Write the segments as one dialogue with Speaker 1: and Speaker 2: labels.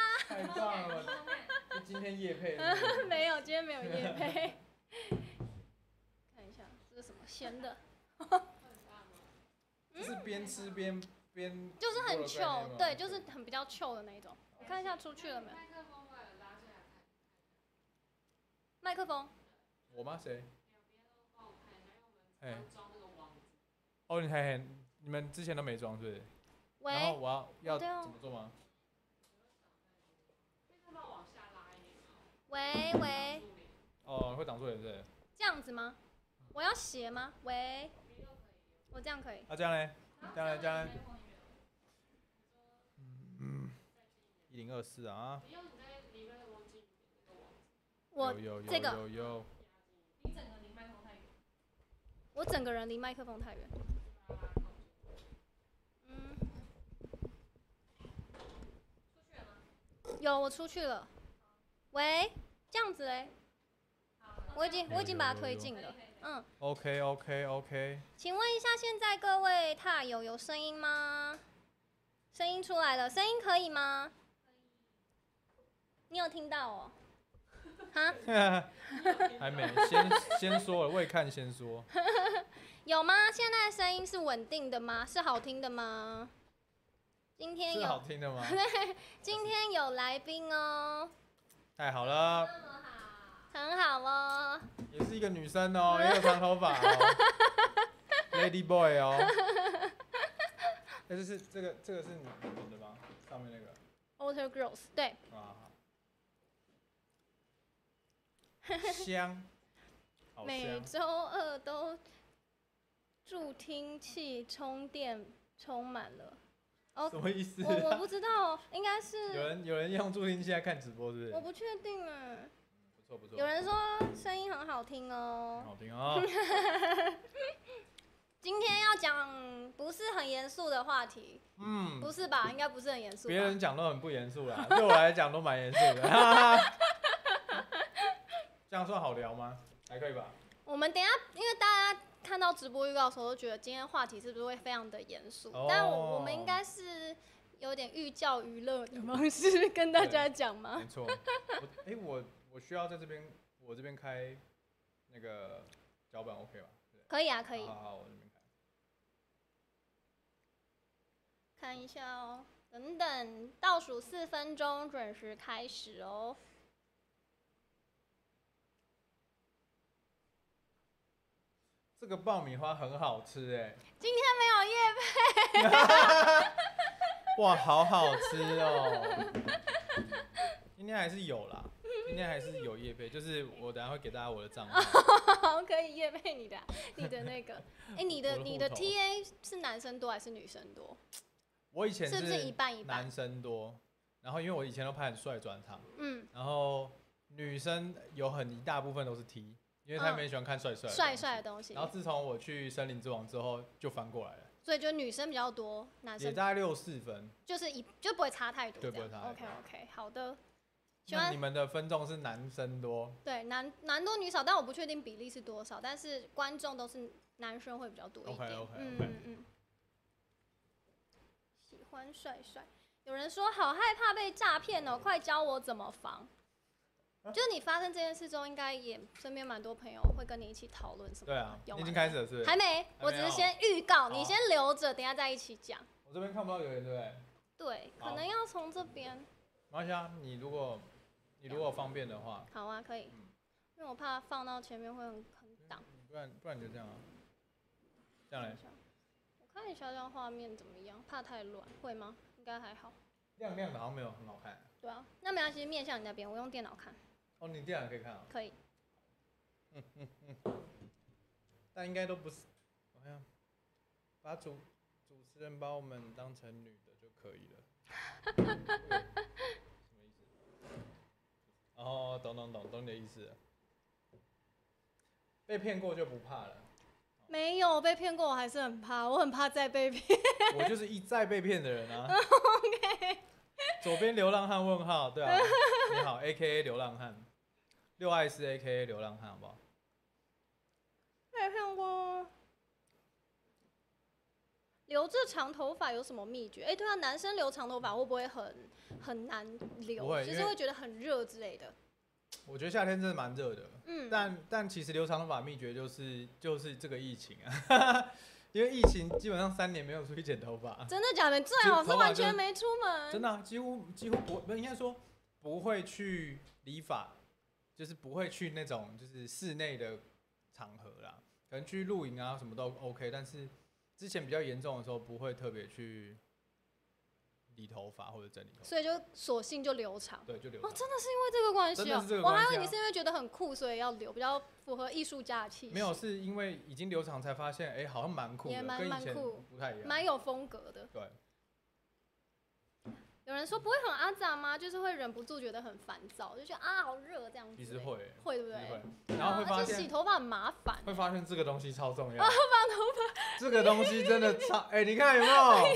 Speaker 1: 太棒 了！就今天夜配的
Speaker 2: 没有，今天没有夜配。 看一下这是什么咸的，
Speaker 1: 就是边吃边边，
Speaker 2: 就是很 chill，对，就是很比较 chill 的那一种。
Speaker 1: 哎
Speaker 2: 我看一下出去了没有？
Speaker 3: 麦克风我有拉出来看，
Speaker 2: 麦克风，
Speaker 1: 我吗？谁？
Speaker 3: 两边都帮我看一下，因为我
Speaker 1: 哎
Speaker 3: 们刚装那个网子，
Speaker 1: 哦，你还你们之前都没装是不是？然后
Speaker 2: 喂，
Speaker 1: 我要要
Speaker 2: 哦对哦
Speaker 1: 怎么做吗？
Speaker 3: 那要不要往下拉一点？
Speaker 2: 喂喂，
Speaker 3: 助理，
Speaker 1: 哦，会挡住脸是不是？
Speaker 2: 这样子吗？我要斜吗？喂，
Speaker 3: 你又可以。
Speaker 2: 我这样可以。
Speaker 1: 啊那这样嘞？这样嘞，这样嘞，
Speaker 3: 嗯
Speaker 1: 一零二四啊，
Speaker 3: 你用你在里面的网景那个网子
Speaker 2: 我
Speaker 1: 有有有
Speaker 2: 这个
Speaker 1: 有有，
Speaker 3: 压进去，
Speaker 4: 你整个离麦克风太远，
Speaker 2: 我整个人离麦克风太远。
Speaker 3: 把它拉靠近。
Speaker 2: 嗯，
Speaker 4: 出去了吗？
Speaker 2: 有我出去了。喂，这样子嘞，
Speaker 4: 好，那
Speaker 2: 我已经
Speaker 1: 有
Speaker 2: 我已经把它
Speaker 1: 有
Speaker 2: 推
Speaker 1: 有
Speaker 2: 进
Speaker 4: 可以可
Speaker 2: 了
Speaker 4: 以。可以。
Speaker 2: 嗯，
Speaker 1: OK OK OK，
Speaker 2: 请问一下，现在各位踏友有声音吗？声音出来了，声音可以吗？你有听到哦？哈，
Speaker 1: 还没，先先说了，未看先说，
Speaker 2: 有吗？现在声音是稳定的吗？是好听的吗？今天
Speaker 1: 是好
Speaker 2: 有
Speaker 1: 听的吗？
Speaker 2: 今天有来宾哦，
Speaker 1: 太好了，
Speaker 2: 很好哦。
Speaker 1: 也是一个女生 哦，也有长头发哦，Lady Boy 哦。那就是这个这个是你你们的吗？上面那个
Speaker 2: Alter Girls，对，
Speaker 1: 啊， 好香，好
Speaker 2: 每
Speaker 1: 香，
Speaker 2: 周二都助听器充电充满 了。哦
Speaker 1: 什，么意思
Speaker 2: 我？我不知道，应该
Speaker 1: 有
Speaker 2: 是
Speaker 1: 人有人用助听器在看直播是不是？
Speaker 2: 我不确定啊。
Speaker 1: 不错不错，
Speaker 2: 有人说声音很好听
Speaker 1: 很
Speaker 2: 哦。
Speaker 1: 好听啊、
Speaker 2: 今天要讲不是很严肃的话题，
Speaker 1: 嗯，
Speaker 2: 不是吧？应该不是很严肃吧。
Speaker 1: 别人讲都很不严肃啦，对 我来讲都蛮严肃的。 哈哈这样算好聊吗？还可以吧。
Speaker 2: 我们等一下，因为大家看到直播预告的时候，都觉得今天话题是不是会非常的严肃？
Speaker 1: 哦
Speaker 2: 但我我们应该是有点寓教于乐的方式跟大家讲嘛
Speaker 1: 没。错，我哎、我我需要在这边我这边开那个脚本 OK 吧？对
Speaker 2: 可以啊，可以
Speaker 1: 好，好好，我这边开。
Speaker 2: 看一下哦。等等，倒数四分钟准时开始哦。
Speaker 1: 这个爆米花很好吃哎、
Speaker 2: 今天没有夜配，
Speaker 1: 哇，好好吃哦！今天还是有啦，今天还是有夜配，就是我等下会给大家我的账号。
Speaker 2: 好，可以夜配你的啊、你的 那个。哎、你的
Speaker 1: 我的户
Speaker 2: 你的
Speaker 1: 头
Speaker 2: TA 是男生多还是女生多？
Speaker 1: 我以前
Speaker 2: 是不是一半一半
Speaker 1: 男？生多，然后因为我以前都拍很帅转场，
Speaker 2: 嗯，
Speaker 1: 然后女生有很一大部分都是 T，因为他们
Speaker 2: 嗯
Speaker 1: 也喜欢看帅帅的东
Speaker 2: 帅
Speaker 1: 西
Speaker 2: 帅的东西
Speaker 1: 然，后自从我去森林之王之后，就翻过来了，
Speaker 2: 所以就女生比较多，男
Speaker 1: 也
Speaker 2: 生
Speaker 1: 大概六四分。
Speaker 2: 就是一就不会差太多这
Speaker 1: 对
Speaker 2: 样。
Speaker 1: 不会差太多
Speaker 2: OK OK，好的。喜
Speaker 1: 那
Speaker 2: 欢
Speaker 1: 你们的分众是男生多，
Speaker 2: 对男男多女少，但我不确定比例是多少，但是观众都是男生会比较多一点。
Speaker 1: OK，OK，OK
Speaker 2: 嗯嗯嗯。喜欢帅帅，有人说好害怕被诈骗哦，快教我怎么防。
Speaker 1: 啊
Speaker 2: 就是你发生这件事之后，应该也身边蛮多朋友会跟你一起讨论什么。
Speaker 1: 对啊，
Speaker 2: 有
Speaker 1: 你已
Speaker 2: 吗
Speaker 1: 经开始了是不是？
Speaker 2: 还没，我只是先预告，
Speaker 1: 好
Speaker 2: 你先留着，等一下再一起讲。
Speaker 1: 我这边看不到留言，对不对？
Speaker 2: 对，
Speaker 1: 好
Speaker 2: 可能要从这边。
Speaker 1: 马来西亚，你如果你如果方便的话，
Speaker 2: 好啊，可以
Speaker 1: 嗯，
Speaker 2: 因为我怕放到前面会很很挡。
Speaker 1: 不然不然你就这样啊，这样
Speaker 2: 看
Speaker 1: 嘞
Speaker 2: 一，下，我看一下这样画面怎么样，怕太乱，会吗？应该还好。
Speaker 1: 亮亮的好像没有很好看。
Speaker 2: 对啊，那没关系，面向你那边，我用电脑看，
Speaker 1: 哦，你这样也可以看啊，
Speaker 2: 可以。
Speaker 1: 但应该都不是，好像把主主持人把我们当成女的就可以了。什么意思？哦，懂懂懂懂你的意思了。被骗过就不怕了，
Speaker 2: 没有被骗过，我还是很怕，我很怕再被 骗。
Speaker 1: 我就是一再被骗的人啊。左边流浪汉问号，对啊，你好，A K A 流浪汉，六爱是 A K A 流浪汉，好不好？
Speaker 2: 被骗过。留这长头发有什么秘诀？哎、对啊，男生留长头发会不会很很难留
Speaker 1: 不？会
Speaker 2: 就
Speaker 1: 因
Speaker 2: 是
Speaker 1: 为
Speaker 2: 会觉得很热之类的。
Speaker 1: 我觉得夏天真的蛮热的，
Speaker 2: 嗯，
Speaker 1: 但但其实留长头发秘诀就是就是这个疫情啊， 因为疫情基本上三年没有出去剪头发，
Speaker 2: 真的假的？最好
Speaker 1: 其
Speaker 2: 是
Speaker 1: 实头发
Speaker 2: 完全
Speaker 1: 就
Speaker 2: 没出门。
Speaker 1: 真的啊、几乎几乎不，不应该说不会去理发，就是不会去那种就是室内的场合啦，可能去露营啊什么都 OK，但是之前比较严重的时候不会特别去理头发或者整理头发，
Speaker 2: 所以就索性就留长。
Speaker 1: 对，就留
Speaker 2: 哦，
Speaker 1: 长。
Speaker 2: 真的是因为这个关系
Speaker 1: 真的
Speaker 2: 哦
Speaker 1: 是这个、
Speaker 2: 我
Speaker 1: 关系啊
Speaker 2: 还以为你是因为觉得很酷，所以要留，比较符合艺术家的气息。
Speaker 1: 没有，，是因为已经留长才发现，哎、好像蛮酷
Speaker 2: 也
Speaker 1: 的，
Speaker 2: 蛮
Speaker 1: 跟
Speaker 2: 蛮
Speaker 1: 以前
Speaker 2: 酷
Speaker 1: 不太一样。
Speaker 2: 蛮有风格的。
Speaker 1: 对，
Speaker 2: 有人说不会很阿杂吗？就是会忍不住觉得很烦躁，就觉得啊好热这样子。
Speaker 1: 其实，会，欸
Speaker 2: 会对不
Speaker 1: 其实
Speaker 2: 对？
Speaker 1: 会，然后会
Speaker 2: 啊而
Speaker 1: 发
Speaker 2: 且哦洗
Speaker 1: 现
Speaker 2: 头发很麻烦。
Speaker 1: 会发现这个东西超重要。这个东西真的超，哎、你看有没有？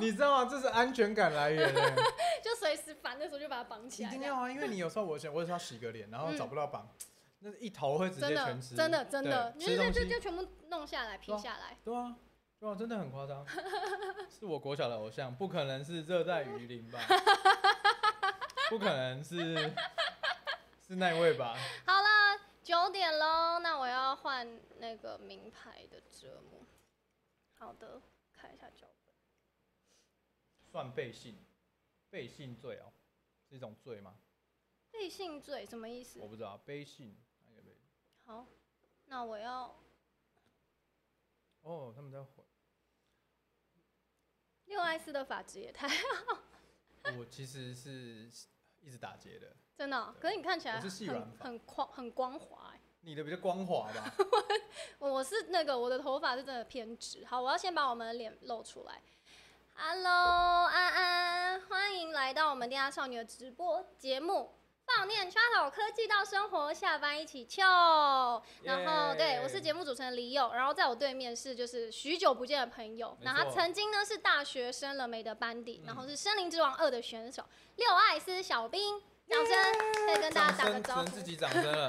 Speaker 1: 你知道吗？这是安全感来源、哎
Speaker 2: 就随时烦的时候就把它绑 起
Speaker 1: 一
Speaker 2: 来。
Speaker 1: 定要啊，因为你有时候我想，我有时候要洗个脸，然后
Speaker 2: 嗯
Speaker 1: 找不到绑，那一头会直
Speaker 2: 真
Speaker 1: 接
Speaker 2: 的
Speaker 1: 全湿。
Speaker 2: 真的真的，
Speaker 1: 对
Speaker 2: 你
Speaker 1: 吃
Speaker 2: 就
Speaker 1: 东
Speaker 2: 就
Speaker 1: 西
Speaker 2: 就全部弄下来
Speaker 1: 对
Speaker 2: 披
Speaker 1: 啊
Speaker 2: 下来。
Speaker 1: 对啊，对啊，真的很夸张，是我国小的偶像，不可能是热带雨林吧？不可能是是那位吧？
Speaker 2: 好了，九点喽，那我要换那个名牌的折幕。好的，看一下脚本。
Speaker 1: 算背信，背信罪哦，是一种罪吗？
Speaker 2: 背信罪什么意思
Speaker 1: 我？不知道，背信哪一个背信？
Speaker 2: 好，那我要
Speaker 1: 哦，他们在混。
Speaker 2: 六艾斯的发质也太
Speaker 1: 我其实是一直打结的，
Speaker 2: 真的哦、可是你看起来
Speaker 1: 我是细软
Speaker 2: 很
Speaker 1: 发
Speaker 2: 很光很光滑、欸。
Speaker 1: 你的比较光滑 吧？
Speaker 2: 哦我我是那个我的头发是真的偏直。好，我要先把我们的脸露出来。Hello，安安，欢迎来到我们电压少女的直播节目。放念刷头科技到生活，下班一起跳。然后，对我是节
Speaker 1: 目，
Speaker 2: 目主持人李友，然后在我对面是就是许久不见的朋友，
Speaker 1: 没
Speaker 2: 那他
Speaker 1: 错
Speaker 2: 曾经呢是大学生了没的班底，
Speaker 1: 嗯
Speaker 2: 然后是《森林之王二》的选手六艾斯小兵，掌声，再跟大家
Speaker 1: 掌
Speaker 2: 打
Speaker 1: 声，只能
Speaker 2: 个招呼
Speaker 1: 自。己掌声了。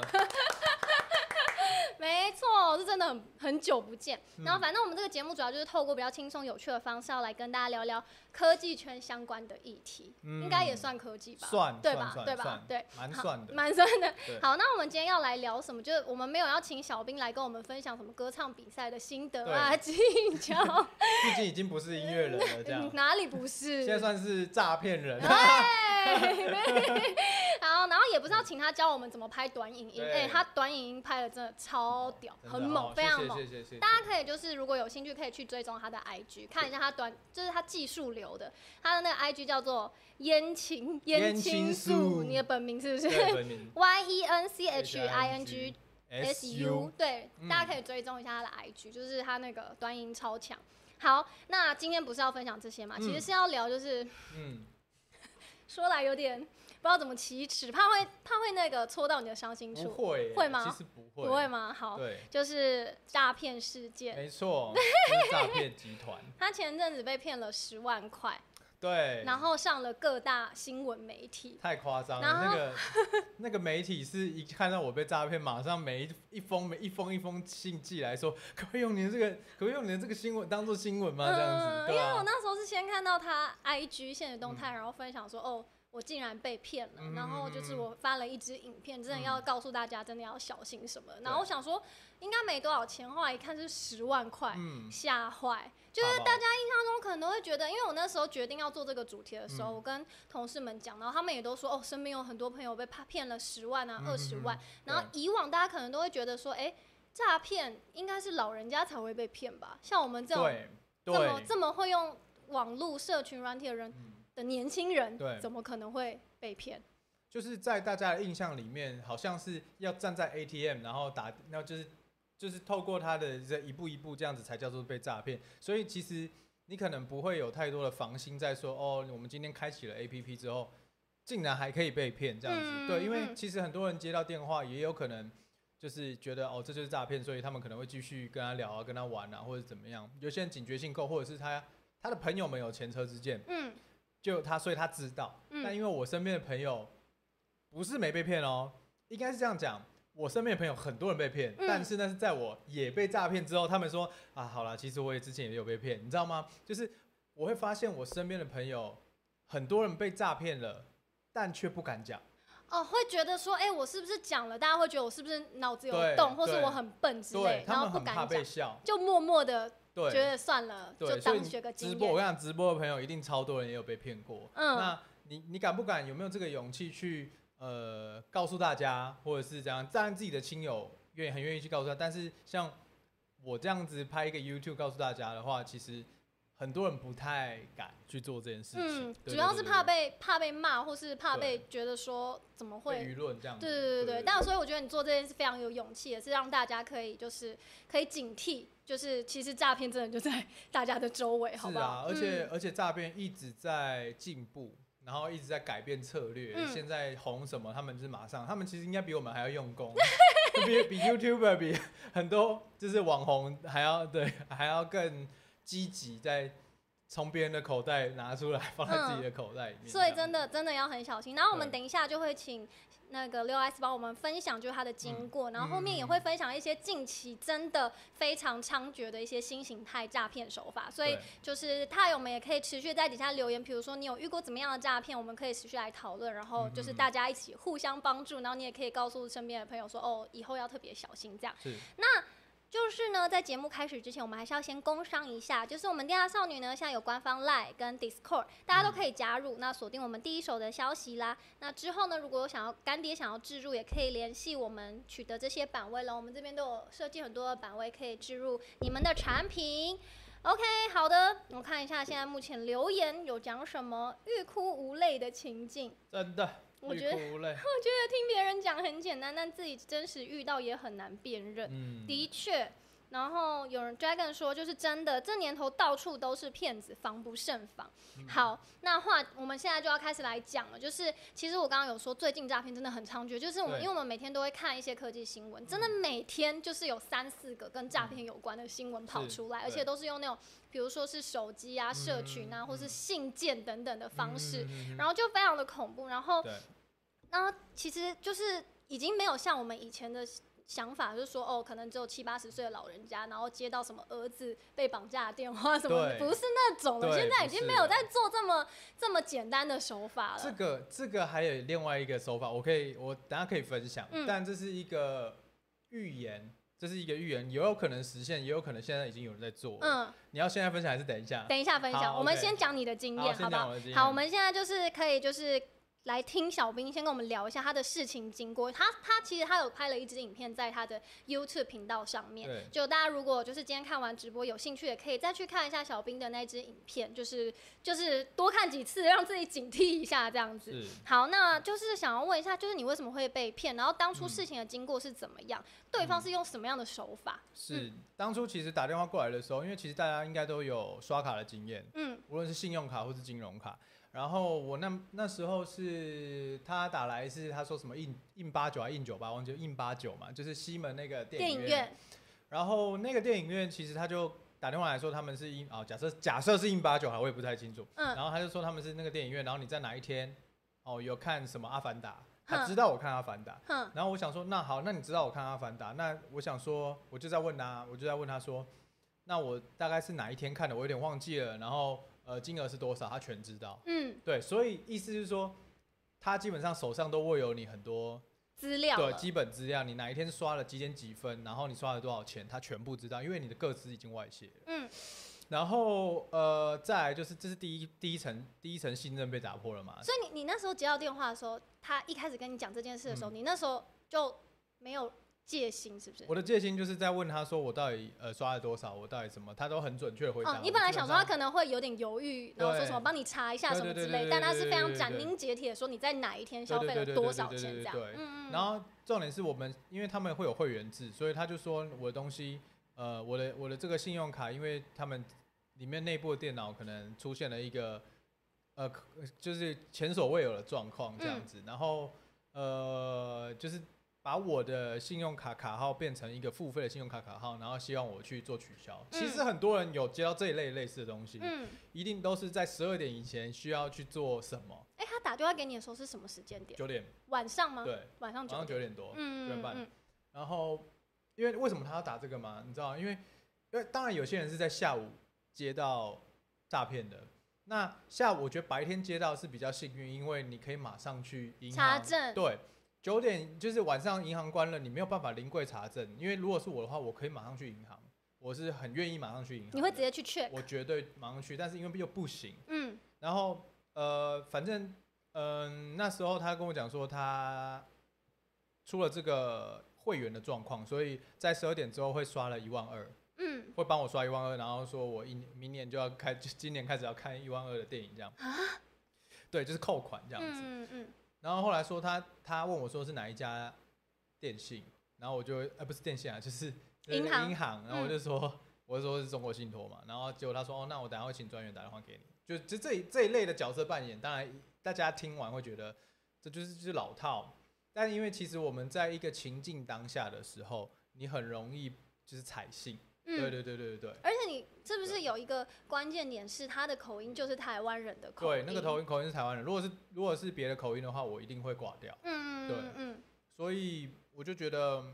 Speaker 2: 没错，是真的很很久不见。
Speaker 1: 嗯
Speaker 2: 然后反正我们这个节目主要就是透过比较轻松有趣的方式，要来跟大家聊聊科技圈相关的议题，
Speaker 1: 嗯
Speaker 2: 应该也算科技吧？
Speaker 1: 算
Speaker 2: 对
Speaker 1: 算
Speaker 2: 吧？
Speaker 1: 算
Speaker 2: 对吧
Speaker 1: 算？
Speaker 2: 对，
Speaker 1: 蛮
Speaker 2: 好
Speaker 1: 算的。
Speaker 2: 蛮算的
Speaker 1: 对。
Speaker 2: 好，那我们今天要来聊什么？就是我们没有要请小兵来跟我们分享什么歌唱比赛的心得啊、技巧，
Speaker 1: 毕竟已经不是音乐人 了，这样
Speaker 2: 嗯哪里不是？
Speaker 1: 现在算是诈骗人。
Speaker 2: 对，好，然后也不是要请他教我们怎么拍短影音，
Speaker 1: 对
Speaker 2: 哎、他短影音拍的真的超屌，
Speaker 1: 真的
Speaker 2: 很
Speaker 1: 哦
Speaker 2: 猛，非常猛。
Speaker 1: 谢谢谢谢谢谢。
Speaker 2: 大家可以就是如果有兴趣，可以去追踪他的 IG，看一下他短，就是他技术流的，他的那个 IG 叫做烟青烟
Speaker 1: 烟
Speaker 2: 青
Speaker 1: 青素
Speaker 2: 素，你的本名是不
Speaker 1: 对
Speaker 2: 是
Speaker 1: 本名
Speaker 2: ？Y E N C H I N G S
Speaker 1: S
Speaker 2: U，
Speaker 1: U
Speaker 2: 对，
Speaker 1: 嗯
Speaker 2: 大家可以追踪一下他的 IG，就是他那个端音超强。好，那今天不是要分享这些嘛，其实
Speaker 1: 嗯
Speaker 2: 是要聊，就是
Speaker 1: 嗯，
Speaker 2: 说来有点不知道怎么启齿，怕会怕会那个戳到你的伤心
Speaker 1: 不
Speaker 2: 处，
Speaker 1: 会耶
Speaker 2: 会吗
Speaker 1: 其实不哦会，
Speaker 2: 不会？吗？好，
Speaker 1: 对，
Speaker 2: 就是诈骗事件，
Speaker 1: 没错，就是诈骗集团。
Speaker 2: 他前阵子被骗了十万块。
Speaker 1: 对，
Speaker 2: 然后上了各大新闻媒体。
Speaker 1: 太夸张了，
Speaker 2: 然
Speaker 1: 那
Speaker 2: 后
Speaker 1: 个 那个媒体是一看到我被诈骗，马上每一一封每一封一封信寄来说，可不可以用你的这个，可不可以用你的这个新闻当做新闻吗？这样子，
Speaker 2: 嗯因
Speaker 1: 对
Speaker 2: 为我
Speaker 1: 啊，
Speaker 2: 那时候是先看到他 IG 现实动态，然后分享说，哦，我竟然被骗了。
Speaker 1: 嗯
Speaker 2: 然后就是我发了一支影片，真的要告诉大家，真的要小心什么。然后我想说，应该没多少钱，后来一看是十万块，
Speaker 1: 嗯，
Speaker 2: 吓坏。就是
Speaker 1: 大
Speaker 2: 大家印象中可能会觉得，因为我那时候决定要做这个主题的时候，
Speaker 1: 嗯
Speaker 2: 我跟同事们讲，然后他们也都说，哦，身边有很多朋友被怕骗了十万啊、
Speaker 1: 嗯
Speaker 2: 二十、万
Speaker 1: 嗯。
Speaker 2: 然后以往大家可能都会觉得说，哎、诈骗应该是老人家才会被骗吧？像我们这种
Speaker 1: 对
Speaker 2: 这么
Speaker 1: 对，
Speaker 2: 这么会用网络社群软体的人
Speaker 1: 嗯
Speaker 2: 的年轻人
Speaker 1: 对，
Speaker 2: 怎么可能会被骗？
Speaker 1: 就是在大家的印象里面，好像是要站在 ATM，然后打，然后就是就是透过他的这一步一步这样子才叫做被诈骗。所以其实你可能不会有太多的防心，在说哦，我们今天开启了 APP 之后，竟然还可以被骗这样子。
Speaker 2: 嗯
Speaker 1: 对，因为
Speaker 2: 嗯
Speaker 1: 其实很多人接到电话，也有可能就是觉得哦这就是诈骗，所以他们可能会继续跟他聊啊，跟他玩啊，或者怎么样。有些人警觉性够，或者是他他的朋友们有前车之鉴，
Speaker 2: 嗯
Speaker 1: 就他，所以他知道。
Speaker 2: 嗯
Speaker 1: 但因为我身边的朋友不是没被骗哦，应该是这样讲，我身边的朋友很多人被骗，
Speaker 2: 嗯
Speaker 1: 但是那是在我也被诈骗之后，他们说啊，好啦，其实我也之前也有被骗，你知道吗？就是我会发现我身边的朋友很多人被诈骗了，但却不敢讲。
Speaker 2: 哦，会觉得说，哎、我是不是讲了，大家会觉得我是不是脑子有
Speaker 1: 对
Speaker 2: 洞，或是
Speaker 1: 对
Speaker 2: 我很笨之
Speaker 1: 对
Speaker 2: 类，，
Speaker 1: 他
Speaker 2: 然后
Speaker 1: 们
Speaker 2: 不
Speaker 1: 很怕
Speaker 2: 敢
Speaker 1: 被
Speaker 2: 讲，
Speaker 1: 笑。
Speaker 2: 就默默的觉
Speaker 1: 对，
Speaker 2: 得算了，就
Speaker 1: 对，所以
Speaker 2: 当
Speaker 1: 你
Speaker 2: 学个
Speaker 1: 直
Speaker 2: 经
Speaker 1: 播，我
Speaker 2: 验。
Speaker 1: 跟你讲，直播的朋友一定超多人也有被骗过。
Speaker 2: 嗯
Speaker 1: 那你你敢不敢？有没有这个勇气去呃告诉大家，或者是这样？当然自己的亲友愿意很愿意去告诉他，但是像我这样子拍一个 YouTube 告诉大家的话，其实很多人不太敢去做这件事情。
Speaker 2: 嗯，
Speaker 1: 对
Speaker 2: 主要
Speaker 1: 对
Speaker 2: 是
Speaker 1: 对
Speaker 2: 怕
Speaker 1: 对
Speaker 2: 被怕被骂，或是怕
Speaker 1: 对
Speaker 2: 被觉得说怎么
Speaker 1: 被
Speaker 2: 会
Speaker 1: 舆论这样子。
Speaker 2: 对对对对，
Speaker 1: 对，
Speaker 2: 但所以我觉得你做这件事非常有勇气，也是让大家可以就是可以警惕，就是其实诈骗真的就在大家的周围，好
Speaker 1: 是
Speaker 2: 不好？嗯
Speaker 1: 啊，而且、而且诈骗一直在进步，然后一直在改变策略。
Speaker 2: 嗯
Speaker 1: 现在红什么，他们就是马上，他们其实应该比我们还要用功，比比 YouTuber 比很多就是网红还要对还要更积极，在从别人的口袋拿出来放在自己的口袋里面。
Speaker 2: 嗯、所以
Speaker 1: 这样
Speaker 2: 真的真的要很小心。然后我们
Speaker 1: 对
Speaker 2: 等一下就会请那个六 S 帮我们分享就是它的经过，然后后面也
Speaker 1: 嗯
Speaker 2: 会分享一些近期真的非常猖獗的一些新形态诈骗手法，所以
Speaker 1: 对
Speaker 2: 就是他友们也可以持续在底下留言，比如说你有遇过怎么样的诈骗，我们可以持续来讨论，然后就是
Speaker 1: 嗯嗯嗯
Speaker 2: 大家一起互相帮助，然后你也可以告诉身边的朋友说，哦，以后要特别小心这样。
Speaker 1: 是
Speaker 2: 就是呢，在节目开始之前，我们还是要先工商一下，就是我们电压少女呢，现在有官方 Line 跟 Discord，
Speaker 1: 嗯
Speaker 2: 大家都可以加入，那锁定我们第一手的消息啦。那之后呢，如果有想要干爹想要置入，也可以联系我们取得这些版位了。我们这边都有设计很多的版位可以置入你们的产品。OK，好的，我看一下现在目前留言有讲什么欲哭无泪的情境，
Speaker 1: 真的，
Speaker 2: 我
Speaker 1: 欲
Speaker 2: 觉得
Speaker 1: 哭无泪。
Speaker 2: 听别人讲很简单，但自己真实遇到也很难辨认。
Speaker 1: 嗯，
Speaker 2: 的确，然后有人 Dragon 说，就是真的，这年头到处都是骗子，防不胜防。
Speaker 1: 嗯
Speaker 2: 好，那话我们现在就要开始来讲了，就是其实我刚刚有说，最近诈骗真的很猖獗，就是我们
Speaker 1: 对嗯
Speaker 2: 因为我们每天都会看一些科技新闻，真的每天就是有三四个跟诈骗有关的新闻跑
Speaker 1: 是
Speaker 2: 出来，
Speaker 1: 对
Speaker 2: 而且都是用那种比如说是手机啊、社群啊，
Speaker 1: 嗯
Speaker 2: 或是信件等等的方式，
Speaker 1: 嗯，嗯嗯嗯
Speaker 2: 然后就非常的恐怖，然后
Speaker 1: 对，
Speaker 2: 然后其实就是已经没有像我们以前的想法，就是说哦，可能只有七八十岁的老人家，然后接到什么儿子被绑架的电话什么的，
Speaker 1: 对
Speaker 2: 不是那种了。
Speaker 1: 对
Speaker 2: 现在已
Speaker 1: 不
Speaker 2: 经
Speaker 1: 是
Speaker 2: 没有
Speaker 1: 了
Speaker 2: 在做这么这么简单的手法
Speaker 1: 这
Speaker 2: 了。
Speaker 1: 个这个还有另外一个手法，我可以我等下可以分享，
Speaker 2: 嗯
Speaker 1: 但这是一个预言，这是一个预言，也有可能实现，也有可能现在已经有人在做。，
Speaker 2: 嗯，
Speaker 1: 你要现在分享还是等一下？
Speaker 2: 等一下分享，
Speaker 1: 好
Speaker 2: 我们
Speaker 1: OK
Speaker 2: 先讲你的经验，好
Speaker 1: 先
Speaker 2: 不
Speaker 1: 讲
Speaker 2: 好？
Speaker 1: 我的经验。
Speaker 2: 好，我们现在就是可以就是。来听小兵先跟我们聊一下他的事情经过。他他其实他有拍了一支影片在他的 YouTube 频道上面，
Speaker 1: 对
Speaker 2: 就大家如果就是今天看完直播有兴趣，也可以再去看一下小兵的那支影片，就是就是多看几次，让自己警惕一下这样子。
Speaker 1: 是
Speaker 2: 好，那就是想要问一下，就是你为什么会被骗？然后当初
Speaker 1: 嗯
Speaker 2: 事情的经过是怎么样？对方是用什么样的手法？
Speaker 1: 是，当初其实打电话过来的时候，因为其实大家应该都有刷卡的经验，
Speaker 2: 嗯
Speaker 1: 无论是信用卡或是金融卡。然后我那那时候是他打来是他说什么印印八九还啊印九八，忘记了印八九嘛，就是西门那个
Speaker 2: 电
Speaker 1: 影
Speaker 2: 影院，
Speaker 1: 然后那个电影院其实他就打电话来说他们是印啊、假设假设是印八九哈，我也不太清楚。
Speaker 2: 嗯
Speaker 1: 然后他就说他们是那个电影院，然后你在哪一天哦有看什么《阿凡达》，
Speaker 2: 哼
Speaker 1: 他知道我看《阿凡达》，
Speaker 2: 哼，
Speaker 1: 然后我想说那好，那你知道我看《阿凡达》，那我想说我就在问他，我就在问他说，那我大概是哪一天看的，我有点忘记了，然后呃金额是多少，他全知道。
Speaker 2: 嗯，
Speaker 1: 对，所以意思是说。他基本上手上都握有你很多
Speaker 2: 资料
Speaker 1: 对
Speaker 2: 了
Speaker 1: 基本资料，你哪一天刷了几点几分，然后你刷了多少钱，他全部知道，因为你的个资已经外泄了。
Speaker 2: 嗯，
Speaker 1: 然后呃，再来就是这是第一第一层第一层信任被打破了嘛？
Speaker 2: 所以你你那时候接到电话的时候，他一开始跟你讲这件事的时候，你那时候就没有戒心，是不是？
Speaker 1: 嗯我的戒心就是在问他说我到底呃刷了多少，我到底什么，他都很准确地回答我。
Speaker 2: 嗯，你本来想说他
Speaker 1: 基
Speaker 2: 可能会有点犹豫，然后说什么
Speaker 1: 对
Speaker 2: 帮你查一下什么
Speaker 1: 对
Speaker 2: 之类，
Speaker 1: 对对对对
Speaker 2: 但他是非常
Speaker 1: 对对对
Speaker 2: 斩
Speaker 1: 对
Speaker 2: 钉截铁地说你在哪一天消费了
Speaker 1: 对对对对
Speaker 2: 多少钱这
Speaker 1: 对对对
Speaker 2: 样。
Speaker 1: 对对
Speaker 2: 嗯嗯。
Speaker 1: 本上。然后重点是我们因为他们会有会员制，所以他就说我的东西呃我的我的这个信用卡，因为他们里面内部的电脑可能出现了一个呃可就是前所未有的状况这
Speaker 2: 嗯
Speaker 1: 样子，然后呃就是把我的信用卡卡号变成一个付费的信用卡卡号，然后希望我去做取消。其实很多人有接到这一类类似的东西，
Speaker 2: 嗯，
Speaker 1: 一定都是在十二点以前需要去做什么？
Speaker 2: 哎、他打电话给你的时候是什么时间点？
Speaker 1: 九点
Speaker 2: 晚上吗？
Speaker 1: 对，
Speaker 2: 晚上
Speaker 1: 晚上
Speaker 2: 九
Speaker 1: 九。点多，九
Speaker 2: 嗯
Speaker 1: 点
Speaker 2: 嗯
Speaker 1: 半
Speaker 2: 嗯。
Speaker 1: 然后，因为为什么他要打这个嘛？你知道，因为因为当然有些人是在下午接到诈骗的，那下午我觉得白天接到是比较幸运，因为你可以马上去银
Speaker 2: 查
Speaker 1: 行
Speaker 2: 证，
Speaker 1: 对，九点就是晚上银行关了，你没有办法临柜查证，因为如果是我的话，我可以马上去银行，我是很愿意马上去银行的。
Speaker 2: 你会直接去 check，
Speaker 1: 我绝对马上去，但是因为又不行。
Speaker 2: 嗯，
Speaker 1: 然后呃，反正嗯、那时候他跟我讲说他出了这个会员的状况，所以在十二点之后会刷了一万二，
Speaker 2: 嗯，
Speaker 1: 会帮我刷一万二，然后说我一年明年就要开，就今年开始要看一万二的电影这样。对，就是扣款这样子。
Speaker 2: 嗯嗯
Speaker 1: 然后后来说他他问我说是哪一家电信，然后我就呃不是电信啊，就是就是
Speaker 2: 银行嗯
Speaker 1: 银行，然后我就说、我就说是中国信托嘛，然后结果他说哦那我等下会请专员打电话给你，就就这一这一类的角色扮演，当然大家听完会觉得这就是就是老套，但因为其实我们在一个情境当下的时候，你很容易就是采信，对
Speaker 2: 嗯。
Speaker 1: 对对对对对。
Speaker 2: 而且你是不是
Speaker 1: 对
Speaker 2: 有一个关键点是他的口音就是台湾人的口音？
Speaker 1: 对，那个口音口音是台湾人。如果是如果是别的口音的话，我一定会挂掉。
Speaker 2: 嗯，嗯
Speaker 1: 对
Speaker 2: 嗯嗯
Speaker 1: 所以我就觉得，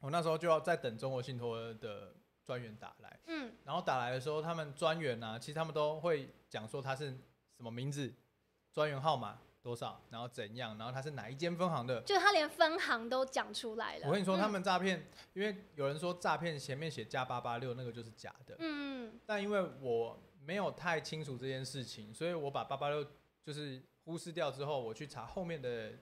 Speaker 1: 我那时候就要在等中国信托的专员打来，
Speaker 2: 嗯
Speaker 1: 然后打来的时候，他们专员呢、啊，其实他们都会讲说他是什么名字、专员号码多少，然后怎样，然后他是哪一间分行的
Speaker 2: 嗯，。就他连分行都讲出来了。
Speaker 1: 我跟你说，
Speaker 2: 嗯
Speaker 1: 他们诈骗，因为有人说诈骗前面写加八八六，那个就是假的。
Speaker 2: 嗯
Speaker 1: 但因为我没有太清楚这件事情，所以我把八八六就是忽视掉之后，我去查后面的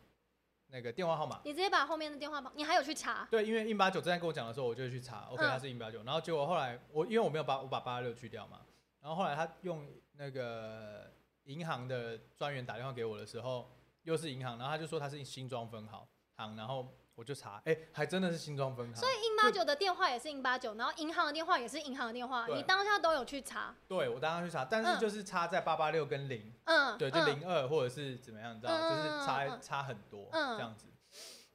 Speaker 1: 那个电话号码。
Speaker 2: 你直接把后面的电话簿，你还有去查？
Speaker 1: 对，因为硬八九正在跟我讲的时候，我就去查，OK，
Speaker 2: 嗯
Speaker 1: 他是硬八九，然后结果后来我因为我没有把我把八六去掉嘛，然后后来他用那个银行的专员打电话给我的时候，又是银行，然后他就说他是新庄分行行，然后我就查，哎、还真的是新庄分行，
Speaker 2: 所以印八九的电话也是印八九，然后银行的电话也是银行的电话，
Speaker 1: 对
Speaker 2: 你当下都有去查，
Speaker 1: 对我当时去查，但
Speaker 2: 嗯
Speaker 1: 是就是差在八八六跟零、
Speaker 2: 嗯，
Speaker 1: 对，就
Speaker 2: 嗯，
Speaker 1: 零二或者是怎么样，你知道，
Speaker 2: 嗯
Speaker 1: 就是
Speaker 2: 嗯嗯
Speaker 1: 差
Speaker 2: 嗯
Speaker 1: 差很多
Speaker 2: 嗯
Speaker 1: 这样子，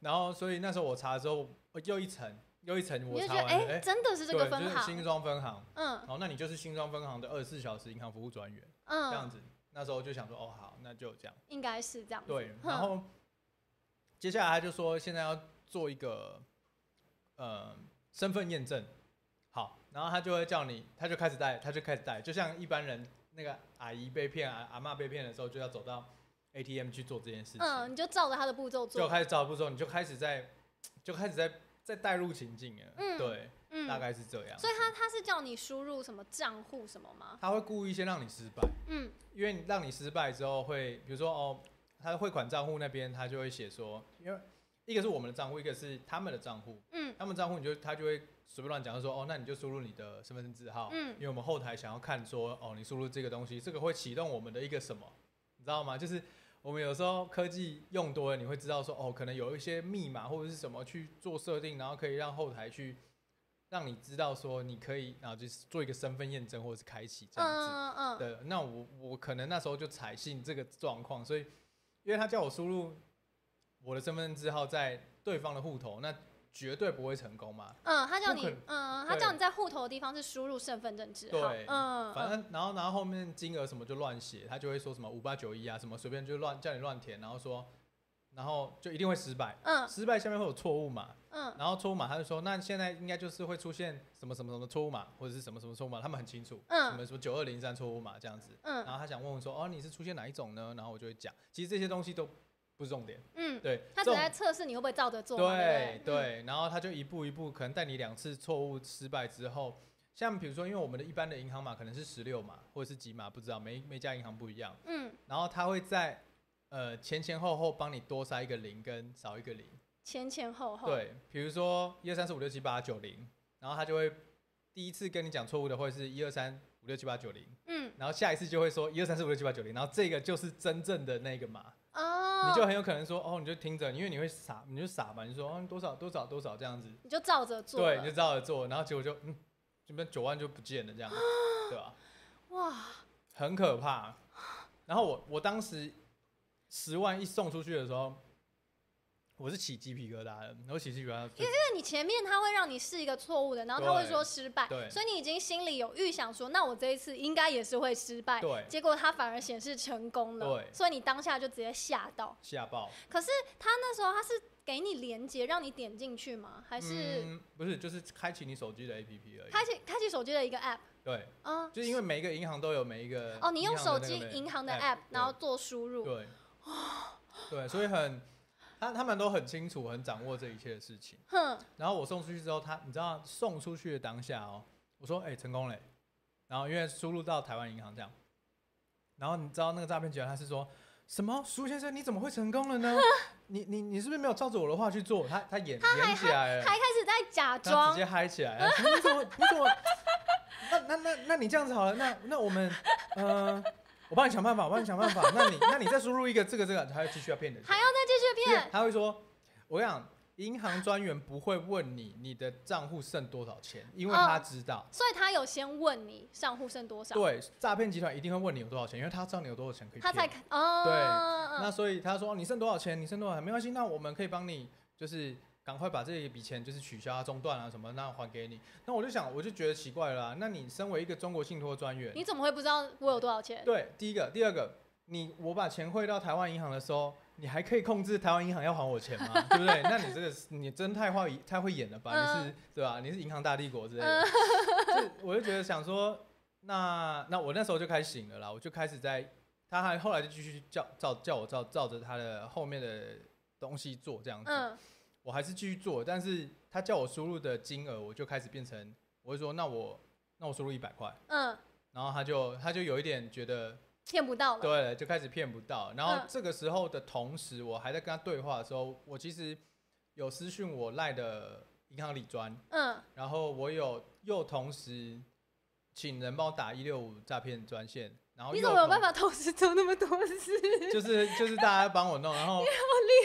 Speaker 1: 然后所以那时候我查的时候，呃又一层又一层，
Speaker 2: 你
Speaker 1: 我
Speaker 2: 就
Speaker 1: 查
Speaker 2: 觉得
Speaker 1: 完了，
Speaker 2: 哎，
Speaker 1: 哎、
Speaker 2: 真的是这
Speaker 1: 对，
Speaker 2: 个
Speaker 1: 就
Speaker 2: 分
Speaker 1: 是新
Speaker 2: 行，
Speaker 1: 庄分行。
Speaker 2: 嗯
Speaker 1: 哦好，那你就是新庄分行的二十四小时银行服务专员这样
Speaker 2: 嗯，
Speaker 1: 子。那时候就想说，哦，好，那就这样。
Speaker 2: 应该是这样子。
Speaker 1: 对，
Speaker 2: 哼
Speaker 1: 然后接下来他就说，现在要做一个呃身份验证。好，然后他就会叫你，他就开始带，他就开始带，就像一般人那个阿姨被骗、阿阿嬷被骗的时候，就要走到 ATM 去做这件事情。
Speaker 2: 嗯，你就照着他的步骤
Speaker 1: 就
Speaker 2: 做，
Speaker 1: 开始找步骤，你就开始在就开始在在带入情境了。
Speaker 2: 嗯
Speaker 1: 对，
Speaker 2: 嗯
Speaker 1: 大，概是这样。
Speaker 2: 所以他他是叫你输入什么账户什么吗？
Speaker 1: 他会故意先让你失败。
Speaker 2: 嗯
Speaker 1: 因为让你失败之后会，比如说哦，他的汇款账户那边他就会写说，因为一个是我们的账户，一个是他们的账户，
Speaker 2: 嗯
Speaker 1: 他们账户你就他就会随便乱讲，就说哦，那你就输入你的身份证字号，
Speaker 2: 嗯
Speaker 1: 因为我们后台想要看说哦，你输入这个东西，这个会启动我们的一个什么，你知道吗？就是我们有时候科技用多了，你会知道说哦，可能有一些密码或者是什么去做设定，然后可以让后台去。让你知道说你可以，然后就是做一个身份验证或者是开启这样子。
Speaker 2: 嗯嗯嗯，
Speaker 1: 对，那我我可能那时候就采信这个状况，所以因为他叫我输入我的身份证字号在对方的户头，那绝对不会成功嘛。
Speaker 2: 嗯，他叫
Speaker 1: 不
Speaker 2: 你
Speaker 1: 可能，
Speaker 2: 嗯，他
Speaker 1: 对
Speaker 2: 叫你在户头的地方是输入身份证字号，
Speaker 1: 对
Speaker 2: 嗯，
Speaker 1: 反正然后然后后面金额什么就乱写，他就会说什么五八九一啊什么，随便就乱叫你乱填，然后说，然后就一定会失败，
Speaker 2: 嗯
Speaker 1: 失败下面会有错误嘛，
Speaker 2: 嗯
Speaker 1: 然后错误码他就说那现在应该就是会出现什么什么什么错误码或者是什么什么错误码，他们很清楚，什
Speaker 2: 嗯
Speaker 1: 么什么九二零三错误码这样子。然
Speaker 2: 嗯
Speaker 1: 后他想问我说：“哦，你是出现哪一种呢？”然后我就会讲，其实这些东西都不是重点，
Speaker 2: 嗯，
Speaker 1: 对，
Speaker 2: 他只
Speaker 1: 这种
Speaker 2: 在测试你会不会照着做嘛，
Speaker 1: 对
Speaker 2: 不对，嗯
Speaker 1: 对，然后他就一步一步，可能带你两次错误失败之后，像比如说，因为我们的一般的银行码可能是十六码或者是几码，不知道，每每家银行不一样，
Speaker 2: 嗯，嗯
Speaker 1: 然后他会在呃前前后后帮你多塞一个零跟少一个零，
Speaker 2: 前前后后，
Speaker 1: 对，比如说一二三四五六七八九零，然后他就会第一次跟你讲错误的会是一二三五六七八九零。
Speaker 2: 嗯
Speaker 1: 然后下一次就会说一二三四五六七八九零，然后这个就是真正的那个码，
Speaker 2: 哦，
Speaker 1: 你就很有可能说哦，你就听着，因为你会傻，你就傻嘛，你就说哦多少多少多少这样子，
Speaker 2: 你就照着做
Speaker 1: 对，
Speaker 2: 了，
Speaker 1: 你就照着做，然后结果就嗯，这边九万就不见了 这样，对吧、
Speaker 2: 哇，
Speaker 1: 很可怕。然后我我当时十万一送出去的时候，我是起鸡皮疙瘩的，我起鸡皮疙瘩就。
Speaker 2: 因为你前面他会让你试一个错误的，然后他会说失败
Speaker 1: 对，对
Speaker 2: 所以你已经心里有预想说，那我这一次应该也是会失败，
Speaker 1: 对
Speaker 2: 结果他反而显示成功了，
Speaker 1: 对
Speaker 2: 所以你当下就直接吓到。
Speaker 1: 吓爆，
Speaker 2: 可是他那时候他是给你连接让你点进去吗？还是
Speaker 1: 嗯、不是就是开启你手机的 APP 而已。
Speaker 2: 开启开启手机的一个 app
Speaker 1: 对，
Speaker 2: 啊？
Speaker 1: 就是因为每一个银行都有每一个
Speaker 2: 哦，你用
Speaker 1: 银行
Speaker 2: 手
Speaker 1: 的那
Speaker 2: 机
Speaker 1: 个类
Speaker 2: 银行的
Speaker 1: app，
Speaker 2: app，然后
Speaker 1: 对
Speaker 2: 做输入，
Speaker 1: 对对，所以很他他们都很清楚，很掌握这一切的事情。
Speaker 2: 哼，
Speaker 1: 然后我送出去之后，他你知道送出去的当下哦，我说哎、成功嘞，然后因为输入到台湾银行这样，然后你知道那个诈骗集团他是说什么苏先生你怎么会成功了呢？ 你你你是不是没有照着我的话去做？他他演演起来了，
Speaker 2: 还开始在假
Speaker 1: 他直
Speaker 2: 装
Speaker 1: 接嗨起来，他说哎你怎么你怎么？那那那那你这样子好了，那那我们呃，我帮你想办法，我帮你想办法。那你那你再输入一个这个这个，他要继续要骗你的钱，
Speaker 2: 还要再继续
Speaker 1: 因为
Speaker 2: 骗，
Speaker 1: 他会说，我跟你讲，银行专员不会问你你的账户剩多少钱，因为他知道，
Speaker 2: 所以他有先问你账户剩多少，
Speaker 1: 对，哦诈骗集团一定会问你有多少钱，因为他知道你有多少钱可以
Speaker 2: 他才
Speaker 1: 骗。
Speaker 2: 看哦，
Speaker 1: 对
Speaker 2: 嗯
Speaker 1: 那所以他说你剩多少钱，你剩多少钱，没关系，那我们可以帮你，就是赶快把这一笔钱就是取消啊、中断啊什么，那还给你。那我就想，我就觉得奇怪了啊、那你身为一个中国信托专员，
Speaker 2: 你怎么会不知道我有多少钱？
Speaker 1: 对，第一个，第二个，你我把钱汇到台湾银行的时候，你还可以控制台湾银行要还我钱吗？对不对？那你这个是你真太会太会演了吧？你是、对吧？你是银行大帝国之类的，就我就觉得想说，那那我那时候就开始醒了啦，我就开始在他还后来就继续叫照叫我照照着他的后面的东西做这样子，
Speaker 2: 嗯，
Speaker 1: 我还是继续做，但是他叫我输入的金额，我就开始变成我会说，那我那我输入一百块，
Speaker 2: 嗯，
Speaker 1: 然后他就他就有一点觉得。
Speaker 2: 骗不到了。
Speaker 1: 对，就开始骗不到。然后
Speaker 2: 嗯
Speaker 1: 这个时候的同时，我还在跟他对话的时候，我其实有私讯我赖的银行理专，
Speaker 2: 嗯，
Speaker 1: 然后我有又同时请人帮我打一六五诈骗专线，然后
Speaker 2: 你
Speaker 1: 又
Speaker 2: 怎么有
Speaker 1: 同
Speaker 2: 办？法同时做那么多 事？
Speaker 1: 就是就是大家帮我弄，然后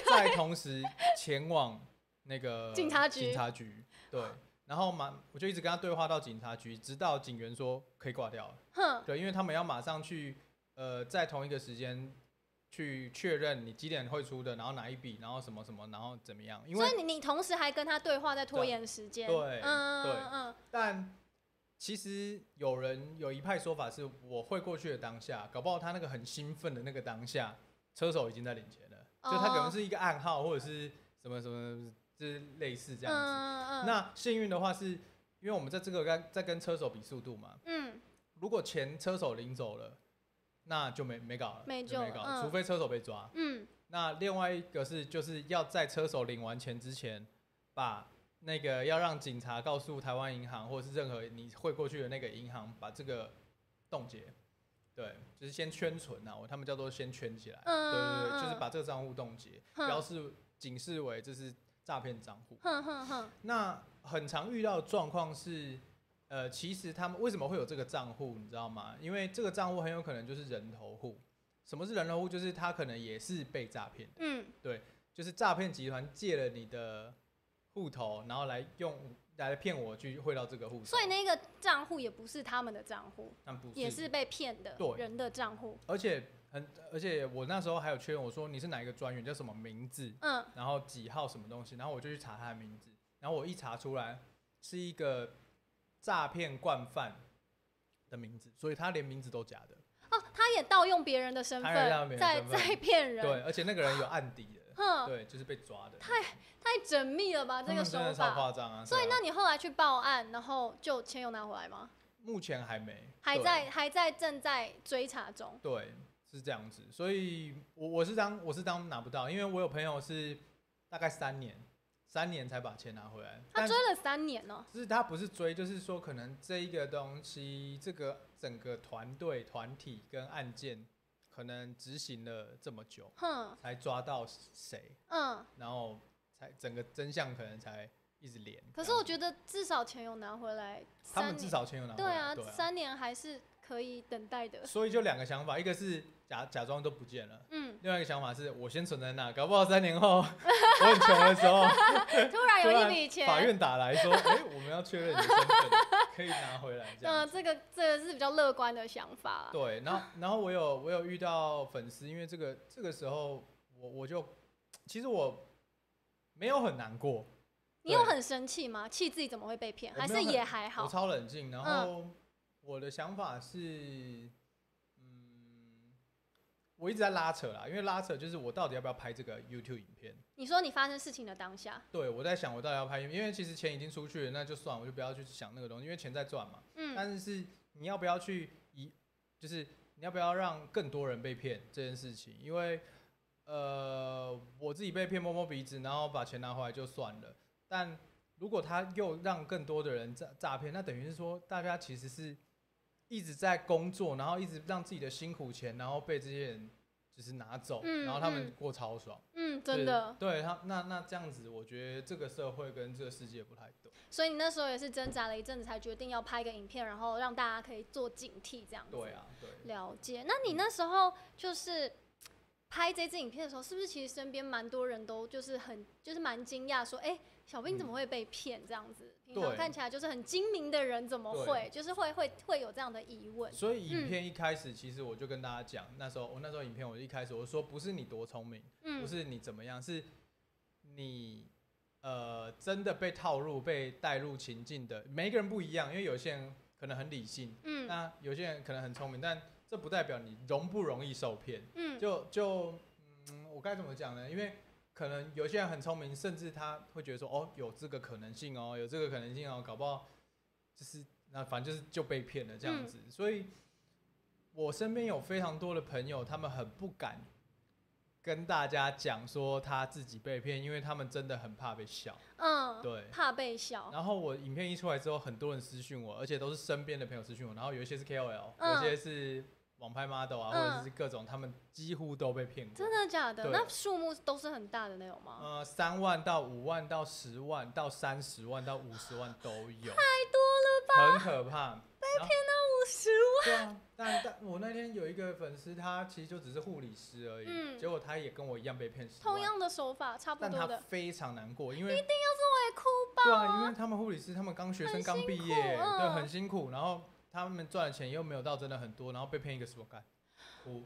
Speaker 1: 再同时前往那个
Speaker 2: 警察局
Speaker 1: 警察局对。然后马我就一直跟他对话到警察局，直到警员说可以挂掉了。
Speaker 2: 哼，
Speaker 1: 对，因为他们要马上去，呃，在同一个时间去确认你几点会出的，然后哪一笔，然后什么什么，然后怎么样。因
Speaker 2: 所
Speaker 1: 为
Speaker 2: 以你你同时还跟他对话，在拖延时间。
Speaker 1: 对
Speaker 2: 嗯
Speaker 1: 对
Speaker 2: 嗯嗯，
Speaker 1: 但其实有人有一派说法是，我会过去的当下，搞不好他那个很兴奋的那个当下，车手已经在领钱了，就他可
Speaker 2: 哦
Speaker 1: 能是一个暗号或者是什么什么，就是类似这样子。
Speaker 2: 嗯嗯嗯，
Speaker 1: 那幸运的话是，因为我们在这个跟在跟车手比速度嘛，
Speaker 2: 嗯
Speaker 1: 如果前车手领走了，那就没没搞了，
Speaker 2: 没
Speaker 1: 就
Speaker 2: 救
Speaker 1: 没
Speaker 2: 了
Speaker 1: 搞
Speaker 2: 嗯
Speaker 1: 除非车手被抓。
Speaker 2: 嗯，
Speaker 1: 那另外一个是，就是要在车手领完钱之前，把那个要让警察告诉台湾银行或是任何你会过去的那个银行，把这个冻结。对，就是先圈存啊，我他们叫做先圈起来。
Speaker 2: 嗯
Speaker 1: 对对对，就是
Speaker 2: 嗯
Speaker 1: 把这个账户冻结，
Speaker 2: 哼
Speaker 1: 标示警示为这是诈骗账户。
Speaker 2: 哼哼哼，
Speaker 1: 那很常遇到的状况是，呃，其实他们为什么会有这个账户，你知道吗？因为这个账户很有可能就是人头户。什么是人头户？就是他可能也是被诈骗，
Speaker 2: 嗯
Speaker 1: 就是诈骗集团借了你的户头，然后来用来骗我去汇到这个户头。
Speaker 2: 所以那个账户也不是他们的账户，
Speaker 1: 但不
Speaker 2: 也是被骗的
Speaker 1: 对
Speaker 2: 人的账户。
Speaker 1: 而且很，而且我那时候还有确认，我说你是哪一个专员，叫什么名字，
Speaker 2: 嗯，
Speaker 1: 然后几号什么东西，然后我就去查他的名字，然后我一查出来是一个诈骗惯犯的名字，所以他连名字都假的，
Speaker 2: 哦，他也盗用别人的身
Speaker 1: 他也盗用别人
Speaker 2: 份，在
Speaker 1: 身份
Speaker 2: 在骗
Speaker 1: 对，
Speaker 2: 人。
Speaker 1: 而且那个人有案底的，
Speaker 2: 哼，
Speaker 1: 对，就是被抓的，
Speaker 2: 啊太缜密了吧
Speaker 1: 他
Speaker 2: 这
Speaker 1: 们
Speaker 2: 个手
Speaker 1: 真的超
Speaker 2: 法。
Speaker 1: 夸张啊！
Speaker 2: 所以
Speaker 1: 对啊
Speaker 2: 那你后来去报案，然后就钱有拿回来吗？
Speaker 1: 目前还没，
Speaker 2: 还
Speaker 1: 对
Speaker 2: 在还在正在追查中。
Speaker 1: 对，是这样子，所以我我是当我是当拿不到，因为我有朋友是大概三年，三年才把钱拿回来，
Speaker 2: 他
Speaker 1: 但
Speaker 2: 追了三年哦呢、
Speaker 1: 就是他不是追，就是说可能这一个东西，这个整个团队、团体跟案件，可能执行了这么久，
Speaker 2: 哼，
Speaker 1: 才抓到谁，
Speaker 2: 嗯。
Speaker 1: 然后才整个真相可能才一直连。
Speaker 2: 可是我
Speaker 1: 得
Speaker 2: 觉得至少钱有拿回来，
Speaker 1: 啊他
Speaker 2: 三
Speaker 1: 们至
Speaker 2: 年
Speaker 1: 少钱有拿回
Speaker 2: 对
Speaker 1: 来，
Speaker 2: 啊，
Speaker 1: 对啊，
Speaker 2: 三年还是可以等待的。
Speaker 1: 所以就两个想法，一个是假假装都不见了。
Speaker 2: 嗯，
Speaker 1: 另外一个想法是我先存在那，搞不好三年后 我很穷的时 候，
Speaker 2: 突然
Speaker 1: 突
Speaker 2: 有一
Speaker 1: 然
Speaker 2: 笔钱，
Speaker 1: 啊
Speaker 2: 嗯
Speaker 1: 法院打来说，哎、我们要确认你的身份，可以拿回来这样子。
Speaker 2: 嗯，这个这个是比较乐观的想法。啊
Speaker 1: 对，然后然后我有我有遇到粉丝，因为这个这个时候我我就其实我没有很难过，
Speaker 2: 你有很生气吗？气自己怎么会被骗，
Speaker 1: 我
Speaker 2: 还
Speaker 1: 没有
Speaker 2: 是
Speaker 1: 很
Speaker 2: 也还
Speaker 1: 我
Speaker 2: 好？嗯
Speaker 1: 超冷静。然后我的想法是，嗯，我一直在拉扯啦，因为拉扯就是我到底要不要拍这个 YouTube 影片。
Speaker 2: 你说你发生事情的当下，
Speaker 1: 对，我在想我到底要拍，因为其实钱已经出去了，那就算，我就不要去想那个东西，因为钱在赚嘛。
Speaker 2: 嗯，
Speaker 1: 但是你要不要去以，就是你要不要让更多人被骗这件事情？因为呃，我自己被骗摸摸鼻子，然后把钱拿回来就算了。但如果他又让更多的人诈诈骗，那等于是说大家其实是一直在工作，然后一直让自己的辛苦钱，然后被这些人就是拿走，
Speaker 2: 嗯
Speaker 1: 然后他们
Speaker 2: 嗯
Speaker 1: 过超爽。
Speaker 2: 嗯，真的。
Speaker 1: 对对他那那这样子，我觉得这个社会跟这个世界不太对。
Speaker 2: 所以你那时候也是挣扎了一阵子，才决定要拍一个影片，然后让大家可以做警惕这样子。
Speaker 1: 对啊，对。
Speaker 2: 了解。那你那时候就是拍这支影片的时候，是不是其实身边蛮多人都就是很就是蛮惊讶，说，哎、小兵怎么会被骗这样子？平常
Speaker 1: 对
Speaker 2: 看起来就是很精明的人，怎么
Speaker 1: 嗯对
Speaker 2: 会就是会会会有这样的疑问？
Speaker 1: 所以
Speaker 2: 嗯
Speaker 1: 影片一开始，其实我就跟大家讲，那时候我那时候影片，我一开始我说不是你多聪明，
Speaker 2: 嗯
Speaker 1: 不是你怎么样，是你呃真的被套路、被带入情境的。每一个人不一样，因为有些人可能很理性，
Speaker 2: 嗯
Speaker 1: 那有些人可能很聪明，但这不代表你容不容易受骗。
Speaker 2: 嗯
Speaker 1: 就就嗯，我该怎么讲呢？因为可能有些人很聪明，甚至他会觉得说，哦，有这个可能性哦，有这个可能性哦，搞不好就是那反正就是就被骗了这样
Speaker 2: 嗯
Speaker 1: 子。所以，我身边有非常多的朋友，他们很不敢跟大家讲说他自己被骗，因为他们真的很怕被笑。
Speaker 2: 嗯，
Speaker 1: 对。
Speaker 2: 怕被笑。
Speaker 1: 然后我影片一出来之后，很多人私讯我，而且都是身边的朋友私讯我，然后有一些是 KOL，、
Speaker 2: 嗯
Speaker 1: 有些是网拍 model 啊，
Speaker 2: 嗯
Speaker 1: 或者是各种，他们几乎都被骗过。
Speaker 2: 真的哦假的？
Speaker 1: 对
Speaker 2: 那数目都是很大的那种吗？
Speaker 1: 呃，三万到五万到十万到三十万到五十万都有，很
Speaker 2: 太
Speaker 1: 可怕。被骗
Speaker 2: 五十万，
Speaker 1: 对啊，但但我那天有一个粉丝，他其实就只是护理师而已，
Speaker 2: 嗯
Speaker 1: 结果他也跟我一样被骗十万，
Speaker 2: 同样的手法，差不
Speaker 1: 但
Speaker 2: 多
Speaker 1: 他
Speaker 2: 的。
Speaker 1: 非常难过，因为
Speaker 2: 我也哭吧。
Speaker 1: 对啊，因为他们护理师，他们刚学生
Speaker 2: 很
Speaker 1: 刚
Speaker 2: 辛
Speaker 1: 毕
Speaker 2: 苦
Speaker 1: 业，
Speaker 2: 嗯
Speaker 1: 对，很辛苦，然后他们赚的钱又没有到真的很多，然后被骗一个十万干，哭，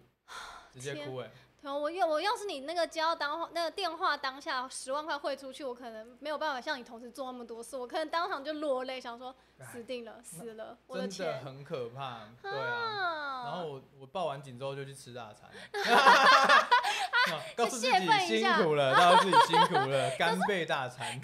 Speaker 1: 直接
Speaker 2: 天
Speaker 1: 哭哎、
Speaker 2: 对啊，我要我要是你那个接到当那个电话当下十万块汇出去，我可能没有办法像你同时做那么多事，我可能当场就落泪，想说
Speaker 1: 哎
Speaker 2: 死定了，死了，我
Speaker 1: 真的
Speaker 2: 钱。
Speaker 1: 很可怕，对啊。
Speaker 2: 啊
Speaker 1: 然后我我报完警之后就去吃大 餐， 啊告诉自
Speaker 2: 就泄愤
Speaker 1: 己
Speaker 2: 一
Speaker 1: 辛
Speaker 2: 下
Speaker 1: 苦了，告诉自己辛苦了， 干贝大餐。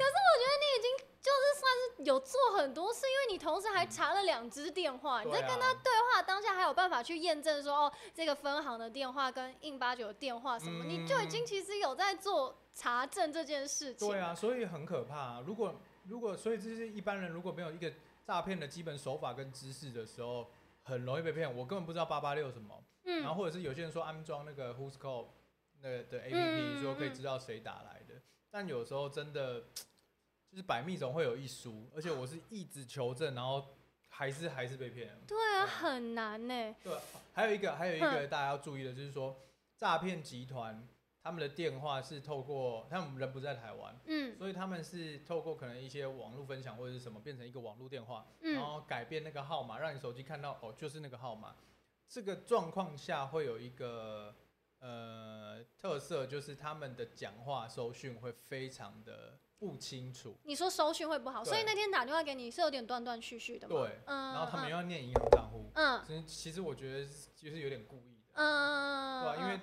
Speaker 2: 有做很多事，因为你同时还查了两支电话，
Speaker 1: 嗯
Speaker 2: 你
Speaker 1: 对
Speaker 2: 在
Speaker 1: 啊
Speaker 2: 跟他对话当下还有办法去验证说哦，这个分行的电话跟印八九的电话什么，
Speaker 1: 嗯
Speaker 2: 你就已经其实有在做查证这件事情。
Speaker 1: 对啊，所以很可怕、啊。如果如果所以这是一般人如果没有一个诈骗的基本手法跟知识的时候，很容易被骗。我根本不知道八八六什么，然
Speaker 2: 嗯，
Speaker 1: 后或者是有些人说安装那个 Who's Call 那个的 APP，、
Speaker 2: 嗯嗯
Speaker 1: 说可以
Speaker 2: 嗯
Speaker 1: 知道谁打来的，但有时候真的就是百密总会有一疏，而且我是一直求证，然后还是还是被骗了。
Speaker 2: 对啊，很难呢、
Speaker 1: 对，还有一个还有一个
Speaker 2: 哼
Speaker 1: 大家要注意的就是说，诈骗集团他们的电话是透过他们人不在台湾，
Speaker 2: 嗯
Speaker 1: 所以他们是透过可能一些网络分享或者是什么变成一个网络电话，然
Speaker 2: 嗯
Speaker 1: 后改变那个号码，让你手机看到哦，就是那个号码。这个状况下会有一个呃特色，就是他们的讲话收讯会非常的不清楚，
Speaker 2: 你说收讯会不好，
Speaker 1: 对
Speaker 2: 所以那天打电话给你是有点断断续续的嘛？
Speaker 1: 对
Speaker 2: 嗯，
Speaker 1: 然后他们
Speaker 2: 嗯
Speaker 1: 又要念银行账户，
Speaker 2: 嗯
Speaker 1: 其实其实我觉得是就是有点故意的，
Speaker 2: 嗯，
Speaker 1: 对啊吧、因为
Speaker 2: 嗯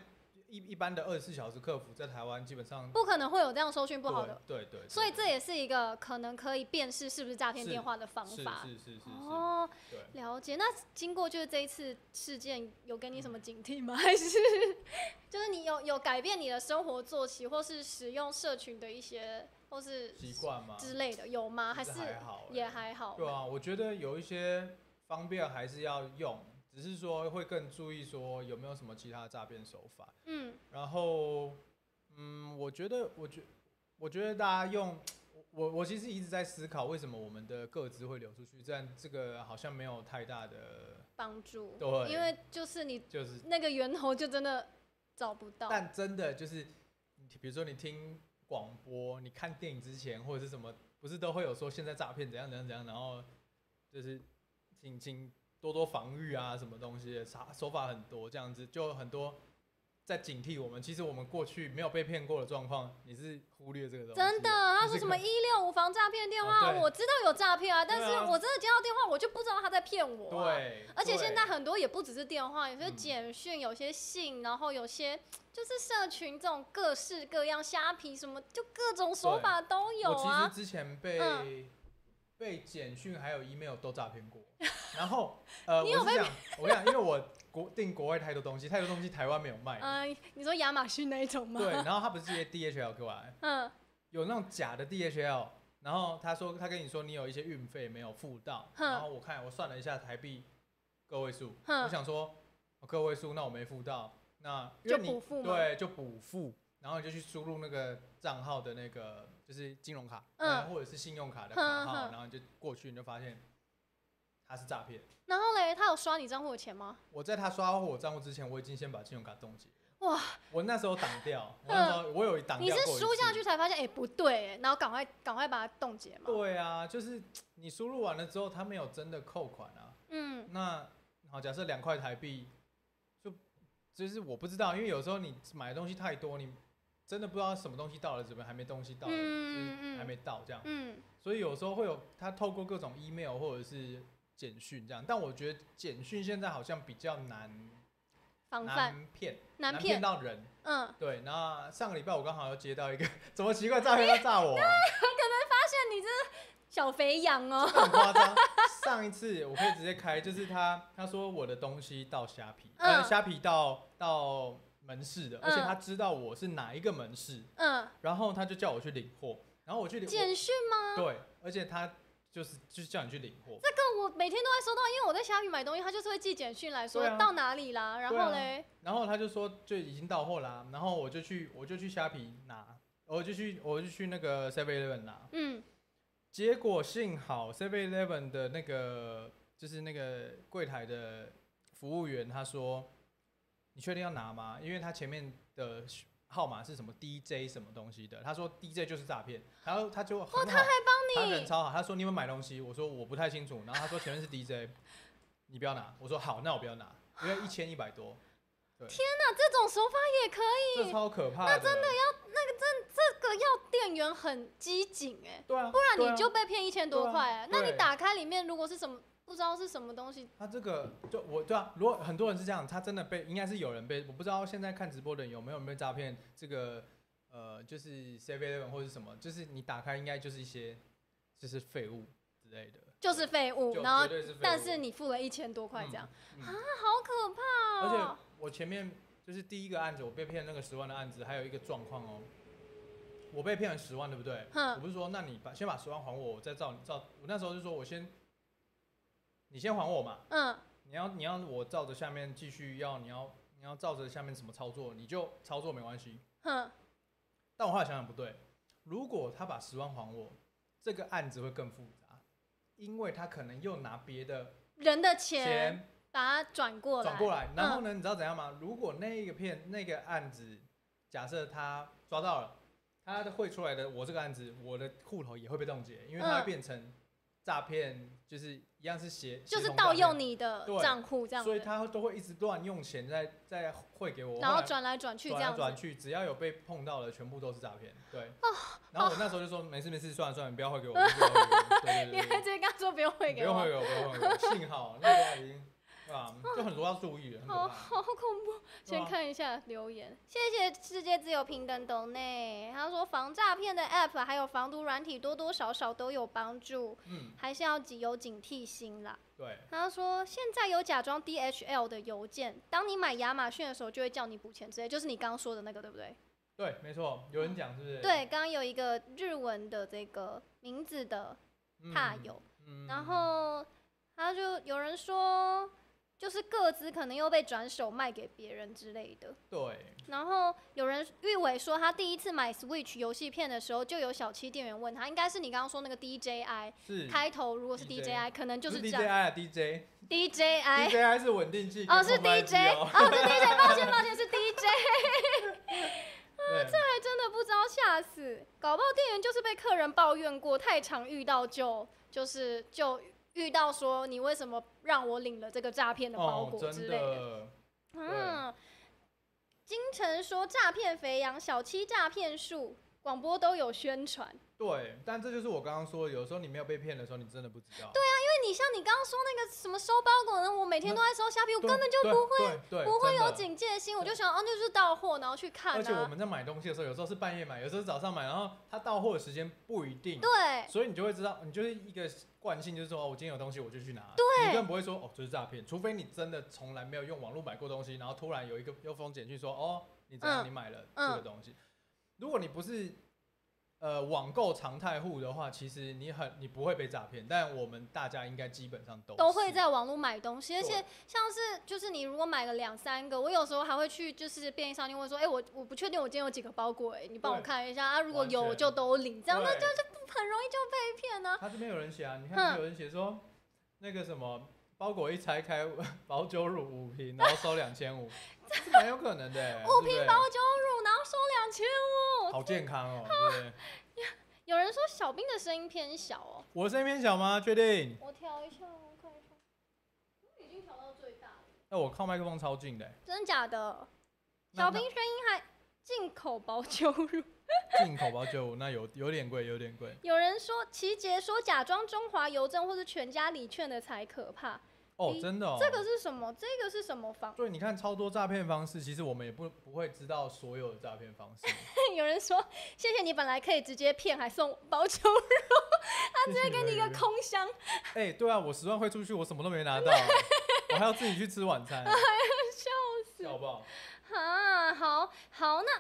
Speaker 1: 一一般的二十四小时客服在台湾基本上
Speaker 2: 不可能会有这样收讯不好的，，
Speaker 1: 对对对，
Speaker 2: 所以
Speaker 1: 对
Speaker 2: 这也是一个可能可以辨识是不是诈骗
Speaker 1: 是
Speaker 2: 电话的方
Speaker 1: 是
Speaker 2: 法。
Speaker 1: 是是是是，
Speaker 2: 哦，
Speaker 1: 对。
Speaker 2: 了解。那经过就是这一次事件，有给你什么警惕吗？还是 就是你有有改变你的生活作息，或是使用社群的一些，或是
Speaker 1: 习惯嘛，
Speaker 2: 之类的，有吗？还
Speaker 1: 其
Speaker 2: 是
Speaker 1: 实还好欸
Speaker 2: 也还好？
Speaker 1: 对啊，我觉得有一些方便还是要用，只是说会更注意说有没有什么其他的诈骗手法。
Speaker 2: 嗯
Speaker 1: 然后，嗯，我觉得，我觉，我觉得大家用，我我我其实一直在思考，为什么我们的个资会流出去，但这个好像没有太大的，
Speaker 2: 帮助，
Speaker 1: 对
Speaker 2: 因为就是你
Speaker 1: 就是，
Speaker 2: 那个源头就真的找不到。
Speaker 1: 但真的就是，你比如说你听广播，你看电影之前或者是什么，不是都会有说现在诈骗怎样怎样怎样，然后就是请请多多防御啊，什么东西的，手手法很多这样子，就很多在警惕我们。其实我们过去没有被骗过的状况，你是忽略这个东西。
Speaker 2: 真的，他说
Speaker 1: 是
Speaker 2: 什么
Speaker 1: 可
Speaker 2: 一六五防诈骗电话，
Speaker 1: 哦对
Speaker 2: 我知道有诈骗啊，但
Speaker 1: 对
Speaker 2: 是
Speaker 1: 啊
Speaker 2: 我真的接到电话，我就不知道他在骗我、啊。
Speaker 1: 对，
Speaker 2: 而且现
Speaker 1: 对
Speaker 2: 在很多也不只是电话，有些
Speaker 1: 嗯
Speaker 2: 简讯，有些信，然后有些就是社群这种各式各样，虾皮什么，就各种手
Speaker 1: 对
Speaker 2: 法都有
Speaker 1: 我
Speaker 2: 啊
Speaker 1: 其。实之前被、
Speaker 2: 嗯
Speaker 1: 被简讯还有 email 都诈骗 过，然后呃，
Speaker 2: 你
Speaker 1: 我
Speaker 2: 有
Speaker 1: 是讲，我跟你讲，因为我国订国外太多东西，太多东西台湾没有卖，
Speaker 2: 嗯、你说亚马逊那一种吗？
Speaker 1: 对，然后他不是直接 DHL 给我来，
Speaker 2: 嗯，
Speaker 1: 有那种假的 DHL，然后他说他跟你说你有一些运费没有付到，
Speaker 2: 哼
Speaker 1: 然后我看我算了一下台币个位数，
Speaker 2: 哼
Speaker 1: 我想说哦个位数，那我没付到，那因
Speaker 2: 就
Speaker 1: 为你
Speaker 2: 补付吗
Speaker 1: 对，就补付，然后你就去输入那个账号的那个就是金融卡，
Speaker 2: 嗯
Speaker 1: 嗯，或者是信用卡的
Speaker 2: 哼
Speaker 1: 卡
Speaker 2: 哼
Speaker 1: 号，然后你就过去，你就发现他是诈骗。
Speaker 2: 然后嘞，他有刷你账户的钱吗？
Speaker 1: 我在他刷我账户之前，我已经先把信用卡冻结。
Speaker 2: 哇！
Speaker 1: 我那时候挡掉，我那时候我有一挡
Speaker 2: 你
Speaker 1: 掉
Speaker 2: 是
Speaker 1: 过一
Speaker 2: 输下
Speaker 1: 次
Speaker 2: 去才发现，哎、不对、哎然后赶快赶快把它冻结嘛。
Speaker 1: 对啊，就是你输入完了之后，他没有真的扣款啊。
Speaker 2: 嗯，
Speaker 1: 那好，假设两块台币，就就是我不知道，因为有时候你买的东西太多，你真的不知道什么东西到了，怎么还没东西到了，
Speaker 2: 嗯
Speaker 1: 就是还
Speaker 2: 嗯
Speaker 1: 没到这样。
Speaker 2: 嗯，
Speaker 1: 所以有时候会有他透过各种 email 或者是简讯这样，但我觉得简讯现在好像比较难
Speaker 2: 防范
Speaker 1: 难骗，
Speaker 2: 难
Speaker 1: 骗
Speaker 2: 骗，
Speaker 1: 到人。
Speaker 2: 嗯，
Speaker 1: 对，那上个礼拜我刚好又接到一个， 怎么奇怪诈骗要诈我啊、
Speaker 2: 但你这小肥羊哦，
Speaker 1: 很夸张。上一次我可以直接开，就是他他说我的东西到虾皮，呃，
Speaker 2: 嗯
Speaker 1: 虾皮到到门市的，而且
Speaker 2: 嗯
Speaker 1: 他知道我是哪一个门市，
Speaker 2: 嗯，
Speaker 1: 然后他就叫我去领货，然后我去领，
Speaker 2: 简讯吗？
Speaker 1: 对，而且他就是就是叫你去领货，
Speaker 2: 这个我每天都在收到，因为我在虾皮买东西，他就是会寄简讯来说、
Speaker 1: 对啊
Speaker 2: 到哪里啦，然
Speaker 1: 对
Speaker 2: 后
Speaker 1: 啊
Speaker 2: 嘞，
Speaker 1: 然后他就说就已经到货啦，然后我就去我就去虾皮拿，我就去我就去那个 Seven Eleven 拿，
Speaker 2: 嗯，
Speaker 1: 结果幸好 Seven Eleven 的那个就是那个柜台的服务员他说：“你确定要拿吗？”因为他前面的号码是什么 DJ 什么东西的，他说 DJ 就是诈骗，然后他就很好，他还帮
Speaker 2: 你
Speaker 1: 他人超好，他说你们买东西，我说我不太清楚，然后他说前面是 DJ，你不要拿，我说好，那我不要拿，因为一千一百多，
Speaker 2: 那这种手法也可以，
Speaker 1: 这超可怕的，那真的要
Speaker 2: 这个要店员很机警哎、
Speaker 1: 对啊，
Speaker 2: 不
Speaker 1: 对
Speaker 2: 然
Speaker 1: 啊
Speaker 2: 你就被骗一千多
Speaker 1: 对啊
Speaker 2: 块、哎、那你
Speaker 1: 对
Speaker 2: 打开里面如果是什么不知道是什么东西，
Speaker 1: 他这个就我对啊，如果很多人是这样，他真的被应该是有人被，我不知道现在看直播的人有没有被诈骗。这个呃，就是 Seven Eleven 或者什么，就是你打开应该就是一些就是废物之类的，
Speaker 2: 就是废物，
Speaker 1: 就
Speaker 2: 嗯然后
Speaker 1: 绝对是废物
Speaker 2: 但是你付了一千多块这样，、
Speaker 1: 嗯嗯
Speaker 2: 啊，好可怕
Speaker 1: 而且
Speaker 2: 哦、
Speaker 1: 我前面就是第一个案子，我被骗那个十万的案子，还有一个状况哦，我被骗了十万，对不对？我
Speaker 2: 哼，
Speaker 1: 不是说，那你把先把十万还我，我再照你照。我那时候就说我先，你先还我嘛，
Speaker 2: 嗯，
Speaker 1: 你要你要我照着下面继续要，你要你要照着下面怎么操作，你就操作没关系。
Speaker 2: 哼，
Speaker 1: 但我后来想想不对，如果他把十万还我，这个案子会更复杂，因为他可能又拿别的
Speaker 2: 人的钱
Speaker 1: 钱
Speaker 2: 把它转过来，嗯
Speaker 1: 转过来，然后呢，你知道怎样吗？如果那一个片那个案子，假设他抓到了，他的汇出来的我这个案子，我的户头也会被冻结，因为它
Speaker 2: 嗯
Speaker 1: 会变成诈骗，就是一样是协
Speaker 2: 就是盗用
Speaker 1: 你，
Speaker 2: 你的
Speaker 1: 对
Speaker 2: 账户这样子，
Speaker 1: 所以他都会一直乱用钱在在汇给我，
Speaker 2: 然
Speaker 1: 后
Speaker 2: 后
Speaker 1: 来
Speaker 2: 转来转去这
Speaker 1: 转来
Speaker 2: 样子，
Speaker 1: 转去，只要有被碰到的，全部都是诈骗。对。
Speaker 2: 哦
Speaker 1: 然后我那时候就说，没事没事，算了算了，你不要汇给我，你不要汇给我。对
Speaker 2: 你
Speaker 1: 对对
Speaker 2: 还
Speaker 1: 对
Speaker 2: 直接跟他说不用
Speaker 1: 对，
Speaker 2: 汇
Speaker 1: 不
Speaker 2: 给
Speaker 1: 用汇
Speaker 2: 我，
Speaker 1: 给我，不用汇给我。幸好那个已经，对吧？就很多要注意的，很可
Speaker 2: 好
Speaker 1: 怕。
Speaker 2: 好恐怖。
Speaker 1: 对
Speaker 2: 哦先
Speaker 1: 啊
Speaker 2: 看一下留言，谢谢世界自由平等斗内，他说防诈骗的 app 还有防毒软体多多少少都有帮助，
Speaker 1: 嗯，
Speaker 2: 还是要有警惕心啦。
Speaker 1: 对，
Speaker 2: 他说现在有假装 DHL 的邮件，当你买亚马逊的时候就会叫你补钱之类，就是你刚刚说的那个对不对？
Speaker 1: 对，没错，有人讲是不是？
Speaker 2: 对，刚刚有一个日文的这个名字的
Speaker 1: 嗯，
Speaker 2: 怕有。
Speaker 1: 嗯
Speaker 2: 然后他就有人说，就是各自可能又被转手卖给别人之类的。
Speaker 1: 对，
Speaker 2: 然后有人玉伟说，他第一次买 Switch 游戏片的时候，就有小七店员问他，应该是你刚刚说那个 DJI
Speaker 1: 是
Speaker 2: 开头，如果是
Speaker 1: DJ
Speaker 2: DJI，可能就
Speaker 1: 不
Speaker 2: 是
Speaker 1: 是
Speaker 2: 这
Speaker 1: DJI
Speaker 2: 样
Speaker 1: 啊，DJ
Speaker 2: DJI。
Speaker 1: DJI 是稳定器跟
Speaker 2: 哦，是
Speaker 1: 空拍机
Speaker 2: DJ，哦，是 DJ，抱歉，抱歉，是 DJ，
Speaker 1: 对，
Speaker 2: 还真的不知道吓死，搞不好店员就是被客人抱怨过，太常遇到就就是就遇到说你为什么让我领了这个诈骗的包
Speaker 1: 哦，
Speaker 2: 裹
Speaker 1: 真
Speaker 2: 之类的，
Speaker 1: 的，对
Speaker 2: 嗯，金城说诈骗肥羊、小七诈骗术，广播都有宣传。
Speaker 1: 对，但这就是我刚刚说的，有时候你没有被骗的时候，你真的不知道。
Speaker 2: 因为你像你刚刚说那个什么收包裹呢，我每天都在收虾皮，我根本就
Speaker 1: 对
Speaker 2: 不会
Speaker 1: 对对
Speaker 2: 不会
Speaker 1: 真的
Speaker 2: 有警戒心，我就想哦，那就是到货，然后去看
Speaker 1: 而且我
Speaker 2: 啊。
Speaker 1: 们在买东西的时候，有时候是半夜买，有时候是早上买，然后它到货的时间不一定，
Speaker 2: 对，
Speaker 1: 所以你就会知道，你就是一个惯性，就是说，哦，我今天有东西我就去拿，对你根本不会说，哦，这是诈骗，除非你真的从来没有用网络买过东西，然后突然有一个有风简讯说，哦，你在哪里买了
Speaker 2: 嗯
Speaker 1: 这个东西，如果你不是呃网购常态户的话，其实你很你不会被诈骗，但我们大家应该基本上都
Speaker 2: 都会
Speaker 1: 是
Speaker 2: 在网络买东西，而且
Speaker 1: 对
Speaker 2: 像是就是你如果买个两三个，我有时候还会去就是便利商店问说，哎、我我不确定我今天有几个包裹、哎，你帮我
Speaker 1: 对
Speaker 2: 看一下啊，如果
Speaker 1: 完
Speaker 2: 有
Speaker 1: 全
Speaker 2: 就都领，这样那
Speaker 1: 对
Speaker 2: 就是很容易就被骗呢、
Speaker 1: 他这边有人写啊，你看有人写说那个什么包裹一拆开， 保酒乳五瓶，然后收两千五，这蛮有可能的欸，
Speaker 2: 五
Speaker 1: 对不
Speaker 2: 瓶
Speaker 1: 对
Speaker 2: 包酒乳，然后收两千五。
Speaker 1: 好健康哦，对不对？
Speaker 2: 有人说小兵的声音偏小哦，
Speaker 1: 我身边小吗？啊确定？
Speaker 2: 我调一下，我看一下，我已经调到最大了，
Speaker 1: 那哎我靠麦克风超近的欸，
Speaker 2: 真的假的？
Speaker 1: 那
Speaker 2: 小兵声音还进口保酒乳。
Speaker 1: 那进口保酒乳那有有点贵，有点贵。
Speaker 2: 有人说齐杰说假装中华邮政或是全家礼券的才可怕。
Speaker 1: 哦，
Speaker 2: 你
Speaker 1: 真的哦。
Speaker 2: 这个是什么？这个是什么方？
Speaker 1: 对，你看超多诈骗方式，其实我们也不不会知道所有的诈骗方 式。
Speaker 2: 有人说，谢谢你，本来可以直接骗，还送包球，
Speaker 1: 他直接
Speaker 2: 给你一个空箱。
Speaker 1: 哎、对啊，我十万汇出去，我什么都没拿到，欸 我还要自己去吃晚餐，
Speaker 2: 哎笑死
Speaker 1: 好不好？
Speaker 2: 啊！好好，那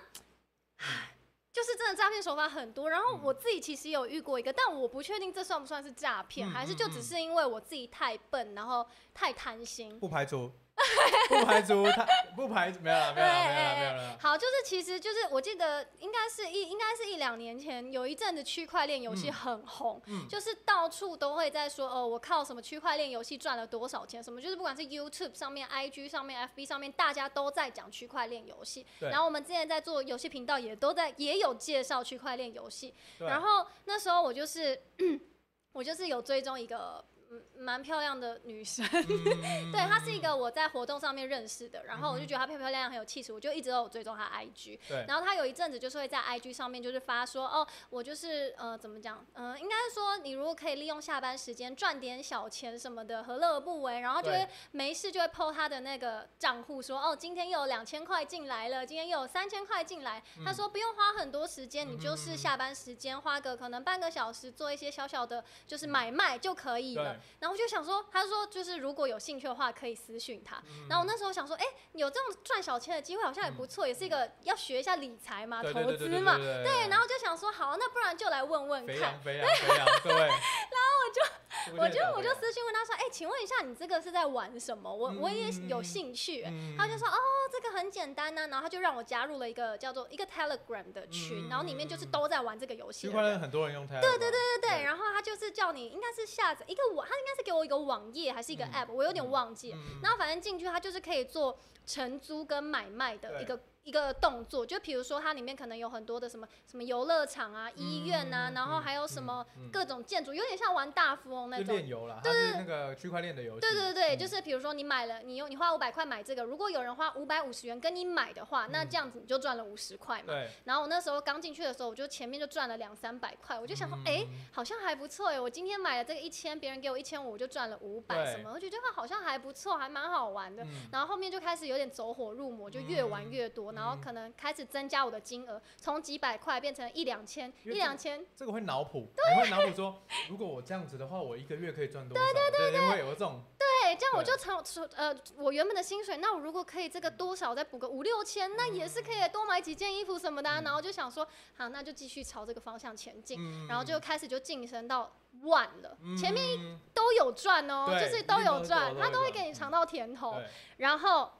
Speaker 2: 就是真的诈骗手法很多。然后
Speaker 1: 嗯
Speaker 2: 我自己其实有遇过一个，但我不确定这算不算是诈骗，
Speaker 1: 嗯
Speaker 2: 还是
Speaker 1: 嗯
Speaker 2: 就只
Speaker 1: 嗯
Speaker 2: 是因为我自己太笨，然后太贪心。
Speaker 1: 不排除， 不排除他，不排没有了，没有了，没有了，
Speaker 2: 哎
Speaker 1: 没有了。
Speaker 2: 好，就是其实就是我记得应该是一应该是一两年前有一阵子区块链游戏
Speaker 1: 嗯
Speaker 2: 很红，
Speaker 1: 嗯，
Speaker 2: 就是到处都会在说哦，我靠什么区块链游戏赚了多少钱，什么就是不管是 YouTube 上面、IG 上面、FB 上面，大家都在讲区块链游戏。
Speaker 1: 对
Speaker 2: 然后我们之前在做游戏频道也都在也有介绍区块链游戏。
Speaker 1: 对
Speaker 2: 哎
Speaker 1: 啊
Speaker 2: 然后那时候我就是 我就是有追踪一个嗯蛮漂亮的女生，
Speaker 1: 嗯
Speaker 2: 对，她是一个我在活动上面认识的，然后我就
Speaker 1: 嗯
Speaker 2: 觉得她漂漂亮亮，很有气质，我就一直都有追踪她 IG。
Speaker 1: 对
Speaker 2: 然后她有一阵子就是会在 IG 上面就是发说，哦，我就是呃怎么讲，嗯、应该是说你如果可以利用下班时间赚点小钱什么的，何乐而不为？然后就会
Speaker 1: 对
Speaker 2: 没事就会 PO 她的那个账户说，哦，今天又有两千块进来了，今天又有三千块进来。她
Speaker 1: 嗯
Speaker 2: 说不用花很多时间，你就
Speaker 1: 嗯嗯
Speaker 2: 是
Speaker 1: 嗯
Speaker 2: 下班时间花个可能半个小时做一些小小的就是
Speaker 1: 嗯
Speaker 2: 买卖就可以了
Speaker 1: 对。嗯
Speaker 2: 然后我就想说，他说就是如果有兴趣的话，可以私讯
Speaker 1: 嗯
Speaker 2: 他。然后我那时候想说，哎、有这种赚小钱的机会好像也不错，也是一个要学一下理财嘛，
Speaker 1: 嗯对
Speaker 2: 投
Speaker 1: 对对
Speaker 2: 资嘛。
Speaker 1: 对对对
Speaker 2: 对，
Speaker 1: 对，
Speaker 2: 然后就想说，好，那不然就来问问
Speaker 1: 肥啊
Speaker 2: 看
Speaker 1: 羊。肥羊 肥羊，对。然后
Speaker 2: 我就我就
Speaker 1: 私
Speaker 2: 私信问他说，哎、请问一下，你这个是在玩什么？我、我也有兴趣、
Speaker 1: 嗯
Speaker 2: 他就说哦，这个很简单呐、啊然后他就让我加入了一个叫做一个 Telegram 的群，
Speaker 1: 嗯
Speaker 2: 然后里面就是都在玩这个游戏
Speaker 1: 区
Speaker 2: 的
Speaker 1: 块
Speaker 2: 人
Speaker 1: 链很多人用啊它，对对对
Speaker 2: 对对，
Speaker 1: 对
Speaker 2: 然后他就是叫你应该是下载一个网，他应该是给我一个网页还是一个
Speaker 1: 嗯
Speaker 2: app，、我有点
Speaker 1: 嗯
Speaker 2: 忘记了。然后反正进去，它就是可以做承租跟买卖的
Speaker 1: 对
Speaker 2: 一个一个动作。就比如说，它里面可能有很多的什么什么游乐场啊、医院
Speaker 1: 嗯
Speaker 2: 啊，然后还有什么各种建筑，有点像玩大富翁那
Speaker 1: 就
Speaker 2: 种
Speaker 1: 炼。油啦，它是那个区块链的游戏，
Speaker 2: 对对对，
Speaker 1: 嗯
Speaker 2: 就是比如说你买了，你用你花五百块买这个，如果有人花五百五十元跟你买的话，那
Speaker 1: 嗯
Speaker 2: 这样子你就赚了五十块嘛。
Speaker 1: 对，
Speaker 2: 然后我那时候刚进去的时候，我就前面就赚了两三百块，我就想说，哎、
Speaker 1: 嗯
Speaker 2: 好像还不错哎，我今天买了这个一千，别人给我一千五，我就赚了五百
Speaker 1: 对
Speaker 2: 什么，我觉得这个好像还不错，还蛮好玩的。
Speaker 1: 嗯
Speaker 2: 然后后面就开始有点走火入魔，就越玩越多，
Speaker 1: 嗯
Speaker 2: 然后可能开始增加我的金额，从几百块变成一两千，
Speaker 1: 因
Speaker 2: 一
Speaker 1: 为
Speaker 2: 两千，
Speaker 1: 这个会脑补，你会脑补说，如果我这样子的话，我一个月可以赚多少？对对对，会有这种，
Speaker 2: 对，这样我
Speaker 1: 对
Speaker 2: 就从从呃我原本的薪水，那我如果可以这个多少再补个五六千，那也是可以多买几件衣服什么的啊、
Speaker 1: 嗯
Speaker 2: 然后就想说，好，那就继续朝这个方向前进，
Speaker 1: 嗯
Speaker 2: 然后就开始就晋升到万了，前面
Speaker 1: 面
Speaker 2: 都有赚哦，
Speaker 1: 对
Speaker 2: 就是都有
Speaker 1: 一
Speaker 2: 赚，
Speaker 1: 定都有
Speaker 2: 他都会
Speaker 1: 赚嗯
Speaker 2: 给你尝到甜头。
Speaker 1: 对，
Speaker 2: 然后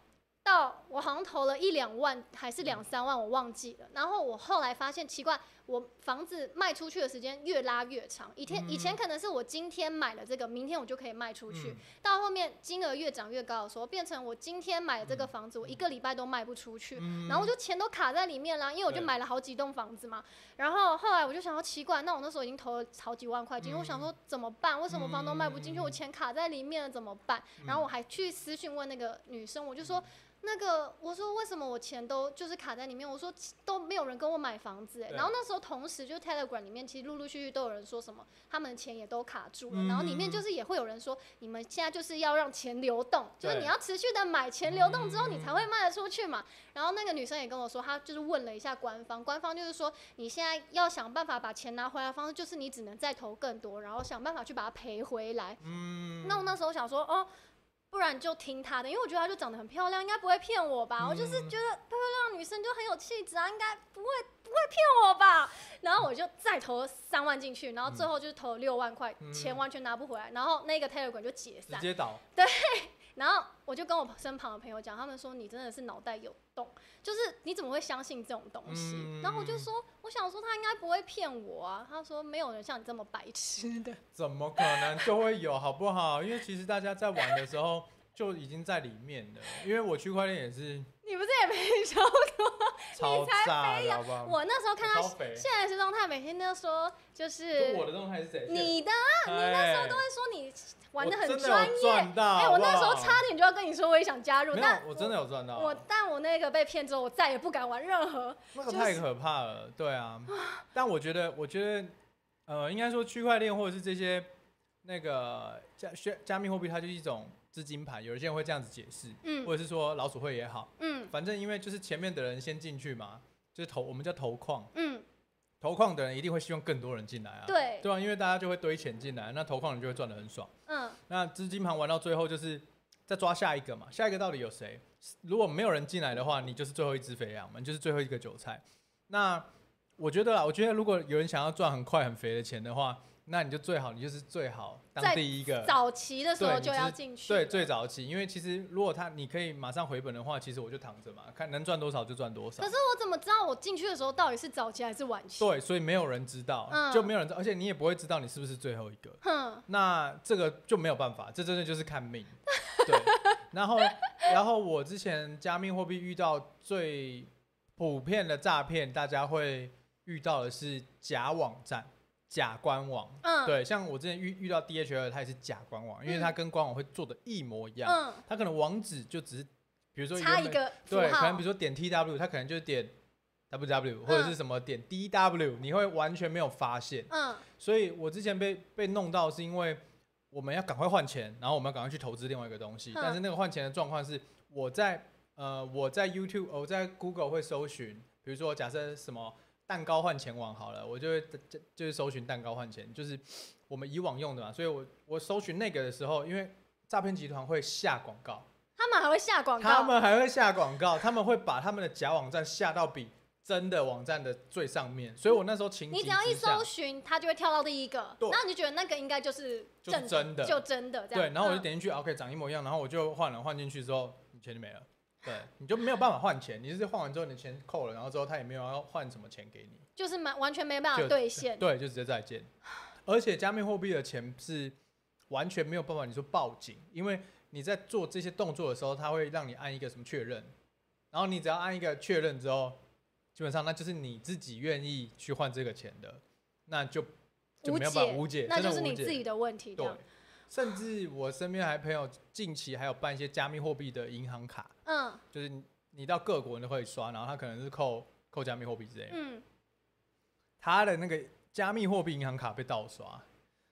Speaker 2: 到我好像投了一两万还是两三万，我忘记了。然后我后来发现奇怪，我房子卖出去的时间越拉越长。以
Speaker 1: 嗯
Speaker 2: 前、以前可能是我今天买了这个，明天我就可以卖出去，
Speaker 1: 嗯
Speaker 2: 到后面金额越涨越高的时候，变成我今天买了这个房子，我一个礼拜都卖不出去。
Speaker 1: 嗯
Speaker 2: 然后我就钱都卡在里面啦，因为我就
Speaker 1: 对
Speaker 2: 买了好几栋房子嘛。然后后来我就想要奇怪，那我那时候已经投了好几万块进去，
Speaker 1: 嗯
Speaker 2: 我想说怎么办？为什么房东卖不进去？我钱卡在里面了怎么办？
Speaker 1: 嗯
Speaker 2: 然后我还去私讯问那个女生，我就说。那个，我说为什么我钱都就是卡在里面？我说都没有人跟我买房子、欸，
Speaker 1: 对
Speaker 2: 然后那时候同时就 Telegram 里面，其实陆陆续续都有人说什么，他们的钱也都卡住
Speaker 1: 嗯
Speaker 2: 了，然后里面就是也会有人说，你们现在就是要让钱流动，就是
Speaker 1: 对
Speaker 2: 你要持续的买钱流动之后，你才会卖得出去嘛。
Speaker 1: 嗯
Speaker 2: 然后那个女生也跟我说，她就是问了一下官方，官方就是说，你现在要想办法把钱拿回来的方式，就是你只能再投更多，然后想办法去把它赔回来。
Speaker 1: 嗯
Speaker 2: 那我那时候想说，哦，不然就听她的，因为我觉得她就长得很漂亮，应该不会骗我吧？我就是
Speaker 1: 嗯
Speaker 2: 觉得漂亮的女生就很有气质啊，应该不会不会骗我吧？然后我就再投三万进去，然后最后就是投了六万块，
Speaker 1: 嗯
Speaker 2: 钱完全拿不回来，然后那个 Telegram 就解
Speaker 1: 直
Speaker 2: 散。
Speaker 1: 接倒，
Speaker 2: 然后我就跟我身旁的朋友讲，他们说你真的是脑袋有洞，就是你怎么会相信这种东西？
Speaker 1: 嗯
Speaker 2: 然后我就说，我想说他应该不会骗我啊。他说没有人像你这么白痴的。
Speaker 1: 怎么可能就会有好不好？因为其实大家在玩的时候就已经在里面了，因为我区块链也是
Speaker 2: 你不是也没 收过？
Speaker 1: 超炸的，好不好？
Speaker 2: 我那时候看他
Speaker 1: 超肥，
Speaker 2: 现在的状态，每天都说就是
Speaker 1: 就我的动态是谁？
Speaker 2: 你的，
Speaker 1: 你那时候都
Speaker 2: 他说你玩
Speaker 1: 的
Speaker 2: 的很专业。
Speaker 1: 赚到。
Speaker 2: 哎、我那时候
Speaker 1: 好不好
Speaker 2: 差点就要跟你说我也想加入，
Speaker 1: 没
Speaker 2: 但
Speaker 1: 有，我真的有赚到。
Speaker 2: 我但我那个被骗之后，我再也不敢玩任何
Speaker 1: 那个
Speaker 2: 就
Speaker 1: 太
Speaker 2: 是
Speaker 1: 可怕了，对啊。但我觉得，我觉得，呃，应该说区块链或者是这些那个加加加密货币，它就是一种资金盘，有一些人会这样子解释，
Speaker 2: 嗯
Speaker 1: 或者是说老鼠会也好，
Speaker 2: 嗯
Speaker 1: 反正因为就是前面的人先进去嘛，就是投我们叫投矿，
Speaker 2: 嗯，
Speaker 1: 投矿的人一定会希望更多人进来啊，
Speaker 2: 对
Speaker 1: 对啊，因为大家就会堆钱进来，那投矿人就会赚得很爽。
Speaker 2: 嗯
Speaker 1: 那资金盘玩到最后就是再抓下一个嘛，下一个到底有谁？如果没有人进来的话，你就是最后一只肥羊嘛，你就是最后一个韭菜。那我觉得啦，我觉得如果有人想要赚很快很肥的钱的话，那你就最好你就是最好当
Speaker 2: 在
Speaker 1: 第一个，
Speaker 2: 早期的时
Speaker 1: 对
Speaker 2: 候
Speaker 1: 你
Speaker 2: 就
Speaker 1: 就
Speaker 2: 要
Speaker 1: 是
Speaker 2: 进去，
Speaker 1: 对最早期，因为其实如果他你可以马上回本的话，其实我就躺着嘛，看能赚多少就赚多少
Speaker 2: 可。是我怎么知道我进去的时候到底是早期还是晚期？，
Speaker 1: 对，所以没有人知道，
Speaker 2: 嗯
Speaker 1: 就没有人知道，而且你也不会知道你是不是最后一个。
Speaker 2: 哼，
Speaker 1: 那这个就没有办法，这真的就是看 命。对，然后然后我之前加密货币遇到最普遍的诈骗，大家会遇到的是假网站、假官网。
Speaker 2: 嗯，，
Speaker 1: 对，像我之前遇遇到 DHL，它也是假官网，因为它跟官网会做的一模一样，
Speaker 2: 嗯，
Speaker 1: 它可能网址就只是，比如说
Speaker 2: 差
Speaker 1: 原
Speaker 2: 一
Speaker 1: 本
Speaker 2: 个符
Speaker 1: 对，可能
Speaker 2: 号
Speaker 1: 比如，说点 T W，它可能就是点 W W 或者是什么点 D W，、你会完全没有发现。
Speaker 2: 嗯
Speaker 1: 所以我之前被被弄到是因为我们要赶快换钱，然后我们要赶快去投资另外一个东西。
Speaker 2: 嗯
Speaker 1: 但是那个换钱的状况是，我在呃我在 YouTube，我在 Google 会搜寻，比如说假设什么蛋糕换钱网好了，我就会就就是搜寻蛋糕换钱，就是我们以往用的嘛。所以我我搜寻那个的时候，因为诈骗集团会下广告，
Speaker 2: 他们还会下广
Speaker 1: 他
Speaker 2: 告，
Speaker 1: 们还会下广告，他们会把他们的假网站下到比真的网站的最上面。所以我那时候情
Speaker 2: 你
Speaker 1: 急
Speaker 2: 只要一
Speaker 1: 之下
Speaker 2: 搜寻，它就会跳到第一个，
Speaker 1: 对
Speaker 2: 那你就觉得那个应该就是
Speaker 1: 就是
Speaker 2: 正
Speaker 1: 真的
Speaker 2: 就真的这样，
Speaker 1: 对，然后我就
Speaker 2: 嗯
Speaker 1: 点进去、o k 长一模一样，然后我就换了，换进去之后，你钱就没了。对，你就没有办法换钱，你就是换完之后你的钱扣了，然后之后他也没有要换什么钱给你，
Speaker 2: 嗯就是蛮完全没办法
Speaker 1: 就
Speaker 2: 啊兑现，
Speaker 1: 对，就直接再见。而且加密货币的钱是完全没有办法，你说报警，因为你在做这些动作的时候，他会让你按一个什么确认，然后你只要按一个确认之后，基本上那就是你自己愿意去换这个钱的，那就 就没有办法
Speaker 2: 无
Speaker 1: 无解，
Speaker 2: 那
Speaker 1: 真的
Speaker 2: 就是
Speaker 1: 无
Speaker 2: 你
Speaker 1: 解
Speaker 2: 自己的问题，这
Speaker 1: 对
Speaker 2: 样，，
Speaker 1: 甚至我身边还朋友近期还有办一些加密货币的银行卡，
Speaker 2: 嗯
Speaker 1: 就是你你到各国你都可以刷，然后他可能是扣扣加密货币之类的，
Speaker 2: 嗯，
Speaker 1: 他的那个加密货币银行卡被盗刷，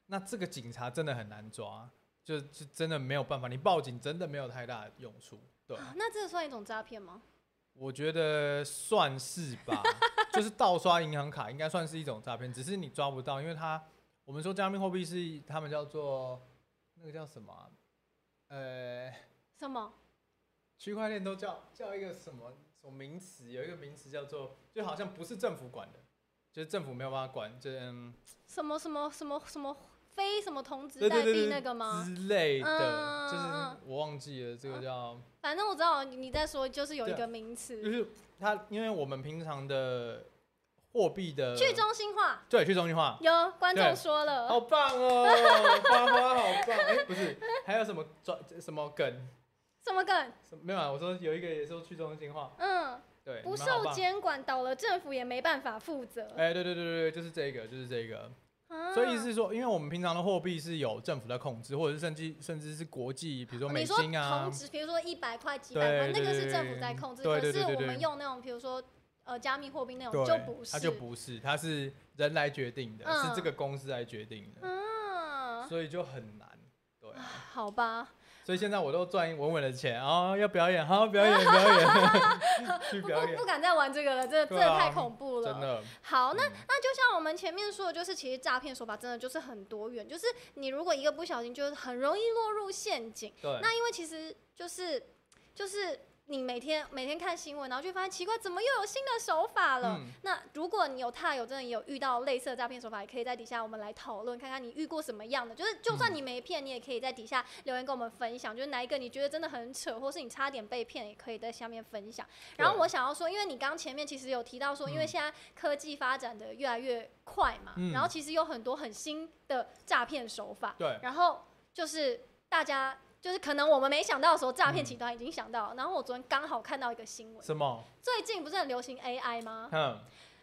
Speaker 1: 那这个警察真的很难抓，就就真的没有办法，你报警真的没有太大的用处，对。
Speaker 2: 啊那这算一种诈骗吗？
Speaker 1: 我觉得算是 吧，就是盗刷银行卡应该算是一种诈骗，只是你抓不到，因为它我们说加密货币是他们叫做那个叫什么啊、呃，
Speaker 2: 什么？
Speaker 1: 区块链都叫叫一个什么什么名词，有一个名词叫做就好像不是政府管的，就是政府没有办法管，就是、嗯、
Speaker 2: 什么什么什么什么非什么同
Speaker 1: 对
Speaker 2: 质
Speaker 1: 对
Speaker 2: 代
Speaker 1: 对
Speaker 2: 币
Speaker 1: 对
Speaker 2: 那个吗？
Speaker 1: 之类的，
Speaker 2: 嗯
Speaker 1: 就是
Speaker 2: 嗯
Speaker 1: 我忘记了这个叫。
Speaker 2: 反正我知道你你在说，就是有一
Speaker 1: 对啊
Speaker 2: 个名
Speaker 1: 就
Speaker 2: 词，
Speaker 1: 是它，因为我们平常的货币的
Speaker 2: 去中心化，
Speaker 1: 对去中心化，
Speaker 2: 有
Speaker 1: 呃
Speaker 2: 观
Speaker 1: 对
Speaker 2: 众说了，
Speaker 1: 好棒哦，花花好棒！哎、不是，还有什么转什么梗？
Speaker 2: 什么梗？
Speaker 1: 什么没有啊？我说有一个也说去中心化，
Speaker 2: 嗯，
Speaker 1: 对，
Speaker 2: 不
Speaker 1: 哎你们好
Speaker 2: 受
Speaker 1: 棒。
Speaker 2: 监管，倒了政府也没办法负责。
Speaker 1: 哎、对对对对对，就是这个，就是这个。
Speaker 2: 啊
Speaker 1: 所以意思是说，因为我们平常的货币是有政府在控制，或者是甚至甚至是国际，比如说美
Speaker 2: 哦你说
Speaker 1: 金啊
Speaker 2: 同，值，比如说一百块、几百
Speaker 1: 对
Speaker 2: 块，那个
Speaker 1: 对
Speaker 2: 是
Speaker 1: 对
Speaker 2: 政府在控制，
Speaker 1: 对
Speaker 2: 可
Speaker 1: 对
Speaker 2: 是
Speaker 1: 对对
Speaker 2: 我们
Speaker 1: 对
Speaker 2: 用那种，比如说呃加密货币那种
Speaker 1: 对，
Speaker 2: 就不是，
Speaker 1: 它就不是，它是人来决定的，
Speaker 2: 嗯
Speaker 1: 是这个公司来决定的，
Speaker 2: 啊，
Speaker 1: 所以就很难。对啊、
Speaker 2: 好吧，
Speaker 1: 所以现在我都赚稳稳的钱啊、要表演，好表演表演， 去
Speaker 2: 不
Speaker 1: 表
Speaker 2: 不
Speaker 1: 演
Speaker 2: 不，敢再玩这个了，这这
Speaker 1: 对啊
Speaker 2: 太恐怖了，
Speaker 1: 真的。
Speaker 2: 好，那
Speaker 1: 嗯
Speaker 2: 那就像我们前面说的，就是其实诈骗手法真的就是很多元，就是你如果一个不小心，就是很容易落入陷阱。
Speaker 1: 对，
Speaker 2: 那因为其实就是就是你每天每天看新闻，然后就发现奇怪，怎么又有新的手法了？
Speaker 1: 嗯
Speaker 2: 那如果你有踏友真的有遇到类似的诈骗手法，也可以在底下我们来讨论，看看你遇过什么样的。就是就
Speaker 1: 嗯
Speaker 2: 算你没骗，你也可以在底下留言跟我们分享，就是哪一个你觉得真的很扯，或是你差点被骗，也可以在下面分享。然后
Speaker 1: 对
Speaker 2: 我想要说，因为你刚前面其实有提到说，因为
Speaker 1: 嗯
Speaker 2: 现在科技发展的越来越快嘛，
Speaker 1: 嗯
Speaker 2: 然后其实有很多很新的诈骗手法，
Speaker 1: 对，
Speaker 2: 然后就是大家。就是可能我们没想到的时候，
Speaker 1: 嗯
Speaker 2: 诈骗集团已经想到了。然后我昨天刚好看到一个新闻，
Speaker 1: 什么？
Speaker 2: 最近不是很流行 AI 吗？
Speaker 1: 嗯，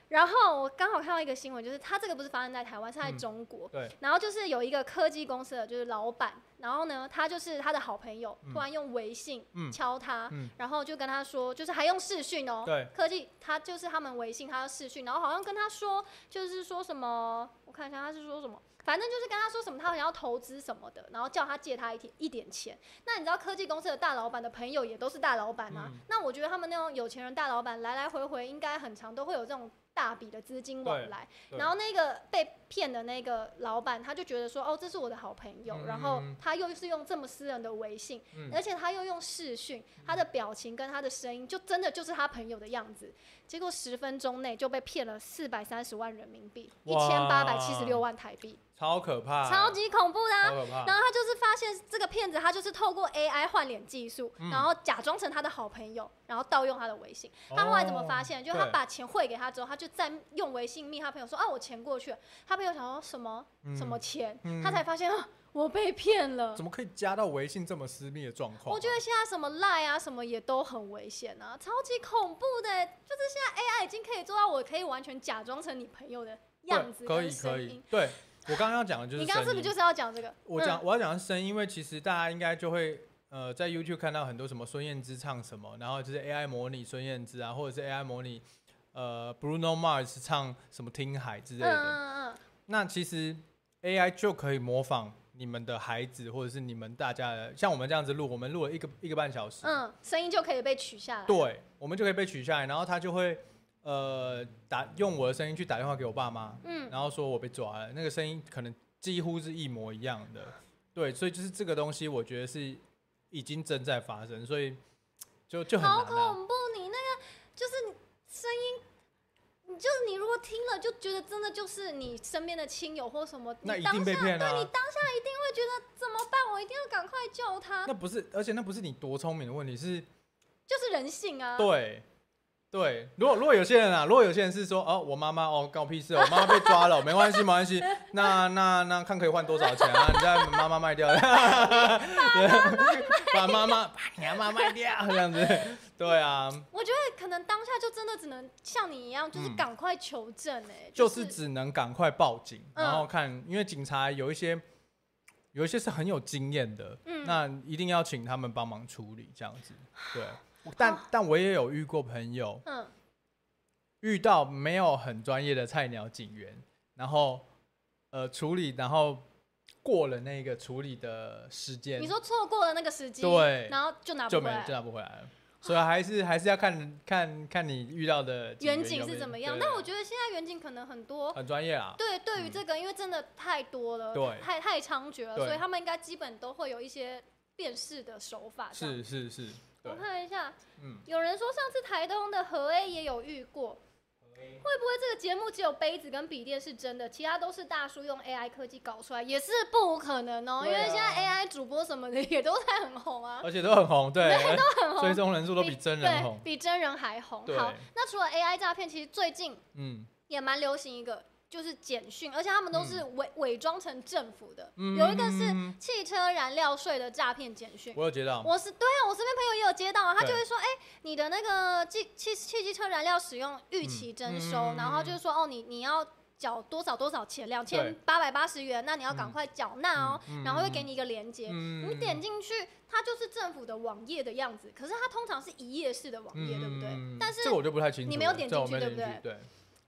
Speaker 2: 然后我刚好看到一个新闻，就是它这个不是发生在台湾，是在
Speaker 1: 嗯
Speaker 2: 中国。
Speaker 1: 对。
Speaker 2: 然后就是有一个科技公司的就是老板，然后呢，他就是他的好朋友，
Speaker 1: 嗯
Speaker 2: 突然用微信
Speaker 1: 嗯
Speaker 2: 敲他，
Speaker 1: 嗯
Speaker 2: 然后就跟他说，就是还用视讯哦。
Speaker 1: 对。
Speaker 2: 科技他就是他们微信，他要视讯，然后好像跟他说，就是说什么，我看一下他是说什么。反正就是跟他说什么，他好像要投资什么的，然后叫他借他一点一点钱。那你知道科技公司的大老板的朋友也都是大老板啊？
Speaker 1: 嗯
Speaker 2: 那我觉得他们那种有钱人大老板来来回回，应该很长都会有这种大笔的资金往
Speaker 1: 对
Speaker 2: 来。
Speaker 1: 对
Speaker 2: 然后那个被骗的那个老板，他就觉得说，哦，这是我的好朋友，
Speaker 1: 嗯
Speaker 2: 然后他又是用这么私人的微信，
Speaker 1: 嗯
Speaker 2: 而且他又用视讯，他的表情跟他的声音，就真的就是他朋友的样子。结果十分钟内就被骗了四百三十万人民币，一千八百七十六万台币，
Speaker 1: 超可怕，
Speaker 2: 超级恐怖的啊、
Speaker 1: 超可怕。
Speaker 2: 然后他就是发现这个骗子，他就是透过 AI 换脸技术，
Speaker 1: 嗯
Speaker 2: 然后假装成他的好朋友，然后盗用他的微信。他后来怎么发
Speaker 1: 哦？
Speaker 2: 现？就他
Speaker 1: 对
Speaker 2: 把钱汇给他之后，他就再用微信密他朋友说：“啊，我钱过去了。”他朋友想说什么
Speaker 1: 嗯
Speaker 2: 什么钱，
Speaker 1: 嗯
Speaker 2: 他才发现啊，我被骗了
Speaker 1: 怎。么可以加到微信这么私密的状况啊？
Speaker 2: 我觉得现在什么赖啊，什么也都很危险啊，超级恐怖的欸。就是现在 AI 已经可以做到，我可以完全假装成你朋友的样子
Speaker 1: 对可
Speaker 2: 跟
Speaker 1: 以可
Speaker 2: 声
Speaker 1: 以
Speaker 2: 音。。
Speaker 1: 对我刚刚要讲的就是
Speaker 2: 你刚刚是
Speaker 1: 声
Speaker 2: 不是
Speaker 1: 音
Speaker 2: 就是要讲这个？
Speaker 1: 我
Speaker 2: 嗯
Speaker 1: 讲、我要讲的是声音，因为其实大家应该就会呃在 YouTube 看到很多什么孙燕姿唱什么，然后就是 AI 模拟孙燕姿啊，或者是 AI 模拟呃 Bruno Mars 唱什么听海之类
Speaker 2: 嗯
Speaker 1: 的。
Speaker 2: 嗯嗯，
Speaker 1: 那其实 AI 就可以模仿你们的孩子，或者是你们大家的，像我们这样子录，我们录了一个一个半小时，
Speaker 2: 嗯，声音就可以被取下来。
Speaker 1: 对，我们就可以被取下来，然后他就会呃打用我的声音去打电话给我爸妈，
Speaker 2: 嗯，
Speaker 1: 然后说我被抓了，那个声音可能几乎是一模一样的，对，所以就是这个东西，我觉得是已经正在发生，所以就就很难、
Speaker 2: 好
Speaker 1: 啊。
Speaker 2: 恐怖！你那个就是你声音，你就是你如果听了就觉得真的就是你身边的亲友或什么，
Speaker 1: 那
Speaker 2: 你
Speaker 1: 一
Speaker 2: 当
Speaker 1: 定被
Speaker 2: 下
Speaker 1: 骗
Speaker 2: 对你
Speaker 1: 啊！
Speaker 2: 当下一定会觉得怎么办？我一定要赶快救他，
Speaker 1: 那不是，而且那不是你多聪明的问题，是
Speaker 2: 就是人性啊。
Speaker 1: 对，对，如果如果有些人啊，如果有些人是说，哦，我妈妈哦，关我屁事哦，我妈妈被抓了，没关系，没关系，那那那看可以换多少钱啊？你再把妈妈卖掉，对， 把妈妈把你妈妈卖掉，这样子，对啊，
Speaker 2: 我觉得可能当下就真的只能像你一样，就是
Speaker 1: 嗯
Speaker 2: 赶快求证哎、
Speaker 1: 就是只能赶快报警，
Speaker 2: 嗯
Speaker 1: 然后看，因为警察有一些有一些是很有经验的，
Speaker 2: 嗯
Speaker 1: 那一定要请他们帮忙处理这样子，对。但但我也有遇过朋友，
Speaker 2: 嗯，
Speaker 1: 遇到没有很专业的菜鸟警员，然后呃处理，然后过了那个处理的时间，
Speaker 2: 你说错过了那个时机，
Speaker 1: 对
Speaker 2: 然后就拿不
Speaker 1: 就
Speaker 2: 回
Speaker 1: 没
Speaker 2: 来
Speaker 1: 就
Speaker 2: 了。
Speaker 1: 拿不回来了。所以还是还是要看看看你遇到的
Speaker 2: 远
Speaker 1: 警员
Speaker 2: 景
Speaker 1: 有没
Speaker 2: 是
Speaker 1: 有
Speaker 2: 怎么样？
Speaker 1: 对
Speaker 2: 但我觉得现在远景可能很多
Speaker 1: 很专业啦。
Speaker 2: 对，对于
Speaker 1: 嗯
Speaker 2: 这个，因为真的太多了，
Speaker 1: 对
Speaker 2: 太太猖獗了，
Speaker 1: 对
Speaker 2: 所以他们应该基本都会有一些辨识的手法。这样，
Speaker 1: 是是是，对
Speaker 2: 啊我，看一下，
Speaker 1: 嗯，
Speaker 2: 有人说上次台东的和 A 也有遇过，会不会这个节目只有杯子跟笔电是真的，其他都是大叔用 AI 科技搞出来，也是不可能哦、因
Speaker 1: 对啊
Speaker 2: 为现在 AI 主播什么的也都在很红啊，
Speaker 1: 而且都很红， 对，
Speaker 2: 很红，
Speaker 1: 追踪人数都比真人
Speaker 2: 对
Speaker 1: 红，
Speaker 2: 比真人还红。
Speaker 1: 对
Speaker 2: 好，那除了 AI 诈骗，其实最近
Speaker 1: 嗯，
Speaker 2: 也蛮流行一个，就是简讯，而且他们都是伪伪装成政府的，
Speaker 1: 嗯
Speaker 2: 有一个是
Speaker 1: 嗯嗯嗯嗯
Speaker 2: 汽车燃料税的诈骗简讯。
Speaker 1: 我有接到，
Speaker 2: 我是对啊，我身边朋友也有接到啊，他
Speaker 1: 对
Speaker 2: 就会说，哎、你的那个汽汽汽机车燃料使用预期征收，
Speaker 1: 嗯嗯嗯
Speaker 2: 然后就是说，哦，你你要缴多少多少钱，两千
Speaker 1: 对嗯
Speaker 2: 八百八十元，那你要赶快缴纳哦，
Speaker 1: 嗯嗯
Speaker 2: 然后会给你一个链接，
Speaker 1: 嗯
Speaker 2: 你点进去，它就是政府的网页的样子，可是它通常是一页式的网页，对不对？但是
Speaker 1: 嗯这个我就不太清楚了，
Speaker 2: 你没有点进去
Speaker 1: 这我没有
Speaker 2: 对不
Speaker 1: 点进去对？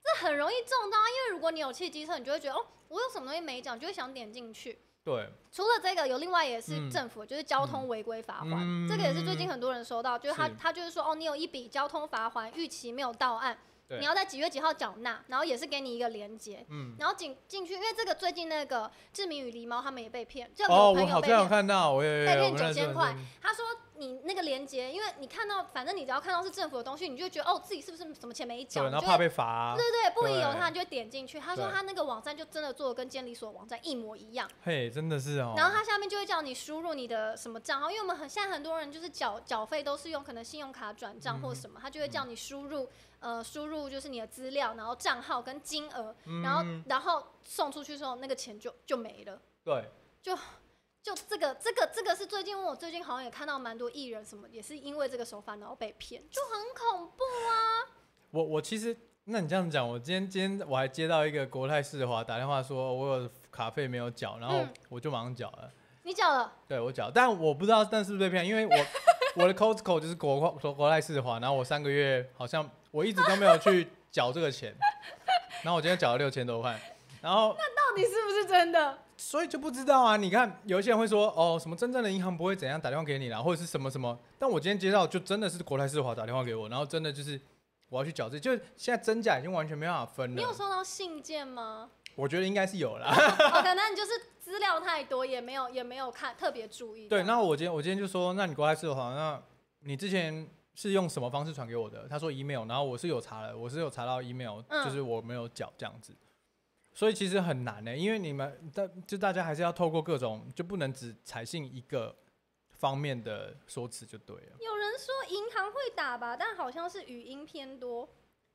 Speaker 2: 这很容易中到啊，因为如果你有汽机车，你就会觉得哦，我有什么东西没讲，你就会想点进去。
Speaker 1: 对，
Speaker 2: 除了这个，有另外也是
Speaker 1: 嗯
Speaker 2: 政府，就是交通违规罚款，
Speaker 1: 嗯
Speaker 2: 这个也是最近很多人收到，就是他
Speaker 1: 是
Speaker 2: 他就是说哦，你有一笔交通罚款逾期没有到案，
Speaker 1: 对
Speaker 2: 你要在几月几号缴纳，然后也是给你一个连接。
Speaker 1: 嗯。
Speaker 2: 然后进进去，因为这个最近那个志明与狸猫他们也被骗，就
Speaker 1: 哦，
Speaker 2: 有
Speaker 1: 我
Speaker 2: 朋
Speaker 1: 好
Speaker 2: 友被
Speaker 1: 像
Speaker 2: 骗
Speaker 1: 有，看到，我也
Speaker 2: 被骗
Speaker 1: 有
Speaker 2: 9000块，他说你那个连接，因为你看到，反正你只要看到是政府的东西，你就觉得哦，自己是不是什么钱没
Speaker 1: 对，
Speaker 2: 缴，
Speaker 1: 然
Speaker 2: 你
Speaker 1: 后
Speaker 2: 就嗯
Speaker 1: 怕
Speaker 2: 会
Speaker 1: 被罚啊，
Speaker 2: 对对，不疑有
Speaker 1: 对
Speaker 2: 他，你就会点进去。他说
Speaker 1: 对
Speaker 2: 他那个网站就真的做的跟监理所网站一模一样，
Speaker 1: 嘿，真的是哦。
Speaker 2: 然后他下面就会叫你输入你的什么账号，因为我们很现在很多人就是缴缴费都是用可能信用卡转账或
Speaker 1: 嗯
Speaker 2: 什么，他就会叫你输入呃输入就是你的资料，然后账号跟金额，
Speaker 1: 嗯，
Speaker 2: 然后然后送出去之后那个钱就就没了。
Speaker 1: 对，
Speaker 2: 就这个，这个，这个是最近我最近好像也看到蛮多艺人什么，也是因为这个手法然后被骗，就很恐怖。
Speaker 1: 我我其实，那你这样讲，我今天今天我还接到一个国泰世华打电话说，我有卡费没有缴，然后
Speaker 2: 嗯
Speaker 1: 我就马上缴了，
Speaker 2: 你讲了，
Speaker 1: 对我缴，但我不知道但是不是被骗，因为 我我的 Costco 就是国国国泰世华，然后我三个月好像我一直都没有去缴这个钱，然后我今天缴了六千多块，然后
Speaker 2: 到底是不是真的？
Speaker 1: 所以就不知道啊。你看，有一些人会说，哦，什么真正的银行不会怎样打电话给你啦，或者是什么什么。但我今天接到就真的是国泰世华打电话给我，然后真的就是我要去缴这，就是现在真假已经完全没办法分
Speaker 2: 你有
Speaker 1: 了。
Speaker 2: 收到信件吗？
Speaker 1: 我觉得应该是有啦。
Speaker 2: 哦，可能你就是资料太多，也没有也没有看特别注意。
Speaker 1: 对，那我今天我今天就说，那你国泰世华，那你之前是用什么方式传给我的？他说 email，然后我是有查了，我是有查到 email，、
Speaker 2: 嗯
Speaker 1: 就是我没有缴这样子。所以其实很难呢、欸因为你们大就大家还是要透过各种，就不能只采信一个方面的说辞就对了。
Speaker 2: 有人说银行会打吧，但好像是语音偏多。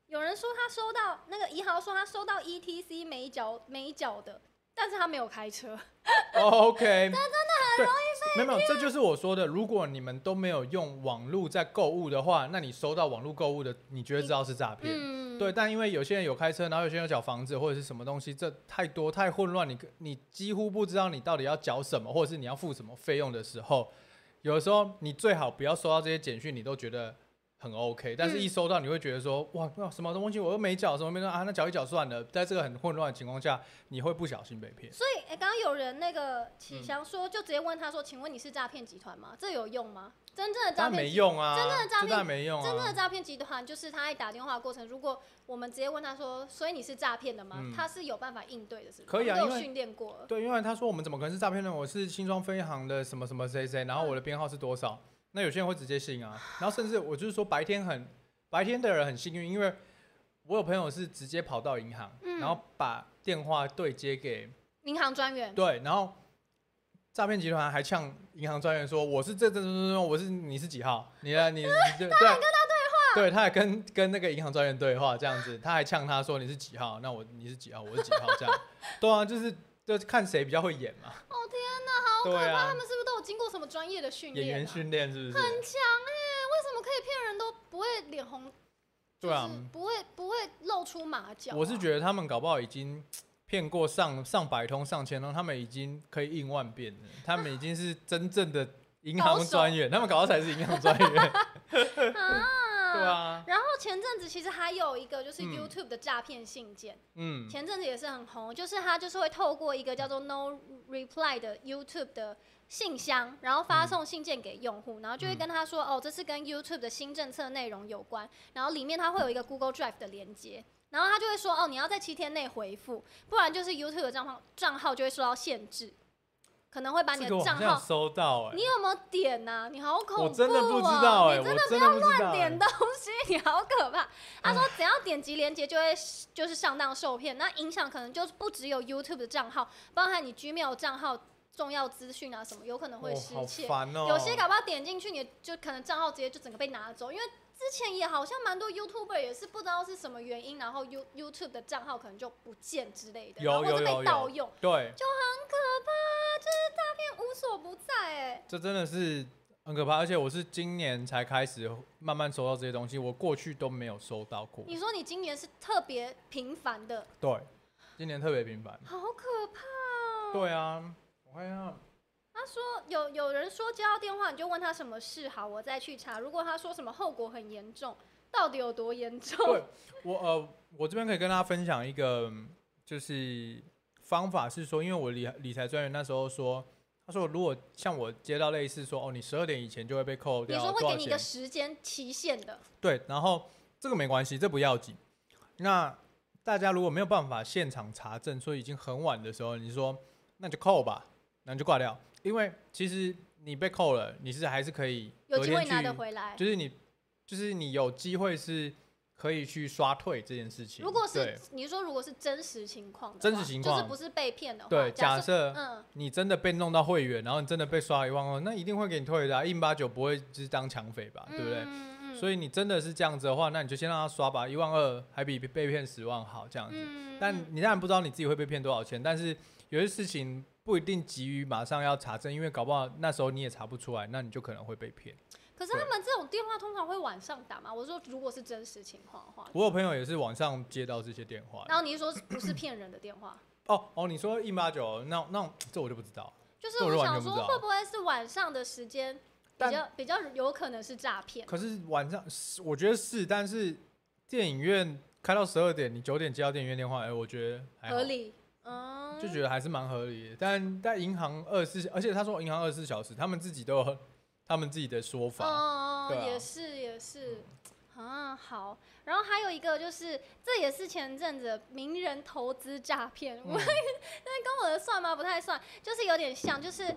Speaker 2: 有人说他收到那个银行说他收到 ETC 没缴没缴的，但是他没有开车。
Speaker 1: OK，这真的很容易没有没有，这就是我说的，如果你们都没有用网络在购物的话，那你收到网络购物的，你绝对知道是诈骗。
Speaker 2: 嗯，
Speaker 1: 对，但因为有些人有开车，然后有些人有缴房子或者是什么东西，这太多太混乱，你你几乎不知道你到底要缴什么，或者是你要付什么费用的时候，有的时候你最好不要收到这些简讯，你都觉得很 OK，但是
Speaker 2: 嗯
Speaker 1: 一收到你会觉得说，哇，那什么东西我又没缴，什么没缴啊，那缴一缴算了。在这个很混乱的情况下，你会不小心被骗。
Speaker 2: 所以，哎、刚刚有人那个启祥说，就直接问他说：“请问你是诈骗集团吗？这有用吗？真正的诈
Speaker 1: 但
Speaker 2: 骗
Speaker 1: 没
Speaker 2: 集，
Speaker 1: 用啊，
Speaker 2: 真正的
Speaker 1: 这
Speaker 2: 诈骗
Speaker 1: 当然没用啊，
Speaker 2: 真正的诈骗集团就是他在打电话的过程，如果我们直接问他说，所以你是诈骗的吗？
Speaker 1: 嗯
Speaker 2: 他是有办法应对的，是不是？
Speaker 1: 可以啊
Speaker 2: 我们都
Speaker 1: 因
Speaker 2: 有
Speaker 1: 为
Speaker 2: 训练过了。
Speaker 1: 对，因为他说我们怎么可能是诈骗呢？我是新庄分行的什么什么谁谁，然后
Speaker 2: 嗯
Speaker 1: 我的编号是多少？那有些人会直接信啊，然后甚至我就是说白天很白天的人很幸运，因为我有朋友是直接跑到银行，
Speaker 2: 嗯
Speaker 1: 然后把电话对接给
Speaker 2: 银行专员，
Speaker 1: 对，然后诈骗集团还呛银行专员说我是这这这这，我是你是几号？你呢？你你对对。对，他还跟跟那个银行专员对话，这样子，他还呛他说你是几号？那我你是几号？我是几号？这样，对啊，就是就是看谁比较会演嘛。
Speaker 2: 哦天哪，好可
Speaker 1: 对
Speaker 2: 怕！
Speaker 1: 啊
Speaker 2: 他们是不是都有经过什么专业的训
Speaker 1: 演
Speaker 2: 练、
Speaker 1: 员
Speaker 2: 啊？
Speaker 1: 训练是不是？
Speaker 2: 很强哎、为什么可以骗人都不会脸红？就
Speaker 1: 对啊
Speaker 2: 是，不会不会露出马脚啊、
Speaker 1: 我是觉得他们搞不好已经骗过上上百通、上千通，他们已经可以应万变了，他们已经是真正的银
Speaker 2: 高
Speaker 1: 行
Speaker 2: 手
Speaker 1: 专员，他们搞到才是银行专 员，
Speaker 2: 啊，
Speaker 1: 对啊，
Speaker 2: 然后前阵子其实还有一个就是
Speaker 1: 嗯
Speaker 2: YouTube 的诈骗信件，
Speaker 1: 嗯，
Speaker 2: 前阵子也是很红，就是他就是会透过一个叫做 No Reply 的 YouTube 的信箱，然后发送信件给用户，然后
Speaker 1: 嗯
Speaker 2: 就会跟他说，哦，这是跟 YouTube 的新政策内容有关，然后里面它会有一个 Google Drive 的连接。然后他就会说，哦，你要在七天内回复，不然就是 YouTube 的账号账号就会受到限制，可能会把你
Speaker 1: 这
Speaker 2: 的
Speaker 1: 个我
Speaker 2: 账
Speaker 1: 好像有
Speaker 2: 号，
Speaker 1: 收到哎、
Speaker 2: 你有没有点呐、你好恐怖、啊！哦
Speaker 1: 我真的不知道哎、
Speaker 2: 你真
Speaker 1: 我
Speaker 2: 的
Speaker 1: 真的不知道、
Speaker 2: 点
Speaker 1: 欸，
Speaker 2: 东西， 你好可怕。他说只要点击链接就会就是上当受骗，那影响可能就是不只有 YouTube 的账号，包含你 Gmail 账号重要资讯啊什么，有可能会
Speaker 1: 哦
Speaker 2: 失
Speaker 1: 好
Speaker 2: 窃。
Speaker 1: 烦哦、
Speaker 2: 有些搞不好点进去，你就可能账号直接就整个被拿走，因为之前也好像蛮多 YouTuber 也是不知道是什么原因，然后 You YouTube 的账号可能就不见之类的，
Speaker 1: 有
Speaker 2: 然后或
Speaker 1: 有
Speaker 2: 者
Speaker 1: 有有
Speaker 2: 被盗用，
Speaker 1: 对，
Speaker 2: 就很可怕，就是诈骗无所不在哎、
Speaker 1: 这真的是很可怕，而且我是今年才开始慢慢收到这些东西，我过去都没有收到过。
Speaker 2: 你说你今年是特别频繁的，
Speaker 1: 对，今年特别频繁。
Speaker 2: 好可怕哦、
Speaker 1: 对啊，我看一下，
Speaker 2: 他说有有人说接到电话你就问他什么事，好，我再去查。如果他说什么后果很严重，到底有多严重
Speaker 1: 对？我呃，我这边可以跟大家分享一个，嗯就是方法是说，因为我理理财专员那时候说，他说如果像我接到类似说，哦，你十二点以前就会被扣
Speaker 2: 你
Speaker 1: 掉
Speaker 2: 说
Speaker 1: 啊多
Speaker 2: 会给
Speaker 1: 少
Speaker 2: 你一个
Speaker 1: 钱？
Speaker 2: 时间期限的，
Speaker 1: 对，然后这个没关系，这不要紧。那大家如果没有办法现场查证，说已经很晚的时候，你说那就扣吧，那你就挂掉，因为其实你被扣了，你是还是可以
Speaker 2: 有
Speaker 1: 隔
Speaker 2: 机
Speaker 1: 天
Speaker 2: 会拿
Speaker 1: 去
Speaker 2: 得回来。
Speaker 1: 就是你，就是你有机会是可以去刷退这件事情。
Speaker 2: 如果是
Speaker 1: 对
Speaker 2: 你说如果是真实情况的话，
Speaker 1: 真实情况
Speaker 2: 就是不是被骗的话，
Speaker 1: 对，
Speaker 2: 假
Speaker 1: 假设
Speaker 2: 嗯，
Speaker 1: 你真的被弄到会员，然后你真的被刷一万块，那一定会给你退的、啊，一八九不会就是当抢匪吧，啊对不对？
Speaker 2: 嗯嗯
Speaker 1: 所以你真的是这样子的话，那你就先让他刷吧，一万二还比被骗十万好这样子。
Speaker 2: 嗯，
Speaker 1: 但
Speaker 2: 嗯
Speaker 1: 你当然不知道你自己会被骗多少钱，但是有些事情不一定急于马上要查证，因为搞不好那时候你也查不出来，那你就可能会被骗。
Speaker 2: 可是他们这种电话通常会晚上打嘛？我说如果是真实情况的话，
Speaker 1: 我有朋友也是网上接到这些电话的，
Speaker 2: 然后你是说不是骗人的电 话？
Speaker 1: 哦哦，你说一八九，那那这我就不知道。
Speaker 2: 就是
Speaker 1: 这我是
Speaker 2: 我
Speaker 1: 完
Speaker 2: 想
Speaker 1: 全不知道
Speaker 2: 说，会不会是晚上的时间比
Speaker 1: 但
Speaker 2: 较比较有可能是诈骗？
Speaker 1: 可是晚上是我觉得是，但是电影院开到十二点，你九点接到电影院电话，哎、我觉得还好
Speaker 2: 合，理，嗯，
Speaker 1: 就觉得还是蛮合理的。但但银行二十四，而且他说银行二十四小时，他们自己都有他们自己的说法。
Speaker 2: 哦，
Speaker 1: 对啊
Speaker 2: 也是也是。啊，好，然后还有一个就是，这也是前阵子的名人投资诈骗，我
Speaker 1: 嗯
Speaker 2: 跟我的算吗？不太算，就是有点像，就是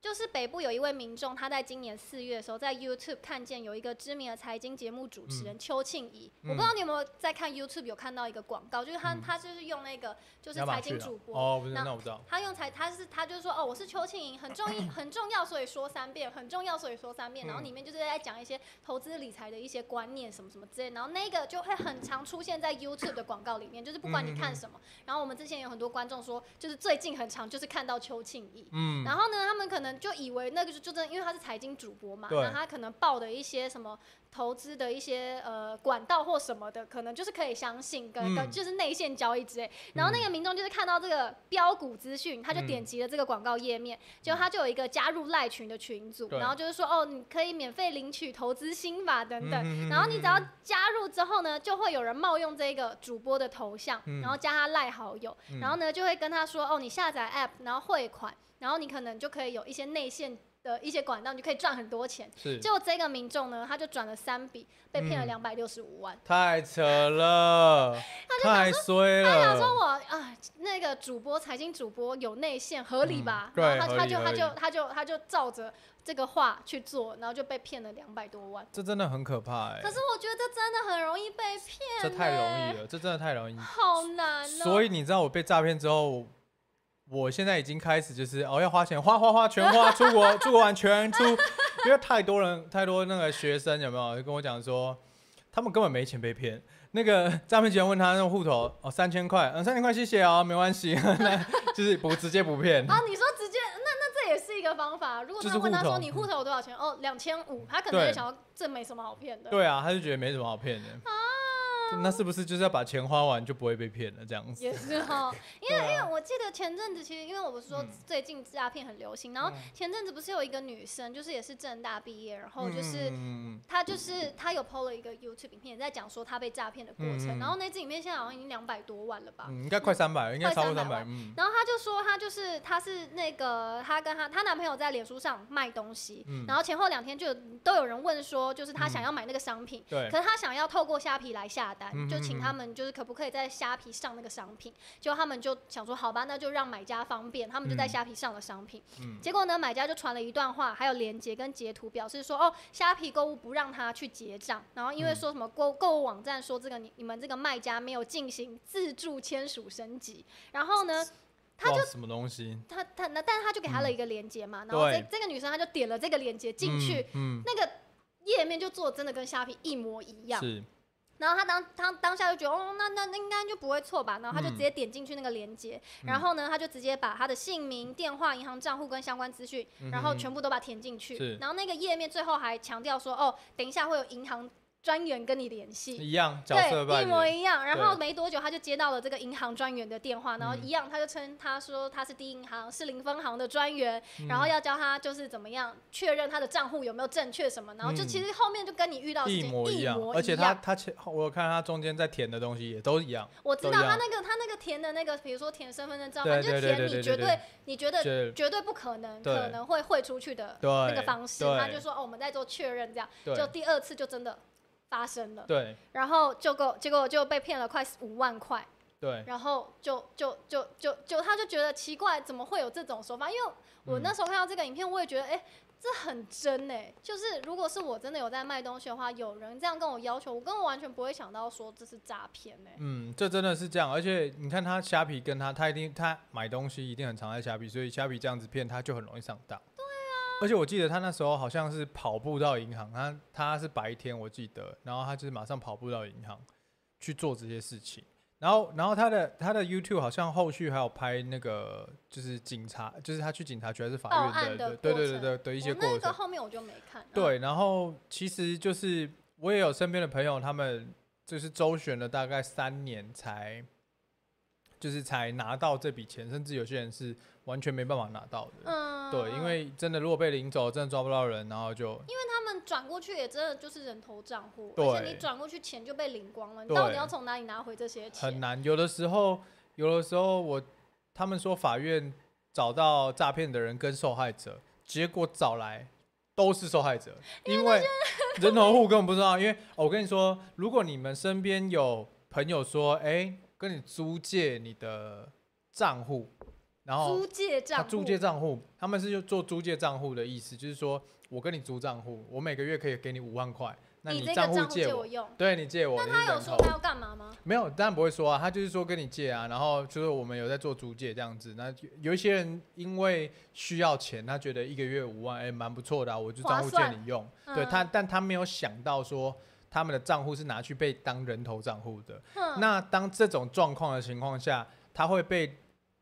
Speaker 2: 就是北部有一位民众，他在今年四月的时候，在 YouTube 看见有一个知名的财经节目主持人邱庆怡，
Speaker 1: 嗯
Speaker 2: 我不知道你有没有在看 YouTube 有看到一个广告，就是他、
Speaker 1: 嗯
Speaker 2: 他就是用那个就是
Speaker 1: 亚马
Speaker 2: 财
Speaker 1: 逊
Speaker 2: 经
Speaker 1: 啊
Speaker 2: 主播。
Speaker 1: 哦，不是，
Speaker 2: 那
Speaker 1: 那我不知道。
Speaker 2: 他用财，他是他就说哦，我是邱庆莹，很重要很重要，所以说三遍，很重要，所以说三遍。
Speaker 1: 嗯
Speaker 2: 然后里面就是在讲一些投资理财的一些观念什么什么之类。然后那个就会很常出现在 YouTube 的广告里面，就是不管你看什么。然后我们之前有很多观众说，就是最近很常就是看到邱庆怡。
Speaker 1: 嗯，
Speaker 2: 然后呢，他们可能就以为那个就就真的，因为他是财经主播嘛，
Speaker 1: 对
Speaker 2: 那他可能报的一些什么投资的一些呃管道或什么的，可能就是可以相信跟跟、
Speaker 1: 嗯
Speaker 2: 就是内线交易之类。然后那个民众就是看到这个标股资讯，他就点击了这个广告页面，结果他就有一个加入赖群的群组，
Speaker 1: 嗯对
Speaker 2: 然后就是说哦，你可以免费领取投资心法等等。
Speaker 1: 嗯
Speaker 2: 然后你只要加入之后呢，就会有人冒用这个主播的头像，
Speaker 1: 嗯
Speaker 2: 然后加他赖好友，
Speaker 1: 嗯
Speaker 2: 然后呢就会跟他说哦，你下载 app，然后汇款，然后你可能就可以有一些内线的一些管道，你就可以赚很多钱。
Speaker 1: 是
Speaker 2: 结果这个民众呢，他就转了三笔，被骗了两
Speaker 1: 嗯
Speaker 2: 百六十五万。
Speaker 1: 太扯了，太衰
Speaker 2: 他想说
Speaker 1: 了。
Speaker 2: 我啊，那个主播财经主播有内线，合理吧？
Speaker 1: 嗯
Speaker 2: 然后
Speaker 1: 对
Speaker 2: 他他
Speaker 1: 合理
Speaker 2: 就他就
Speaker 1: 合
Speaker 2: 他就他就照着这个话去做，然后就被骗了两百多万。
Speaker 1: 这真的很可怕哎、
Speaker 2: 可是我觉得真的很容易被骗、
Speaker 1: 这太容易
Speaker 2: 了，
Speaker 1: 了，这真的太容易。
Speaker 2: 好难哦。
Speaker 1: 所以你知道我被诈骗之后，我现在已经开始就是哦要花钱，花花花全花，出国出国玩全出，因为太多人太多那个学生有没有跟我讲说，他们根本没钱被骗。那个诈骗集团问他那个户头哦三千块，嗯三千块谢谢哦，没关系， 那就是不直接不骗。
Speaker 2: 啊，你说直接那那这也是一个方法。如果
Speaker 1: 就
Speaker 2: 他
Speaker 1: 是
Speaker 2: 问他
Speaker 1: 户头嗯
Speaker 2: 说你户头有多少钱，哦，两千五，他可能
Speaker 1: 对
Speaker 2: 就想要这没什么好骗的。
Speaker 1: 对啊，他就觉得没什么好骗的。
Speaker 2: 啊
Speaker 1: 那是不是就是要把钱花完就不会被骗了这样子？
Speaker 2: 也是 哈，因为、
Speaker 1: 对啊
Speaker 2: 因为我记得前阵子，其实因为我不是说
Speaker 1: 嗯
Speaker 2: 最近诈骗很流行，然后
Speaker 1: 嗯
Speaker 2: 前阵子不是有一个女生，就是也是正大毕业，然后就是
Speaker 1: 嗯
Speaker 2: 她就是她有 PO 了一个 YouTube 影片，在讲说她被诈骗的过程，
Speaker 1: 嗯嗯
Speaker 2: 然后那支影片现在好像已经两百多万了吧，
Speaker 1: 嗯，应该快三百，应该超过
Speaker 2: 啊快
Speaker 1: 三
Speaker 2: 300
Speaker 1: 百，
Speaker 2: 万
Speaker 1: 嗯
Speaker 2: 然后她就说她就是她是那个她跟她她男朋友在脸书上卖东西，
Speaker 1: 嗯
Speaker 2: 然，后前后两天就有都有人问说，就是她想要买那个商品，
Speaker 1: 对，
Speaker 2: 可是他想要透过虾皮来下单，
Speaker 1: 嗯
Speaker 2: 就请他们就是可不可以在虾皮上那个商品？结果他们就想说，好吧，那就让买家方便，他们就在
Speaker 1: 嗯
Speaker 2: 虾皮上了商品。
Speaker 1: 嗯
Speaker 2: 结果呢，买家就传了一段话，还有链接跟截图，表示说，哦，虾皮购物不让他去结账，然后因为
Speaker 1: 嗯
Speaker 2: 说什么购购物网站说这个你你们这个卖家没有进行自助签署升级，然后呢，他
Speaker 1: 就什么东西
Speaker 2: 他他那但是他就给他了一个链接嘛，然后这
Speaker 1: 嗯对
Speaker 2: 这个女生她就点了这个链接进去，
Speaker 1: 嗯，嗯
Speaker 2: 那个页面就做得真的跟虾皮一模一样。
Speaker 1: 是
Speaker 2: 然后他当他当下就觉得，哦，那那那应该就不会错吧？然后他就直接点进去那个链接，
Speaker 1: 嗯
Speaker 2: 然后呢，他就直接把他的姓名、电话、银行账户跟相关资讯，
Speaker 1: 嗯
Speaker 2: 然后全部都把它填进
Speaker 1: 是
Speaker 2: 去。然后那个页面最后还强调说，哦，等一下会有银行专员跟你联系。
Speaker 1: 一样角色
Speaker 2: 对，
Speaker 1: 扮
Speaker 2: 一模
Speaker 1: 演，
Speaker 2: 一样。然
Speaker 1: 对
Speaker 2: 后没多久，他就接到了这个银行专员的电话，然后
Speaker 1: 嗯
Speaker 2: 一样，他就称他说他是第一银行，是林分行的专员，
Speaker 1: 嗯
Speaker 2: 然后要教他就是怎么样确认他的账户有没有正确什么，然后就
Speaker 1: 嗯
Speaker 2: 其实后面就跟你遇到的事
Speaker 1: 一
Speaker 2: 情
Speaker 1: 模
Speaker 2: 一
Speaker 1: 样，
Speaker 2: 模
Speaker 1: 而且他他前我有看他中间在填的东西也都一样，
Speaker 2: 我知
Speaker 1: 都
Speaker 2: 道
Speaker 1: 一样
Speaker 2: 他那个他那个填的那个，比如说填身份证照，
Speaker 1: 对
Speaker 2: 反正就是
Speaker 1: 对对
Speaker 2: 填
Speaker 1: 对对
Speaker 2: 你绝
Speaker 1: 对
Speaker 2: 对你觉得
Speaker 1: 对
Speaker 2: 绝对不可能
Speaker 1: 对
Speaker 2: 可能会汇出去的
Speaker 1: 对
Speaker 2: 那个方式，
Speaker 1: 对
Speaker 2: 他就说哦我们在做确认这样，就
Speaker 1: 对
Speaker 2: 第二次就真的发生了，
Speaker 1: 对
Speaker 2: 然后就够结果就被骗了快五万块。
Speaker 1: 对，
Speaker 2: 然后就就就就就他就觉得奇怪，怎么会有这种手法？因为
Speaker 1: 嗯
Speaker 2: 我那时候看到这个影片，我也觉得，哎、这很真哎、就是如果是我真的有在卖东西的话，有人这样跟我要求，我根本完全不会想到说这是诈骗哎。
Speaker 1: 嗯，这真的是这样，而且你看他虾皮跟他，他一定他买东西一定很常在虾皮，所以虾皮这样子骗他就很容易上当。对啊。而且我记得他那时候好像是跑步到银行，他他是白天我记得，然后他就是马上跑步到银行去做这些事情。然后，然后他的他的 YouTube 好像后续还有拍那个，就是警察，就是他去警察局还是法
Speaker 2: 报
Speaker 1: 院
Speaker 2: 案
Speaker 1: 的，
Speaker 2: 的
Speaker 1: 对
Speaker 2: 过
Speaker 1: 对对
Speaker 2: 程
Speaker 1: 对的一些
Speaker 2: 我
Speaker 1: 过程。
Speaker 2: 那个后面我就没看。嗯，
Speaker 1: 对，然后其实就是我也有身边的朋友，他们就是周旋了大概三年才，就是才拿到这笔钱，甚至有些人是完全没办法拿到的。
Speaker 2: 嗯，
Speaker 1: 对，因为真的如果被领走，真的抓不到人，然后就
Speaker 2: 因为他们转过去也真的就是人头账户，
Speaker 1: 对
Speaker 2: 而且你转过去钱就被领光了，你到底
Speaker 1: 对
Speaker 2: 要从哪里拿回这些
Speaker 1: 很
Speaker 2: 钱？
Speaker 1: 难。有的时候，有的时候我他们说法院找到诈骗的人跟受害者，结果找来都是受害者，因为人头户根本不知道。因为、哦我跟你说，如果你们身边有朋友说，哎、跟你租借你的账户，然后
Speaker 2: 租借
Speaker 1: 他
Speaker 2: 账户，
Speaker 1: 租借账户，他们是就做租借账户的意思，就是说我跟你租账户，我每个月可以给你五万块，那
Speaker 2: 你这个
Speaker 1: 账户
Speaker 2: 账户借
Speaker 1: 我
Speaker 2: 我，用。
Speaker 1: 对你借我，
Speaker 2: 那
Speaker 1: 你
Speaker 2: 他
Speaker 1: 是
Speaker 2: 有
Speaker 1: 人
Speaker 2: 说
Speaker 1: 头
Speaker 2: 他要干嘛吗？
Speaker 1: 没有，当然不会说啊，他就是说跟你借啊，然后就是我们有在做租借这样子。那有有一些人因为需要钱，他觉得一个月五万，哎、蛮不错的、啊，我就账户借
Speaker 2: 划算
Speaker 1: 你用。
Speaker 2: 嗯
Speaker 1: 对他，但他没有想到说他们的账户是拿去被当人头账户的。
Speaker 2: 哼
Speaker 1: 那当这种状况的情况下，他会被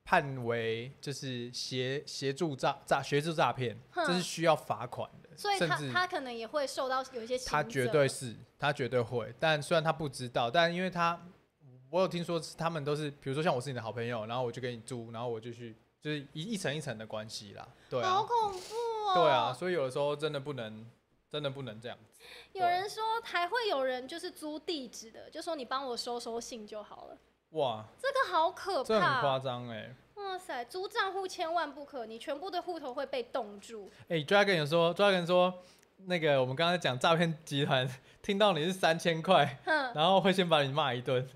Speaker 1: 判为就是协协助诈诈协助诈骗，
Speaker 2: 哼
Speaker 1: 这是需要罚款的，
Speaker 2: 所以
Speaker 1: 甚
Speaker 2: 他
Speaker 1: 至
Speaker 2: 他可能也会受到有一些刑责
Speaker 1: 他绝对是，他绝对会。但虽然他不知道，但因为他，我有听说是他们都是，比如说像我是你的好朋友，然后我就给你租，然后我就去，就是一一层一层的关系啦。对
Speaker 2: 好
Speaker 1: 啊，
Speaker 2: 恐怖哦。
Speaker 1: 对啊，，所以有的时候真的不能，真的不能这样子。
Speaker 2: 有人说还会有人就是租地址的，就说你帮我收收信就好了，
Speaker 1: 哇，
Speaker 2: 这个好可
Speaker 1: 这很
Speaker 2: 怕。
Speaker 1: 夸张哎！
Speaker 2: 哇塞，租账户千万不可，你全部的户头会被冻住。
Speaker 1: 哎、d r a g o n 有说，Dragon 说，那个我们刚才讲诈骗集团，听到你是三千块，
Speaker 2: 哼，
Speaker 1: 然后会先把你骂一 顿。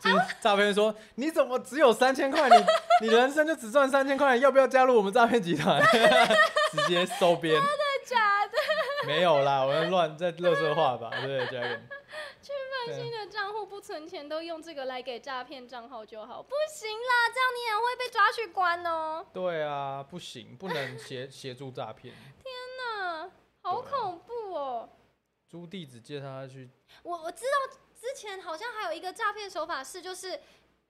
Speaker 1: 就是诈骗说：“你怎么只有三千块？你你人生就只赚三千块，要不要加入我们诈骗集团？” 直接收编，
Speaker 2: 假的，
Speaker 1: 没有啦，我在乱在乐色话吧，对不对，Dragon？去啊
Speaker 2: 新的账户不存钱都用这个来给诈骗账号就好，不行啦，这样你也会被抓去关哦。
Speaker 1: 对啊，不行，不能协协助诈骗，
Speaker 2: 那好
Speaker 1: 对啊
Speaker 2: 恐怖哦。
Speaker 1: 租地址借他去，
Speaker 2: 我我知道之前好像还有一个诈骗手法是，就是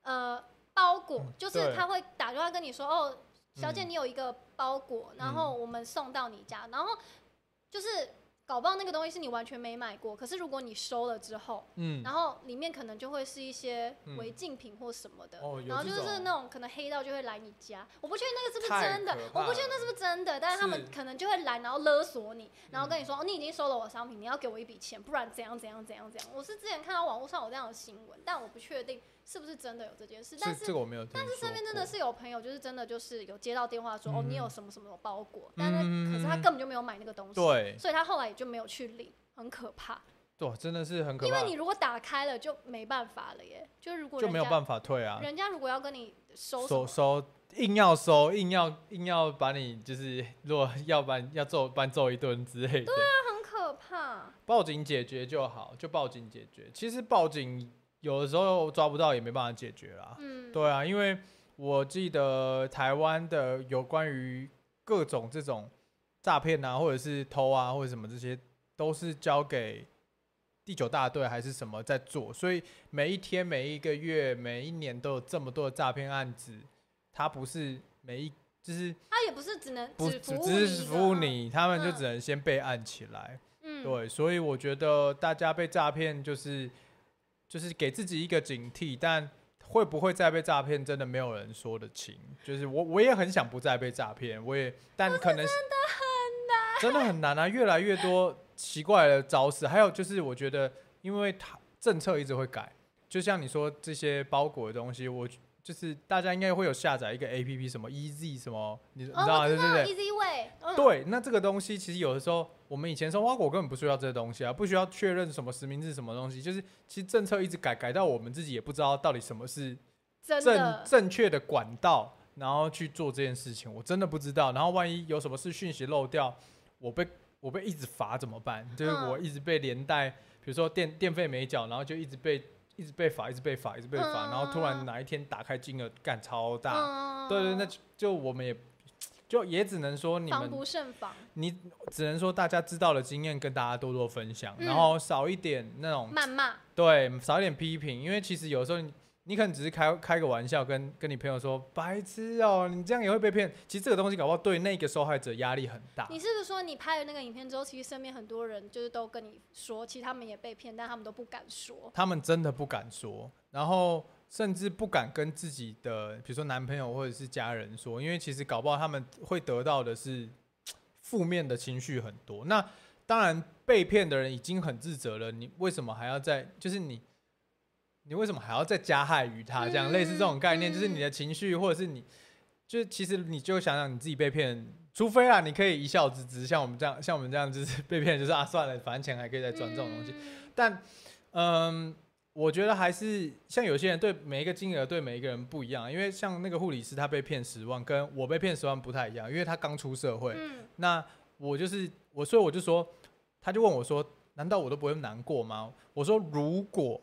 Speaker 2: 呃包裹
Speaker 1: 嗯，
Speaker 2: 就是
Speaker 1: 对
Speaker 2: 他会打电话跟你说，哦，小姐
Speaker 1: 嗯
Speaker 2: 你有一个包裹，然后我们送到你家，然后就是搞不好那个东西是你完全没买过，可是如果你收了之后，
Speaker 1: 嗯，
Speaker 2: 然后里面可能就会是一些
Speaker 1: 嗯
Speaker 2: 违禁品或什么的，
Speaker 1: 哦有
Speaker 2: 然后就
Speaker 1: 这
Speaker 2: 是
Speaker 1: 种
Speaker 2: 那种可能黑道就会来你家，我不确定那个是不是
Speaker 1: 太
Speaker 2: 真的
Speaker 1: 可，
Speaker 2: 我
Speaker 1: 怕
Speaker 2: 不确定那是不是真的，但是他们
Speaker 1: 是
Speaker 2: 可能就会来，然后勒索你，
Speaker 1: 嗯
Speaker 2: 然后跟你说、哦，你已经收了我的商品，你要给我一笔钱，不然怎样怎样怎样怎样。我是之前看到网络上有这样的新闻，但我不确定是不是真的有这件事，但
Speaker 1: 这个我没有听说过，但是
Speaker 2: 身边真的是有朋友，就是真的就是有接到电话说，哦，你有什么什么包裹，但
Speaker 1: 嗯
Speaker 2: 是可是他根本就没有买那个东西，
Speaker 1: 对，
Speaker 2: 所以他后来也就没有去领，很可怕。
Speaker 1: 对，真的是很可
Speaker 2: 因为
Speaker 1: 怕，
Speaker 2: 你如果打开了就没办法了耶，就如果
Speaker 1: 就
Speaker 2: 人
Speaker 1: 没有
Speaker 2: 家
Speaker 1: 办法退啊，
Speaker 2: 人家如果要跟你收什
Speaker 1: 收
Speaker 2: 么，
Speaker 1: 收，硬要收，硬要硬要把你就是，如果要把你要揍，把你揍一顿之类的，
Speaker 2: 那很可怕。
Speaker 1: 报警解决就好，就报警解决。其实报警有的时候抓不到也没办法解决啦。
Speaker 2: 嗯，
Speaker 1: 对啊，因为我记得台湾的有关于各种这种诈骗啊，或者是偷啊，或者什么这些都是交给第九大队还是什么在做，所以每一天、每一个月、每一年都有这么多的诈骗案子，它不是每一就是
Speaker 2: 他也不是只能
Speaker 1: 不
Speaker 2: 只服务
Speaker 1: 只
Speaker 2: 你
Speaker 1: 是
Speaker 2: 一个
Speaker 1: 服务，你，他们就
Speaker 2: 嗯
Speaker 1: 只能先备案起来。
Speaker 2: 嗯，
Speaker 1: 对，所以我觉得大家被诈骗就是就是给自己一个警惕，但会不会再被诈骗，真的没有人说得清。就是我我也很想不再被诈骗，我也但可能真的很难，真的很难啊！越来越多奇怪的招式，还有就是我觉得，因为它政策一直会改，就像你说这些包裹的东西，我。就是大家应该会有下载一个 A P P，什么 E Z 什么，你你知道
Speaker 2: 哦，
Speaker 1: 吗？
Speaker 2: 我
Speaker 1: 对
Speaker 2: 知
Speaker 1: 不对
Speaker 2: 道？，Easy Way，嗯，
Speaker 1: 对，那这个东西其实有的时候，我们以前收花果根本不需要这个东西啊，不需要确认什么实名制什么东西，就是其实政策一直改，改到我们自己也不知道到底什么是
Speaker 2: 真
Speaker 1: 正
Speaker 2: 的，
Speaker 1: 正确的管道，然后去做这件事情，我真的不知道。然后万一有什么事讯息漏掉，我被我被一直罚怎么办？就是
Speaker 2: 嗯
Speaker 1: 我一直被连带，比如说电电费没缴，然后就一直被一直被罚，一直被罚，一直被罚，然后突然
Speaker 2: 嗯
Speaker 1: 哪一天打开金额干超大，
Speaker 2: 嗯
Speaker 1: 对对，那就就我们也。就也只能说你们
Speaker 2: 防不胜防，
Speaker 1: 你只能说大家知道的经验跟大家多多分享，
Speaker 2: 嗯
Speaker 1: 然后少一点那种
Speaker 2: 谩骂，
Speaker 1: 对少一点批评，因为其实有时候你你可能只是开开个玩笑跟，跟你朋友说白痴哦、你这样也会被骗。其实这个东西搞不好对那个受害者压力很大。
Speaker 2: 你是不是说你拍了那个影片之后，其实身边很多人就是都跟你说，其实他们也被骗，但他们都不敢说。
Speaker 1: 他们真的不敢说，然后甚至不敢跟自己的，比如说男朋友或者是家人说，因为其实搞不好他们会得到的是负面的情绪很多。那当然，被骗的人已经很自责了，你为什么还要再就是你？你为什么还要再加害于他？这样、
Speaker 2: 嗯
Speaker 1: 类似这种概念，
Speaker 2: 嗯
Speaker 1: 就是你的情绪，或者是你，就是其实你就想想你自己被骗，除非啊，你可以一笑置之，像我们这样，像我们这样，就是被骗，就是啊，算了，反正钱还可以再赚这种东西。
Speaker 2: 嗯
Speaker 1: 但嗯，我觉得还是像有些人对每一个金额对每一个人不一样，因为像那个护理师他被骗十万，跟我被骗十万不太一样，因为他刚出社会。
Speaker 2: 嗯，
Speaker 1: 那我就是我，所以我就说，他就问我说：“难道我都不会难过吗？”我说：“如果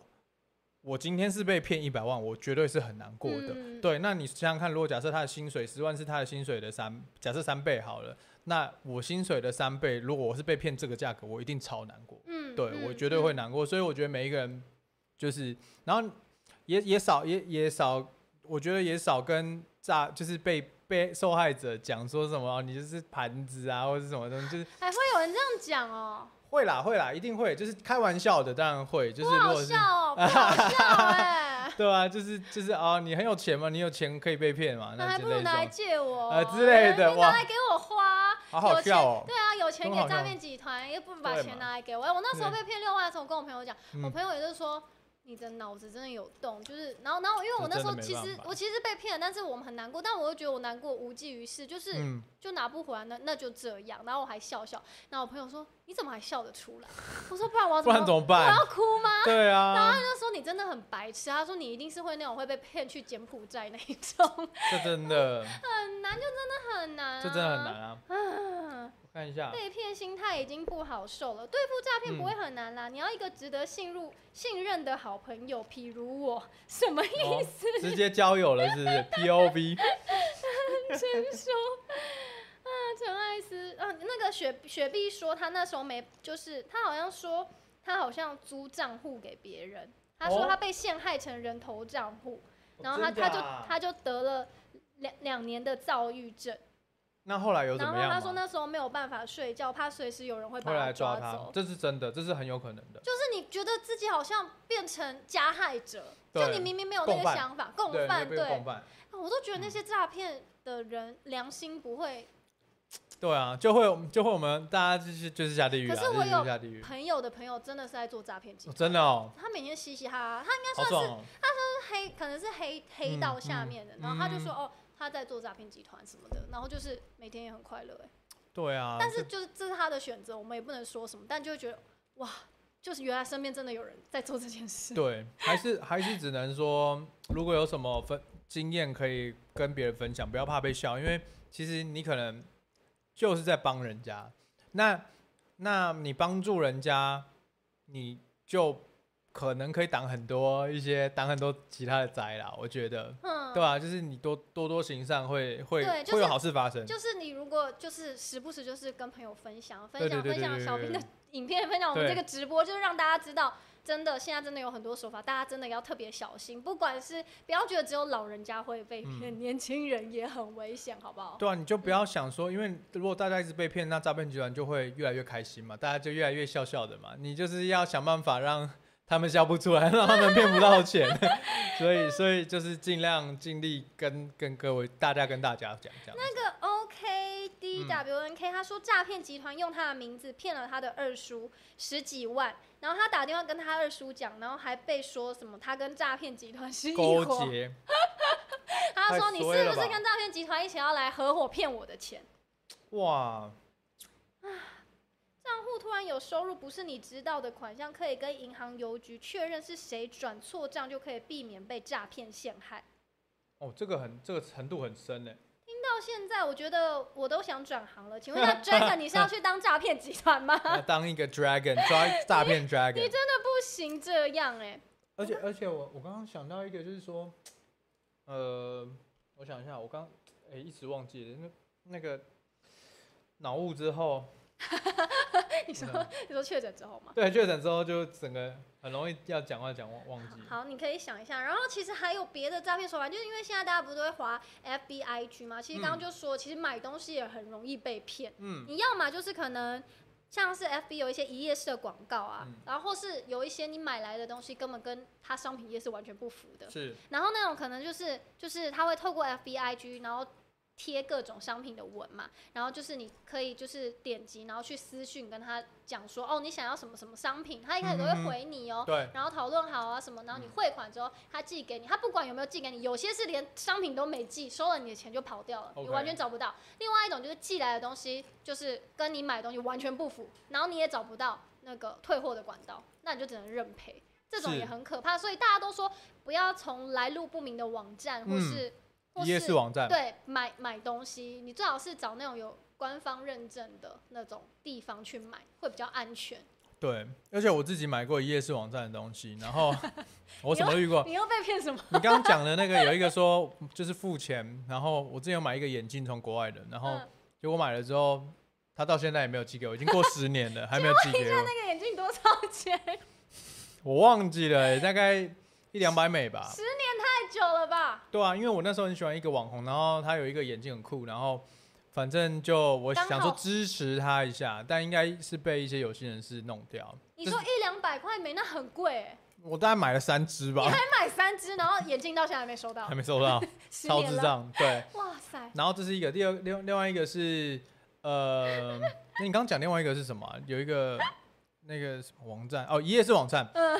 Speaker 1: 我今天是被骗一百万，我绝对是很难过的。
Speaker 2: 嗯
Speaker 1: 对，那你想想看，如果假设他的薪水十万是他的薪水的三，假设三倍好了，那我薪水的三倍，如果我是被骗这个价格，我一定超难过。
Speaker 2: 嗯，
Speaker 1: 对
Speaker 2: 嗯
Speaker 1: 我绝对会，难过，所以我觉得每一个人就是，然后也也少也也少，我觉得也少跟诈就是被被受害者讲说什么哦你就是盘子啊或者是什么东西，就是
Speaker 2: 嗯还会有人这样讲哦，
Speaker 1: 会啦会啦，一定会，就是开玩笑的当然会，就是
Speaker 2: 不
Speaker 1: 如
Speaker 2: 好
Speaker 1: 果是，
Speaker 2: 笑哦，不好笑哎
Speaker 1: 对啊，就是就是哦你很有钱嘛，你有钱可以被骗嘛，
Speaker 2: 那
Speaker 1: 啊那
Speaker 2: 还
Speaker 1: 之
Speaker 2: 不
Speaker 1: 类
Speaker 2: 如
Speaker 1: 的
Speaker 2: 拿来
Speaker 1: 这种，
Speaker 2: 借我
Speaker 1: 呃之类的
Speaker 2: 你
Speaker 1: 哇
Speaker 2: 拿来给我花，
Speaker 1: 好好
Speaker 2: 有钱
Speaker 1: 笑哦，
Speaker 2: 对啊，有钱
Speaker 1: 多
Speaker 2: 给
Speaker 1: 好
Speaker 2: 诈
Speaker 1: 笑哦
Speaker 2: 骗集团，又不如把
Speaker 1: 对
Speaker 2: 钱
Speaker 1: 嘛
Speaker 2: 拿来给我。哎我那时候
Speaker 1: 对
Speaker 2: 被骗六万的时候，我跟我朋友讲，我
Speaker 1: 嗯
Speaker 2: 朋友也就是说。你的脑子真的有洞，就是，然后，然后，因为
Speaker 1: 这
Speaker 2: 我那
Speaker 1: 真
Speaker 2: 时
Speaker 1: 的
Speaker 2: 候
Speaker 1: 没
Speaker 2: 其
Speaker 1: 办
Speaker 2: 实
Speaker 1: 法
Speaker 2: 我其实被骗了，但是我们很难过，但我又觉得我难过无济于事，就是、
Speaker 1: 嗯，
Speaker 2: 就拿不回来，那那就这样。然后我还笑笑，然后我朋友说你怎么还笑得出来？我说不然我要
Speaker 1: 不
Speaker 2: 怎
Speaker 1: 然
Speaker 2: 么
Speaker 1: 怎么
Speaker 2: 我
Speaker 1: 办？
Speaker 2: 要哭吗？
Speaker 1: 对
Speaker 2: 然后
Speaker 1: 啊
Speaker 2: 他，就说你真的很白痴，他说你一定是会那种会被骗去柬埔寨那一种，
Speaker 1: 这真的
Speaker 2: 很难，就真的很难、啊，
Speaker 1: 这真的很难啊，
Speaker 2: 啊。
Speaker 1: 我看一下，
Speaker 2: 被骗心态已经不好受了，对付诈
Speaker 1: 嗯
Speaker 2: 骗不会很难啦。你要一个值得信入信任的好朋友，譬如我， 什么
Speaker 1: 哦
Speaker 2: 意思？
Speaker 1: 直接交友了是不是 P O V？
Speaker 2: 真说啊，陈艾斯啊，那个雪雪碧说他那时候没，就是他好像说他好像租账户给别人，他说
Speaker 1: 哦
Speaker 2: 他被陷害成人头账户，然后他、
Speaker 1: 真的
Speaker 2: 他就
Speaker 1: 啊
Speaker 2: 他就得了两两年的躁郁症，
Speaker 1: 那后来有怎
Speaker 2: 然
Speaker 1: 么
Speaker 2: 后
Speaker 1: 样
Speaker 2: 他
Speaker 1: 吗？
Speaker 2: 说那时候没有办法睡觉，怕随时有人会把
Speaker 1: 后来抓他
Speaker 2: 抓走，。
Speaker 1: 这是真的，这是很有可能的。
Speaker 2: 就是你觉得自己好像变成加害者，
Speaker 1: 对
Speaker 2: 就你明明没有那
Speaker 1: 共
Speaker 2: 个
Speaker 1: 犯
Speaker 2: 想法，共
Speaker 1: 对，
Speaker 2: 犯
Speaker 1: 你会
Speaker 2: 对，
Speaker 1: 被共犯，
Speaker 2: 啊我都觉得那些诈骗的人良心不会。
Speaker 1: 对啊，就会我们就会我们大家就是就是下地狱啊，
Speaker 2: 可是我
Speaker 1: 就是
Speaker 2: 有
Speaker 1: 下地狱，
Speaker 2: 朋友的朋友真的是在做诈骗集
Speaker 1: 哦
Speaker 2: 团，
Speaker 1: 真的哦，
Speaker 2: 他每天嘻嘻哈哈，他应该
Speaker 1: 好爽哦，
Speaker 2: 是黑，可能是黑黑道下面的，
Speaker 1: 嗯
Speaker 2: 然后他就
Speaker 1: 嗯
Speaker 2: 说哦他在做诈骗集团什么的，然后就是每天也很快乐哎，
Speaker 1: 对啊，
Speaker 2: 但
Speaker 1: 这
Speaker 2: 是就是这是他的选择，我们也不能说什么，但就会觉得哇，就是原来身边真的有人在做这件事，
Speaker 1: 对，还是还是只能说，如果有什么分经验可以跟别人分享，不要怕被笑，因为其实你可能就是在帮人家，那那你帮助人家，你就可能可以挡很多一些挡很多其他的灾啦，我觉得。
Speaker 2: 嗯，
Speaker 1: 对啊，就是你多多多行善会会
Speaker 2: 对就是
Speaker 1: 会有好事发生。
Speaker 2: 就是你如果就是时不时就是跟朋友分享分
Speaker 1: 对
Speaker 2: 享
Speaker 1: 对对
Speaker 2: 分享
Speaker 1: 对对
Speaker 2: 小平的
Speaker 1: 对
Speaker 2: 影片分享我们
Speaker 1: 对
Speaker 2: 这个直播，就是让大家知道，真的现在真的有很多手法，大家真的要特别小心，不管是不要觉得只有老人家会被
Speaker 1: 嗯
Speaker 2: 骗，年轻人也很危险，好不好？
Speaker 1: 对啊，你就不要想说，因为如果大家一直被骗，那诈骗集团就会越来越开心嘛，大家就越来越笑笑的嘛。你就是要想办法让 他们笑不出来，让他们骗不到钱。 所以，所以就是尽量尽力跟跟各位大家跟大家讲这样。
Speaker 2: 那个 OK D W N K，、他说诈骗集团用他的名字骗了他的二叔十几万，然后他打电话跟他二叔讲，然后还被说什么他跟诈骗集团是一
Speaker 1: 勾
Speaker 2: 伙，
Speaker 1: 结，
Speaker 2: 他说
Speaker 1: 太
Speaker 2: 你
Speaker 1: 衰
Speaker 2: 是
Speaker 1: 了
Speaker 2: 不是
Speaker 1: 吧
Speaker 2: 跟诈骗集团一起要来合伙骗我的钱？
Speaker 1: 哇，
Speaker 2: 账户突然有收入不是你知道的款项，可以跟银行、邮局确认是谁转错账，就可以避免被诈骗陷害。
Speaker 1: 哦，这个很这个程度很深呢。
Speaker 2: 到现在，我觉得我都想转行了。请问那 Dragon，你是要去当诈骗集团 吗？
Speaker 1: 要当一个 dragon 抓诈骗 dragon，
Speaker 2: 你真的不行这样哎、
Speaker 1: 而且而且我我刚刚想到一个，就是说，呃，我想一下，我刚哎、一直忘记了那那个脑雾之后，
Speaker 2: 你说、
Speaker 1: 嗯
Speaker 2: 你说确诊之后吗？
Speaker 1: 对确诊之后就整个很容易要讲话讲忘忘记。
Speaker 2: 好，你可以想一下，然后其实还有别的诈骗手法，就是因为现在大家不是都会划 F B I G 嘛？其实刚刚就说，其实买东西也很容易被骗。
Speaker 1: 嗯，
Speaker 2: 你要么就是可能像是 FB 有一些一页式的广告啊，
Speaker 1: 嗯
Speaker 2: 然后或是有一些你买来的东西根本跟它商品页是完全不符的，
Speaker 1: 是
Speaker 2: 然后那种可能就是就是他会透过 FB IG，然后贴各种商品的文嘛，然后就是你可以就是点击，然后去私讯跟他讲说，哦，你想要什么什么商品，他一开始都
Speaker 1: 嗯哼
Speaker 2: 会
Speaker 1: 哼
Speaker 2: 回你哦。
Speaker 1: 对，
Speaker 2: 然后讨论好啊什么，然后你汇款之后，他寄给你，他不管有没有寄给你，有些是连商品都没寄，收了你的钱就跑掉了，你
Speaker 1: OK
Speaker 2: 完全找不到。另外一种就是寄来的东西就是跟你买的东西完全不符，然后你也找不到那个退货的管道，那你就只能认赔，这种
Speaker 1: 是
Speaker 2: 也很可怕。所以大家都说不要从来路不明的网站或
Speaker 1: 嗯
Speaker 2: 是、或
Speaker 1: 一页
Speaker 2: 是
Speaker 1: 式网站，
Speaker 2: 对买买东西，你最好是找那种有官方认证的那种地方去买，会比较安全。
Speaker 1: 对，而且我自己买过一页式网站的东西，然 后我什么都遇过。
Speaker 2: 你又被骗什么？
Speaker 1: 你刚刚讲的那个有一个说就是付钱，然后我之前有买一个眼镜从国外的，然后
Speaker 2: 嗯
Speaker 1: 结果买了之后，他到现在也没有寄给我，已经过十年 了，还没有寄给我。
Speaker 2: 那个眼镜多少钱？
Speaker 1: 我忘记了、欸大概一两百美吧。
Speaker 2: 太久了吧？
Speaker 1: 对啊，因为我那时候很喜欢一个网红，然后他有一个眼镜很酷，然后反正就我
Speaker 2: 刚好
Speaker 1: 想说支持他一下，但应该是被一些有心人士弄掉。
Speaker 2: 你
Speaker 1: 就
Speaker 2: 说
Speaker 1: 是
Speaker 2: 一两百块没，那很贵、欸。
Speaker 1: 我大概买了三只吧
Speaker 2: 你，还买三只，然后眼镜到现在还没收 到
Speaker 1: 还，没收 到，
Speaker 2: 十
Speaker 1: 超
Speaker 2: 年
Speaker 1: 智
Speaker 2: 了。
Speaker 1: 障。对，
Speaker 2: 哇塞，
Speaker 1: 然后这是一个，第二另另外一个是呃， 那你刚刚讲另外一个是什么啊、有一个那个什么网站哦，一页式网站，
Speaker 2: 嗯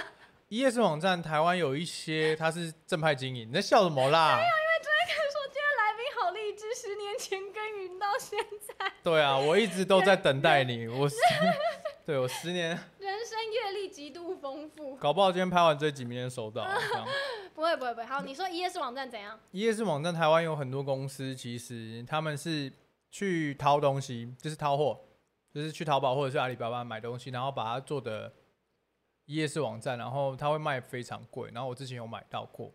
Speaker 1: 一页式网站，台湾有一些它是正派经营，你在笑什么啦？
Speaker 2: 说今天来宾好励志，十年前耕耘到现在，
Speaker 1: 对啊，我一直都在等待你。我十，对我十年，
Speaker 2: 人生阅历极度丰富。
Speaker 1: 搞不好今天拍完这集，明天收到。这样
Speaker 2: 不会不会不会，好，你说一页式网站怎样？
Speaker 1: 一页式网站，台湾有很多公司，其实他们是去掏东西，就是掏货，就是去淘宝或者是阿里巴巴买东西，然后把它做的一页式网站，然后它会卖非常贵。然后我之前有买到过，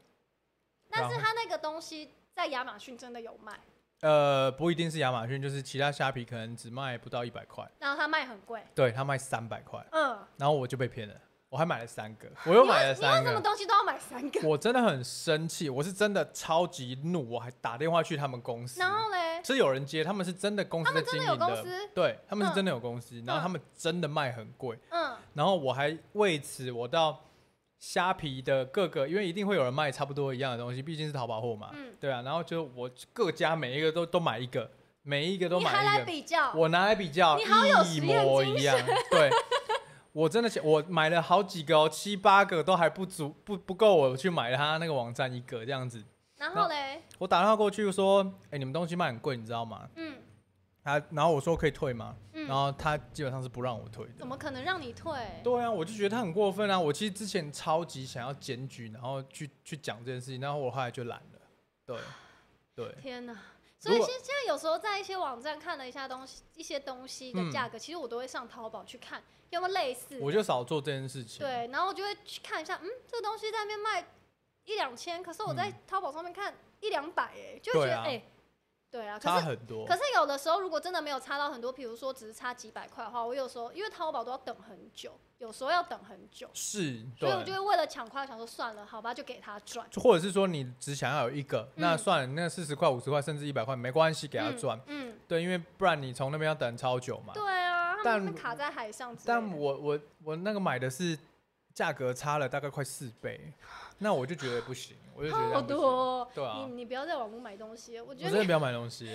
Speaker 2: 但是
Speaker 1: 然后
Speaker 2: 他那个东西在亚马逊真的有卖，
Speaker 1: 呃，不一定是亚马逊，就是其他虾皮可能只卖不到一百块，
Speaker 2: 然后他卖很贵。
Speaker 1: 对，它卖三百块，
Speaker 2: 嗯，
Speaker 1: 然后我就被骗了，我还买了三个，我又买了
Speaker 2: 你为
Speaker 1: 三
Speaker 2: 什
Speaker 1: 个嗯
Speaker 2: 么。东西都要买三个？
Speaker 1: 我真的很生气，我是真的超级怒，我还打电话去他们公司，
Speaker 2: 然后嘞，
Speaker 1: 是有人接，他们是真的公司在经营
Speaker 2: 他们真的有公司
Speaker 1: 对，他们是
Speaker 2: 嗯
Speaker 1: 真的有公司，然后他们真的卖很贵，
Speaker 2: 嗯，
Speaker 1: 然后我还为此我到虾皮的各个，因为一定会有人卖差不多一样的东西，毕竟是淘宝货嘛，
Speaker 2: 嗯
Speaker 1: 对啊，然后就我各家每一个都都买一个，每一个都
Speaker 2: 你还
Speaker 1: 买
Speaker 2: 来
Speaker 1: 一个，
Speaker 2: 比较？
Speaker 1: 我拿来比较，
Speaker 2: 你好有
Speaker 1: 一
Speaker 2: 实验
Speaker 1: 模
Speaker 2: 精
Speaker 1: 一样， 对。我真的想，我买了好几个哦，七八个都还不足，不不够我去买他那个网站一个这样子。
Speaker 2: 然后嘞，
Speaker 1: 我打电话过去说：“哎、你们东西卖很贵，你知道吗
Speaker 2: 嗯？”
Speaker 1: 他，然后我说可以退吗？
Speaker 2: 嗯
Speaker 1: 然，后他基本上是不让我退的
Speaker 2: 怎。么可能让你退？
Speaker 1: 对啊，我就觉得他很过分啊！我其实之前超级想要检举，然后去去讲这件事情，然后我后来就懒了。对，对，
Speaker 2: 天哪！
Speaker 1: 如
Speaker 2: 所以
Speaker 1: 果
Speaker 2: 现现在有时候在一些网站看了一下东西，一些东西的价格，其实我都会上淘宝去看有没有类似的，
Speaker 1: 嗯我就少做这件事情。，
Speaker 2: 对，啊然后我就会去看一下，嗯，这个东西在那边卖一两千，可是我在
Speaker 1: 嗯
Speaker 2: 淘宝上面看一两百，哎，就会觉得
Speaker 1: 对啊
Speaker 2: 哎，对啊，可
Speaker 1: 差
Speaker 2: 是。
Speaker 1: 很多
Speaker 2: 可。是有的时候，如果真的没有差到很多，比如说只是差几百块的话，我有时候因为淘宝都要等很久，有时候要等很久，
Speaker 1: 是，
Speaker 2: 所以我就
Speaker 1: 对
Speaker 2: 会为了抢快，我想说算了，好吧，就给他赚。
Speaker 1: 或者是说你只想要有一个，那
Speaker 2: 嗯
Speaker 1: 算了，那四十块、五十块甚至一百块没关系，给他
Speaker 2: 嗯
Speaker 1: 赚。
Speaker 2: 嗯，
Speaker 1: 对，因为不然你从那边要等超久嘛。
Speaker 2: 对啊，他
Speaker 1: 但
Speaker 2: 们会卡在海上之类的。
Speaker 1: 但我我我那个买的是价格差了大概快四倍，那我就觉得不行，我就觉得这
Speaker 2: 好
Speaker 1: 样不行
Speaker 2: 多、哦，
Speaker 1: 对啊
Speaker 2: 你你不要在网络买东西了，我
Speaker 1: 我
Speaker 2: 觉
Speaker 1: 真
Speaker 2: 得
Speaker 1: 的
Speaker 2: 你
Speaker 1: 不要买东西，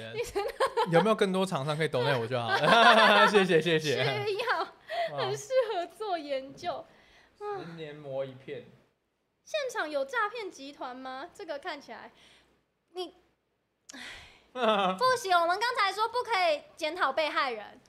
Speaker 1: 有没有更多厂商可以抖内我就好 了，谢谢谢
Speaker 2: 需
Speaker 1: 谢。
Speaker 2: 要
Speaker 1: 哇
Speaker 2: 很适合做研究。
Speaker 1: 十年磨一 片，
Speaker 2: 现场有诈骗集团吗？这个看起来你，唉，不行，我们刚才说不可以检讨被害人，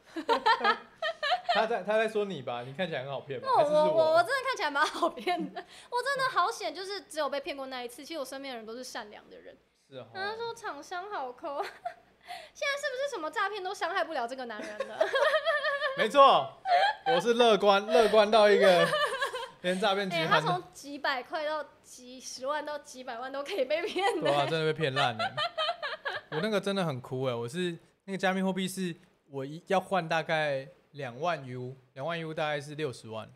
Speaker 1: 他在他在说你吧，你看起来很好骗吧？
Speaker 2: 那
Speaker 1: 哦还
Speaker 2: 我
Speaker 1: 是是
Speaker 2: 我我我
Speaker 1: 我
Speaker 2: 真的看起来蛮好骗的，我真的好险，就是只有被骗过那一次。其实我身边的人都是善良的人。
Speaker 1: 是哦哈，
Speaker 2: 他说厂商好抠， 现在是不是什么诈骗都伤害不了这个男人 了？
Speaker 1: 没错，我是乐观乐观到一个连诈骗集
Speaker 2: 哎、
Speaker 1: 团
Speaker 2: 他
Speaker 1: 都
Speaker 2: 从几百块到几十万到几百万都可以被骗的、
Speaker 1: 对啊，真的被骗烂了。我那个真的很哭哎、我是那个加密货币是我一要换大概两万 U，两万 U 大概是六十万，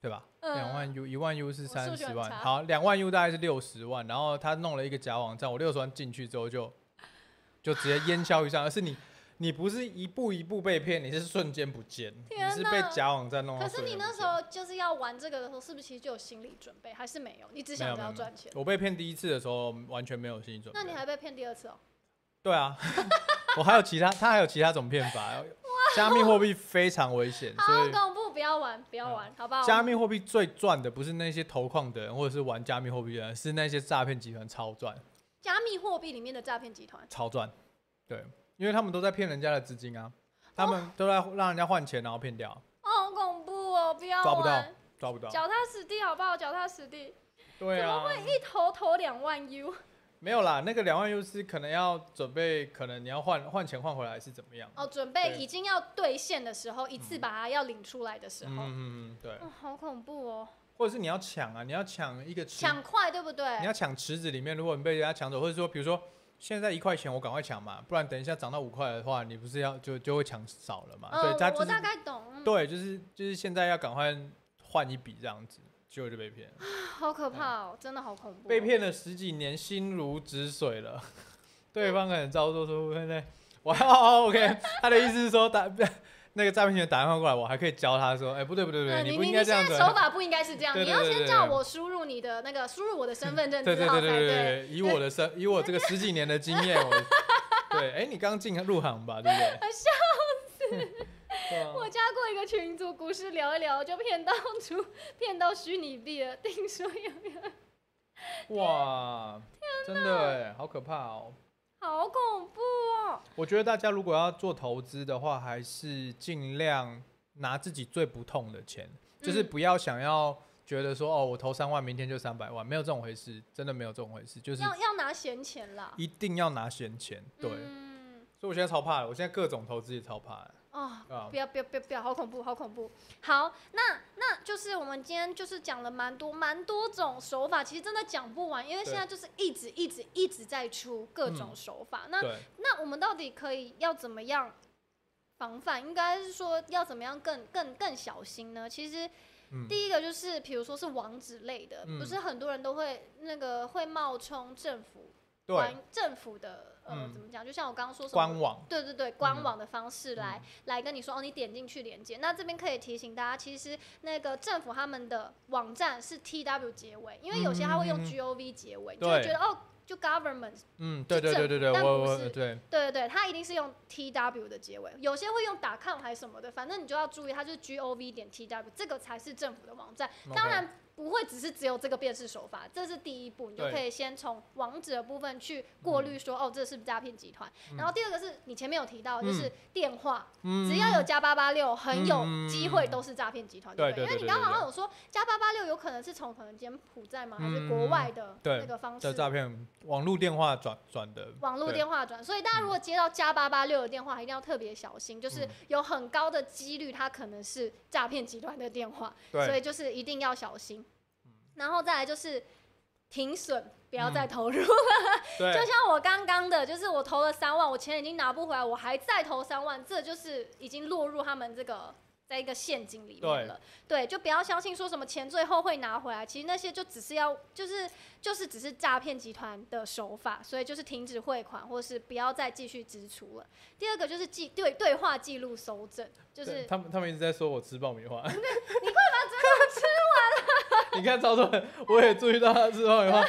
Speaker 1: 对吧？
Speaker 2: 嗯
Speaker 1: 两、万 U，一万 U 是
Speaker 2: 我数
Speaker 1: 三
Speaker 2: 学
Speaker 1: 十
Speaker 2: 很
Speaker 1: 万，
Speaker 2: 差
Speaker 1: 好，两万 U 大概是六十万，然后他弄了一个假网站，我六十万进去之后就就直接烟消云散，而是你。你不是一步一步被骗，你是瞬间不见，
Speaker 2: 天
Speaker 1: 你是
Speaker 2: 哪
Speaker 1: 被假网站弄到
Speaker 2: 可是
Speaker 1: 瞬
Speaker 2: 你
Speaker 1: 间不见。
Speaker 2: 那时候就是要玩这个的时候，是不是其实就有心理准备，还是没有？你只想
Speaker 1: 没有
Speaker 2: 着要
Speaker 1: 没有
Speaker 2: 赚钱。
Speaker 1: 我被骗第一次的时候完全没有心理准备。
Speaker 2: 那你还被骗第二次哦、
Speaker 1: 对啊， 我还有其他，他还有其他种骗法。加密货币非常危险，所
Speaker 2: 好
Speaker 1: 以
Speaker 2: 恐怖！不要玩，不要
Speaker 1: 嗯
Speaker 2: 玩，好不好？
Speaker 1: 加密货币最赚的不是那些投矿的人，或者是玩加密货币的人，是那些诈骗集团超赚，
Speaker 2: 加密货币里面的诈骗集团，
Speaker 1: 超赚。对，因为他们都在骗人家的资金啊，他们都在让人家换钱，然后骗掉，
Speaker 2: 哦，好恐怖哦！不要
Speaker 1: 抓不到
Speaker 2: 玩，
Speaker 1: 抓不到。
Speaker 2: 脚踏实地，好不好？脚踏实地，
Speaker 1: 对啊，
Speaker 2: 一头投两万 U，
Speaker 1: 没有啦，那个两万 U 是可能要准备，可能你要换换钱换回来是怎么样？
Speaker 2: 哦，准备
Speaker 1: 对
Speaker 2: 已经要兑现的时候，一次把它要领出来的时
Speaker 1: 嗯
Speaker 2: 候，
Speaker 1: 嗯嗯，对，
Speaker 2: 哦，好恐怖哦！
Speaker 1: 或者是你要抢啊，你要抢一个池
Speaker 2: 抢快，对不对？
Speaker 1: 你要抢池子里面，如果你被人家抢走，或者说比如说现在一块钱，我赶快抢嘛，不然等一下涨到五块的话，你不是要就就会抢少了嘛？
Speaker 2: 嗯，
Speaker 1: 对，他
Speaker 2: 我
Speaker 1: 就
Speaker 2: 我
Speaker 1: 是
Speaker 2: 大概懂，嗯
Speaker 1: 对，就是就是现在要赶快换一笔这样子，结果就被
Speaker 2: 哦
Speaker 1: 骗了，
Speaker 2: 好可怕哦，真的好恐怖哦。
Speaker 1: 被骗了十几年，心如止水 了。对方可能遭受说，对对，我还哦 OK，他的意思是说打 那个诈骗集团打电话过来，我还可以教他说，哎、不对不对不对，
Speaker 2: 嗯你
Speaker 1: 不
Speaker 2: 你
Speaker 1: 应
Speaker 2: 你
Speaker 1: 该
Speaker 2: 现
Speaker 1: 这样
Speaker 2: 在
Speaker 1: 子。啊
Speaker 2: 手法不应该是这样，
Speaker 1: 对
Speaker 2: 你
Speaker 1: 对
Speaker 2: 要
Speaker 1: 对
Speaker 2: 先
Speaker 1: 对
Speaker 2: 叫
Speaker 1: 对
Speaker 2: 我输入你的那个输入我的身份证
Speaker 1: 对
Speaker 2: 字
Speaker 1: 对
Speaker 2: 号才
Speaker 1: 对对对对，以我的生，以我这个十几年的经验，我对，哎，你刚进入行吧，对不对？
Speaker 2: 笑
Speaker 1: 对
Speaker 2: 我
Speaker 1: 啊，
Speaker 2: 加过一个群组，股市聊一聊就骗到出骗到虚拟币了， 听说有
Speaker 1: 哇，真的哎，好可怕哦！
Speaker 2: 好恐怖哦！
Speaker 1: 我觉得大家如果要做投资的话，还是尽量拿自己最不痛的钱，就是
Speaker 2: 嗯
Speaker 1: 不要想要觉得说哦，我投三万，明天就三百万，没有这种回事，真的没有这种回事，就是
Speaker 2: 要要拿闲钱啦，
Speaker 1: 一定要拿闲钱。 对，
Speaker 2: 嗯，
Speaker 1: 所以我现在超怕的，我现在各种投资也超怕的
Speaker 2: 哦，
Speaker 1: 啊
Speaker 2: 不。要不要不要不要，好恐怖，好恐怖。好，那那就是我们今天就是讲了蛮多蛮多种手法，其实真的讲不完，因为
Speaker 1: 对
Speaker 2: 现在就是一直一直一直在出各种
Speaker 1: 嗯
Speaker 2: 手法。那
Speaker 1: 对，
Speaker 2: 那我们到底可以要怎么样防范？应该是说要怎么样更更更小心呢？其实
Speaker 1: 嗯，
Speaker 2: 第一个就是，比如说是网址类的，
Speaker 1: 嗯
Speaker 2: 不是很多人都会那个会冒充政府
Speaker 1: 对，
Speaker 2: 官政府的呃、
Speaker 1: 嗯
Speaker 2: 怎么讲？就像我刚刚说什么
Speaker 1: 官。网。
Speaker 2: 对对对，官网的方式来、
Speaker 1: 嗯
Speaker 2: 来跟你说哦，你点进去连接。那这边可以提醒大家，其实那个政府他们的网站是 T W 结尾，因为有些他会用
Speaker 1: 嗯嗯嗯嗯
Speaker 2: G O V 结尾，你就
Speaker 1: 对
Speaker 2: 会觉得哦，就 government
Speaker 1: 嗯，对
Speaker 2: 是
Speaker 1: 对对
Speaker 2: 政
Speaker 1: 对对，
Speaker 2: 府但
Speaker 1: 我
Speaker 2: 不
Speaker 1: 我
Speaker 2: 是
Speaker 1: 对
Speaker 2: 对对对，它一定是用 T W 的结尾，有些会用 .com 还是什么的，反正你就要注意，它就是 G O V 点 T W，这个才是政府的网站。当然不会只是只有这个辨识手法，这是第一步，你就
Speaker 1: 对
Speaker 2: 可以先从网址的部分去过滤说，哦，这是不是诈骗集团。
Speaker 1: 嗯
Speaker 2: 然后第二个是你前面有提到，
Speaker 1: 嗯
Speaker 2: 就是电话，
Speaker 1: 嗯
Speaker 2: 只要有加八八六，很有
Speaker 1: 嗯
Speaker 2: 机会都是诈骗集团，
Speaker 1: 对
Speaker 2: 不对？因
Speaker 1: 对
Speaker 2: 为你
Speaker 1: 对
Speaker 2: 刚
Speaker 1: 对
Speaker 2: 刚好
Speaker 1: 对
Speaker 2: 像有说加八八六有可能是从可能柬埔寨嘛，还是
Speaker 1: 嗯
Speaker 2: 国外的
Speaker 1: 对
Speaker 2: 那个方
Speaker 1: 这
Speaker 2: 式
Speaker 1: 诈骗网络电话转转的，
Speaker 2: 网络
Speaker 1: 对
Speaker 2: 电话转，所以大家如果接到加八八六的电话，一定要特别小心，就是
Speaker 1: 嗯
Speaker 2: 有很高的几率它可能是诈骗集团的电话，所
Speaker 1: 对
Speaker 2: 以就是一定要小心
Speaker 1: 嗯。
Speaker 2: 然后再来就是停损，不要再投入。
Speaker 1: 对，
Speaker 2: 就像我刚刚的，就是我投了三万，我钱已经拿不回来，我还再投三万，这就是已经落入他们这个在一个陷阱里面了。对，就不要相信说什么钱最后会拿回来，其实那些就只是要就是就是只是诈骗集团的手法，所以就是停止汇款，或是不要再继续支出了。第二个就是记对对话记录搜证，就是
Speaker 1: 对
Speaker 2: 你
Speaker 1: 他们他们一直在说我吃爆米 花，你快把 真的吃完了。你看赵总，我也注意到他吃爆米花，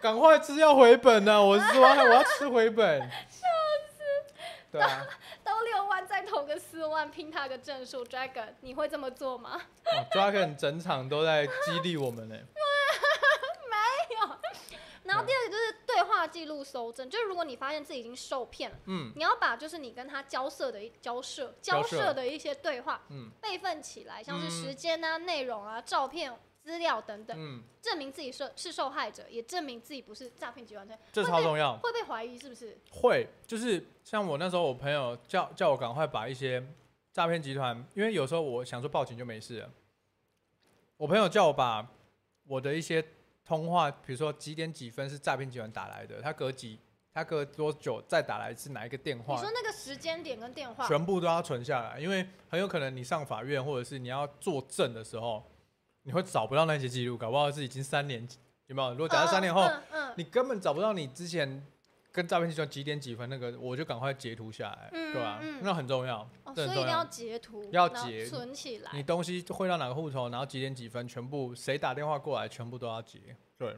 Speaker 1: 赶快吃要回本呢、我是说我要吃回 本，笑死。 对啊，
Speaker 2: 都六万再投个四万，拼他个正数，Dragon，你会这么做吗？
Speaker 1: 哇 Dragon 整场都在激励我们呢、
Speaker 2: 然后第二个就是对话记录搜证，就是如果你发现自己已经受骗了，
Speaker 1: 嗯
Speaker 2: 你要把就是你跟他交涉的一交涉
Speaker 1: 交
Speaker 2: 交
Speaker 1: 涉
Speaker 2: 涉的一些对话
Speaker 1: 嗯
Speaker 2: 备份起来，像是
Speaker 1: 嗯
Speaker 2: 时间啊、内容啊、照片、资料等等，
Speaker 1: 嗯，
Speaker 2: 证明自己是是受害者，也证明自己不是诈骗集团的，
Speaker 1: 这超重要。
Speaker 2: 会被怀疑是不是？
Speaker 1: 会，就是像我那时候，我朋友叫叫我赶快把一些诈骗集团，因为有时候我想说报警就没事了。我朋友叫我把我的一些通话，比如说几点几分是诈骗集团打来的，他隔几他隔多久再打来是哪一个电
Speaker 2: 你
Speaker 1: 话，
Speaker 2: 说那个时间点跟电话，
Speaker 1: 全部都要存下来，因为很有可能你上法院或者是你要作证的时候，你会找不到那些记录，搞不好是已经三年，有没有？如果假设三年后，
Speaker 2: 嗯嗯嗯
Speaker 1: 你根本找不到你之前跟诈骗集团几点几分那个，我就赶快截图下来，
Speaker 2: 嗯
Speaker 1: 对吧、啊
Speaker 2: 嗯？
Speaker 1: 那很重要，
Speaker 2: 哦，所
Speaker 1: 这
Speaker 2: 以
Speaker 1: 很
Speaker 2: 一
Speaker 1: 重
Speaker 2: 定要
Speaker 1: 要。
Speaker 2: 截图，
Speaker 1: 要
Speaker 2: 然后
Speaker 1: 截
Speaker 2: 存起
Speaker 1: 你
Speaker 2: 来。
Speaker 1: 东西汇到哪个户头，然后几点几分，全部谁打电话过来，全部都要截。对，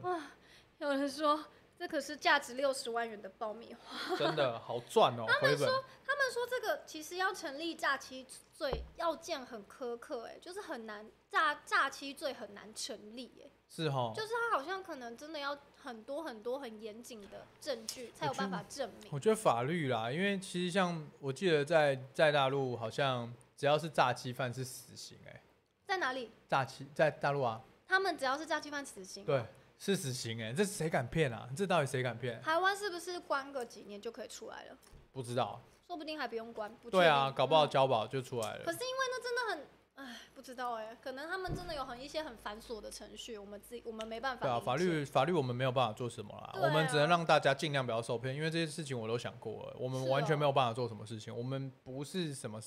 Speaker 2: 有人说这可是价值六十万元的爆米花。
Speaker 1: 真的好赚哦，回本。
Speaker 2: 他们说这个其实要成立诈欺罪，要件很苛刻、哎，就是很难诈诈欺罪很难成立、哎，
Speaker 1: 是哦哈
Speaker 2: 就，是他好像可能真的要很多很多很严谨的证据才有办法证明。
Speaker 1: 我觉得法律啦，因为其实像我记得在在大陆好像只要是诈欺犯是死刑、哎，
Speaker 2: 在哪里？
Speaker 1: 诈欺在大陆啊，
Speaker 2: 他们只要是诈欺犯死刑，
Speaker 1: 对，是死刑、哎，这谁敢骗啊？这到底谁敢骗？
Speaker 2: 台湾是不是关个几年就可以出来了？
Speaker 1: 不知道。
Speaker 2: 说不定还不用关。不确
Speaker 1: 对啊，
Speaker 2: 定
Speaker 1: 搞不好
Speaker 2: 嗯
Speaker 1: 交保就出来了
Speaker 2: 可。是因为那真的很。唉，不知道哎、可能他们真的有很一些很繁琐的程序，我们自己我们没办法。
Speaker 1: 对啊，法律法律我们没有办法做什么啦，
Speaker 2: 对啊
Speaker 1: 我们只能让大家尽量不要受骗，因为这些事情我都想过了，我们
Speaker 2: 是
Speaker 1: 完全
Speaker 2: 哦
Speaker 1: 没有办法做什么事情，我们不是什么，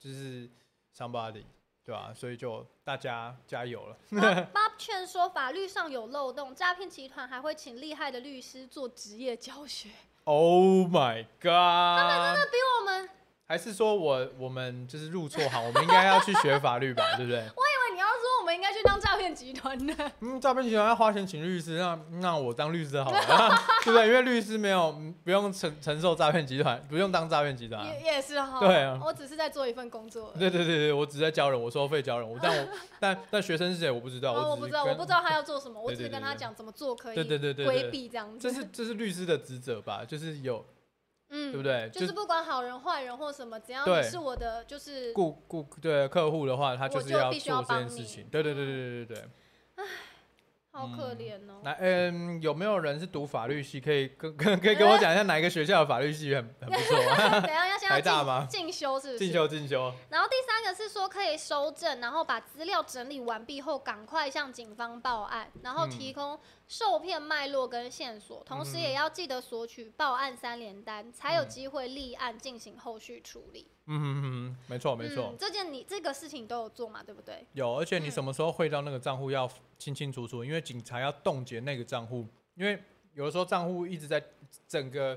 Speaker 1: 就是 somebody，对吧、所以就大家加油了，
Speaker 2: Bob 劝说法律上有漏洞，诈骗集团还会请厉害的律师做职业教学。
Speaker 1: ！Oh my god！
Speaker 2: 比我们，因
Speaker 1: 还是说我我们就是入错行，我们应该要去学法 律吧，对不对？
Speaker 2: 为你要说我们应该去当诈骗集团的，
Speaker 1: 嗯，诈骗集团要花钱请律师，那那我当律师好了， 对不对？因为律师没有嗯不用承承受诈骗集团，不用当诈骗集团啊、
Speaker 2: 也也是哈。
Speaker 1: 对啊
Speaker 2: 我只是在做一份工 作而已。
Speaker 1: 对对对对，我只是在教人，我收费教人，我但 我但但学生是谁我不知道，
Speaker 2: 然
Speaker 1: 啊
Speaker 2: 后
Speaker 1: 我
Speaker 2: 哦我
Speaker 1: 只
Speaker 2: 不
Speaker 1: 是
Speaker 2: 知道，我
Speaker 1: 跟
Speaker 2: 不知道他要 做什么，我
Speaker 1: 对
Speaker 2: 只是
Speaker 1: 对
Speaker 2: 跟
Speaker 1: 对
Speaker 2: 他
Speaker 1: 对
Speaker 2: 讲怎么做可以
Speaker 1: 对对对对
Speaker 2: 规
Speaker 1: 对，
Speaker 2: 避这样
Speaker 1: 这
Speaker 2: 子。
Speaker 1: 是这是律师的职责吧？就是有
Speaker 2: 嗯
Speaker 1: 对不对？
Speaker 2: 就是
Speaker 1: 就
Speaker 2: 不管好人坏人或什么，只要
Speaker 1: 对
Speaker 2: 你是我的，就是
Speaker 1: 顾顾对客户的话，他
Speaker 2: 我
Speaker 1: 是
Speaker 2: 就
Speaker 1: 要
Speaker 2: 必须要
Speaker 1: 做这件
Speaker 2: 帮
Speaker 1: 事
Speaker 2: 你
Speaker 1: 情。对对对对对对对。
Speaker 2: 好可怜 哦。
Speaker 1: 来，嗯，有没有人是读法律系？可以跟跟可以跟我讲一下哪一个学校的法律系很很不错、啊？
Speaker 2: 等一下要先
Speaker 1: 台大
Speaker 2: 要
Speaker 1: 吗
Speaker 2: 进进修 是不是？
Speaker 1: 进修进修，
Speaker 2: 然后第三个是说可以收证，然后把资料整理完毕后，赶快向警方报案，
Speaker 1: 嗯
Speaker 2: 然后提供受骗脉络跟线索，同时也要记得索取报案三联单，才有机会立案进行后续处理。
Speaker 1: 嗯哼哼，没错没错
Speaker 2: 嗯，，这件你这个事情都有做嘛，对不对？
Speaker 1: 有，而且你
Speaker 2: 嗯
Speaker 1: 什么时候汇到那个账户要清清楚楚，因为警察要冻结那个账户，因为有的时候账户一直在整个，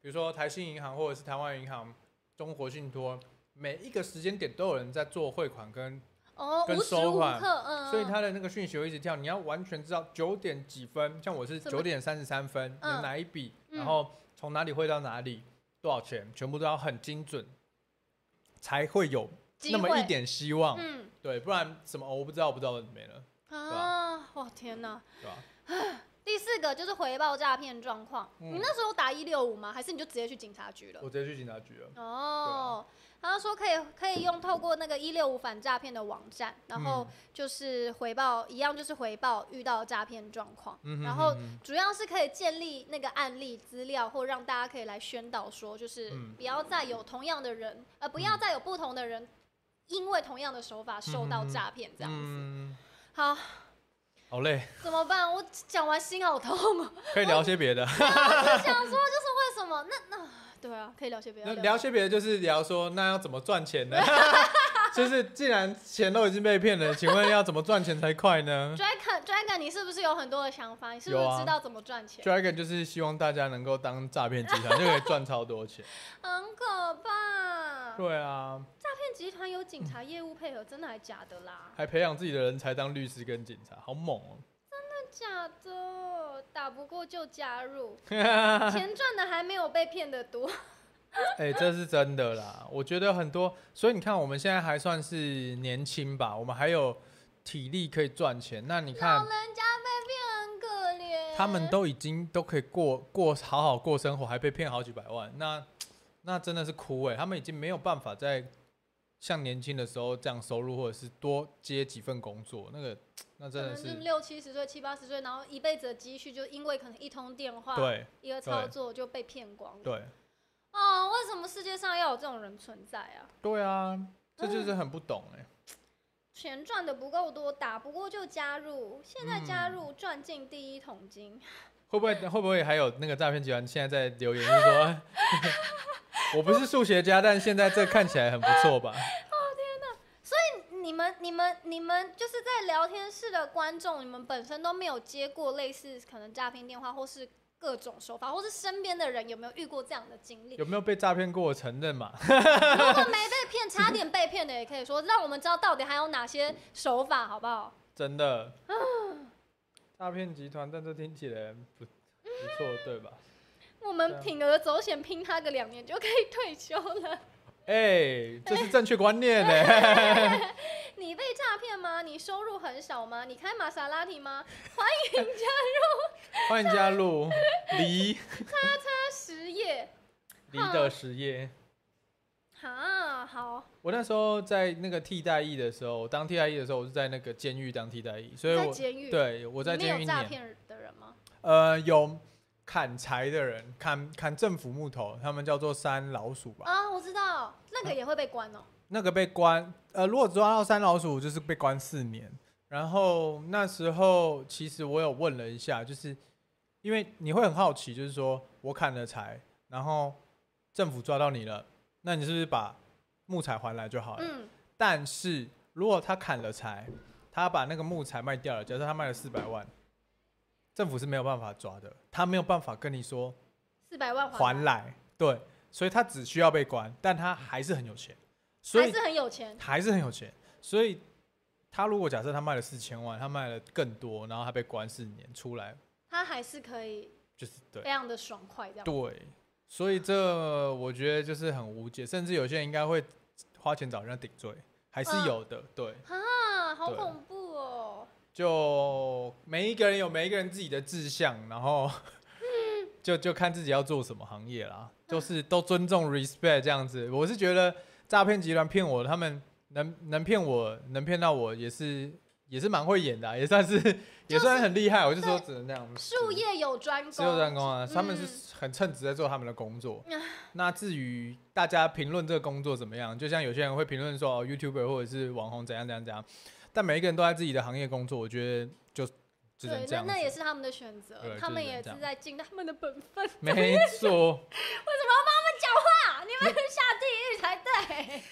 Speaker 1: 比如说台信银行或者是台湾银行、中国信托，每一个时间点都有人在做汇款跟，
Speaker 2: 哦，
Speaker 1: 跟
Speaker 2: 无时
Speaker 1: 收
Speaker 2: 无
Speaker 1: 款
Speaker 2: 刻，嗯，
Speaker 1: 所以他的那个讯息会一直跳，你要完全知道九点几分，像我是
Speaker 2: 怎
Speaker 1: 九
Speaker 2: 么
Speaker 1: 点三十三分有
Speaker 2: 嗯
Speaker 1: 哪一笔，
Speaker 2: 嗯
Speaker 1: 然后从哪里汇到哪里，多少钱，全部都要很精准，才会有
Speaker 2: 机
Speaker 1: 那么
Speaker 2: 会
Speaker 1: 一，点希望，
Speaker 2: 嗯
Speaker 1: 对，不然什么、哦我不知道，我不知道没了，
Speaker 2: 啊，哇天哪！
Speaker 1: 对吧？
Speaker 2: 第四个就是回报诈骗状况，
Speaker 1: 嗯
Speaker 2: 你那时候打一六五吗？还是你就直接去警察局了？
Speaker 1: 我啊直接去警察局了。
Speaker 2: 哦，他说可以可以用透过那个一六五反诈骗的网站，然
Speaker 1: 嗯
Speaker 2: 后就是回报一样，就是回报遇到的诈骗状况，
Speaker 1: 嗯哼
Speaker 2: 然后
Speaker 1: 哼哼
Speaker 2: 主要是可以建立那个案例资料，或让大家可以来宣导说，就是
Speaker 1: 嗯
Speaker 2: 不要再有同样的人，呃，不要再有不同的人因为同样的手法受到诈骗这样子。
Speaker 1: 嗯
Speaker 2: 好，
Speaker 1: 好累，
Speaker 2: 怎么办？我讲完心好痛 哦。
Speaker 1: 可以聊些别的。
Speaker 2: 我想说就是为什么？那那对啊，可以聊些别
Speaker 1: 那
Speaker 2: 的。
Speaker 1: 聊些别的，就是聊说那要怎么赚钱 呢？ 就是既然钱都已经被骗了，请问要怎么赚钱才快 呢
Speaker 2: Dragon Dragon，你是不是有很多的想法？你是不
Speaker 1: 有
Speaker 2: 是
Speaker 1: 啊
Speaker 2: 知道怎么赚钱？
Speaker 1: ？Dragon 就是希望大家能够当诈骗集团， 就可以赚超多 钱。
Speaker 2: 很可怕。
Speaker 1: 对啊，
Speaker 2: 骗集团有警察业务配合，真的还假的啦？
Speaker 1: 还培养自己的人才当律师跟警察，好猛哦、
Speaker 2: 假的，打不过就加入，
Speaker 1: 啊
Speaker 2: 钱赚的还没有被骗的多。
Speaker 1: 哎、这是真的啦。我觉得很多，所以你看我们现在还算是年轻吧，我们还有体力可以赚钱。那你
Speaker 2: 老
Speaker 1: 看，
Speaker 2: 人家被骗很可怜，
Speaker 1: 他们都已经都可以过过好好过生活，还被骗好几百万，那那真的是哭哎、他们已经没有办法再像年轻的时候这样收入，或者是多接几份工作，那个那
Speaker 2: 可
Speaker 1: 真的
Speaker 2: 能
Speaker 1: 是
Speaker 2: 是六七十岁、七八十岁，然后一辈子的积蓄，就因为可能一通电话、
Speaker 1: 对
Speaker 2: 一个操作就被骗光了。
Speaker 1: 对
Speaker 2: 哦，为什么世界上要有这种人存在啊？
Speaker 1: 对啊，这就是很不懂哎、
Speaker 2: 钱赚的不够多，打不过就加入，现在加
Speaker 1: 嗯
Speaker 2: 入赚进第一桶金。
Speaker 1: 会不 会会不会还有那个诈骗集团现在在留言，就是说， 我不是数学家，但现在这看起来很不错吧？
Speaker 2: 你们、你们、你们就是在聊天室的观众，你们本身都没有接过类似可能诈骗电话，或是各种手法，或是身边的人有没有遇过这样的经历？
Speaker 1: 有没有被诈骗过？我承认嘛。
Speaker 2: 如果没被骗，差点被骗的也可以说，让我们知道到底还有哪些手法，好不好？
Speaker 1: 真的。诈骗集团，但这听起来不不错，对 吧？
Speaker 2: 我
Speaker 1: 对
Speaker 2: 们
Speaker 1: 啊
Speaker 2: 铤而走险，拼他个两年就可以退休了。
Speaker 1: 哎、这是正确观念呢。
Speaker 2: 你被诈骗吗？你收入很少吗？你开玛莎拉蒂吗？
Speaker 1: 欢迎加入 离
Speaker 2: 他失业
Speaker 1: 离的实业。
Speaker 2: 啊，好，
Speaker 1: 我那时候在那个替代役的时候，我当替代役的时候，我是在那个监狱当替代役，所以
Speaker 2: 在
Speaker 1: 我
Speaker 2: 监狱，
Speaker 1: 对我在
Speaker 2: 里
Speaker 1: 监狱
Speaker 2: 面有
Speaker 1: 一
Speaker 2: 诈
Speaker 1: 年。
Speaker 2: 骗的人吗？
Speaker 1: 呃，有砍柴的人，砍砍政府木头，他们叫做山老鼠吧。
Speaker 2: 啊，我知道，那个也会被关哦。
Speaker 1: 那个被关，呃，如果抓到山老鼠，就是被关四年。然后那时候其实我有问了一下，就是因为你会很好奇，就是说我砍了柴，然后政府抓到你了，那你是不是把木材还来就好了？
Speaker 2: 嗯，
Speaker 1: 但是如果他砍了柴，他把那个木材卖掉了，假设他卖了四百万，政府是没有办法抓的，他没有办法跟你说
Speaker 2: 四百万
Speaker 1: 还
Speaker 2: 来，
Speaker 1: 来，对，所以他只需要被关，但他还是很有钱，所
Speaker 2: 还
Speaker 1: 以
Speaker 2: 是很有钱。
Speaker 1: 还是很有钱，所以他如果假设他卖了四千万，他卖了更多，然后他被关四年出来，
Speaker 2: 他还是可以
Speaker 1: 就是对
Speaker 2: 非常的爽快这样。
Speaker 1: 对，所以这我觉得就是很无解，甚至有些人应该会花钱找人家顶罪，还是有的，对，
Speaker 2: 啊，好
Speaker 1: 对
Speaker 2: 恐怖哦！
Speaker 1: 就每一个人有每一个人自己的志向，然后 就就看自己要做什么行业啦，就是都尊重 respect 这样子。我是觉得诈骗集团骗我，他们能能骗我，能骗到我也是也是蛮会演的啊、也算是也算很厉害。我就说只能那样子，
Speaker 2: 术业有专攻，
Speaker 1: 只有专攻啊，他们
Speaker 2: 嗯
Speaker 1: 是很称职在做他们的工作。那至于大家评论这个工作怎么样，就像有些人会评论说哦，YouTuber 或者是网红怎样怎样怎样，但每一个人都在自己的行业工作，我觉得就只能
Speaker 2: 对，
Speaker 1: 这
Speaker 2: 那
Speaker 1: 样子
Speaker 2: 那也是他们的选择
Speaker 1: 对，
Speaker 2: 他
Speaker 1: 就
Speaker 2: 们
Speaker 1: 是
Speaker 2: 也
Speaker 1: 这
Speaker 2: 是
Speaker 1: 样
Speaker 2: 在尽他们的本分。
Speaker 1: 没错。
Speaker 2: 啊，你们下地狱才对。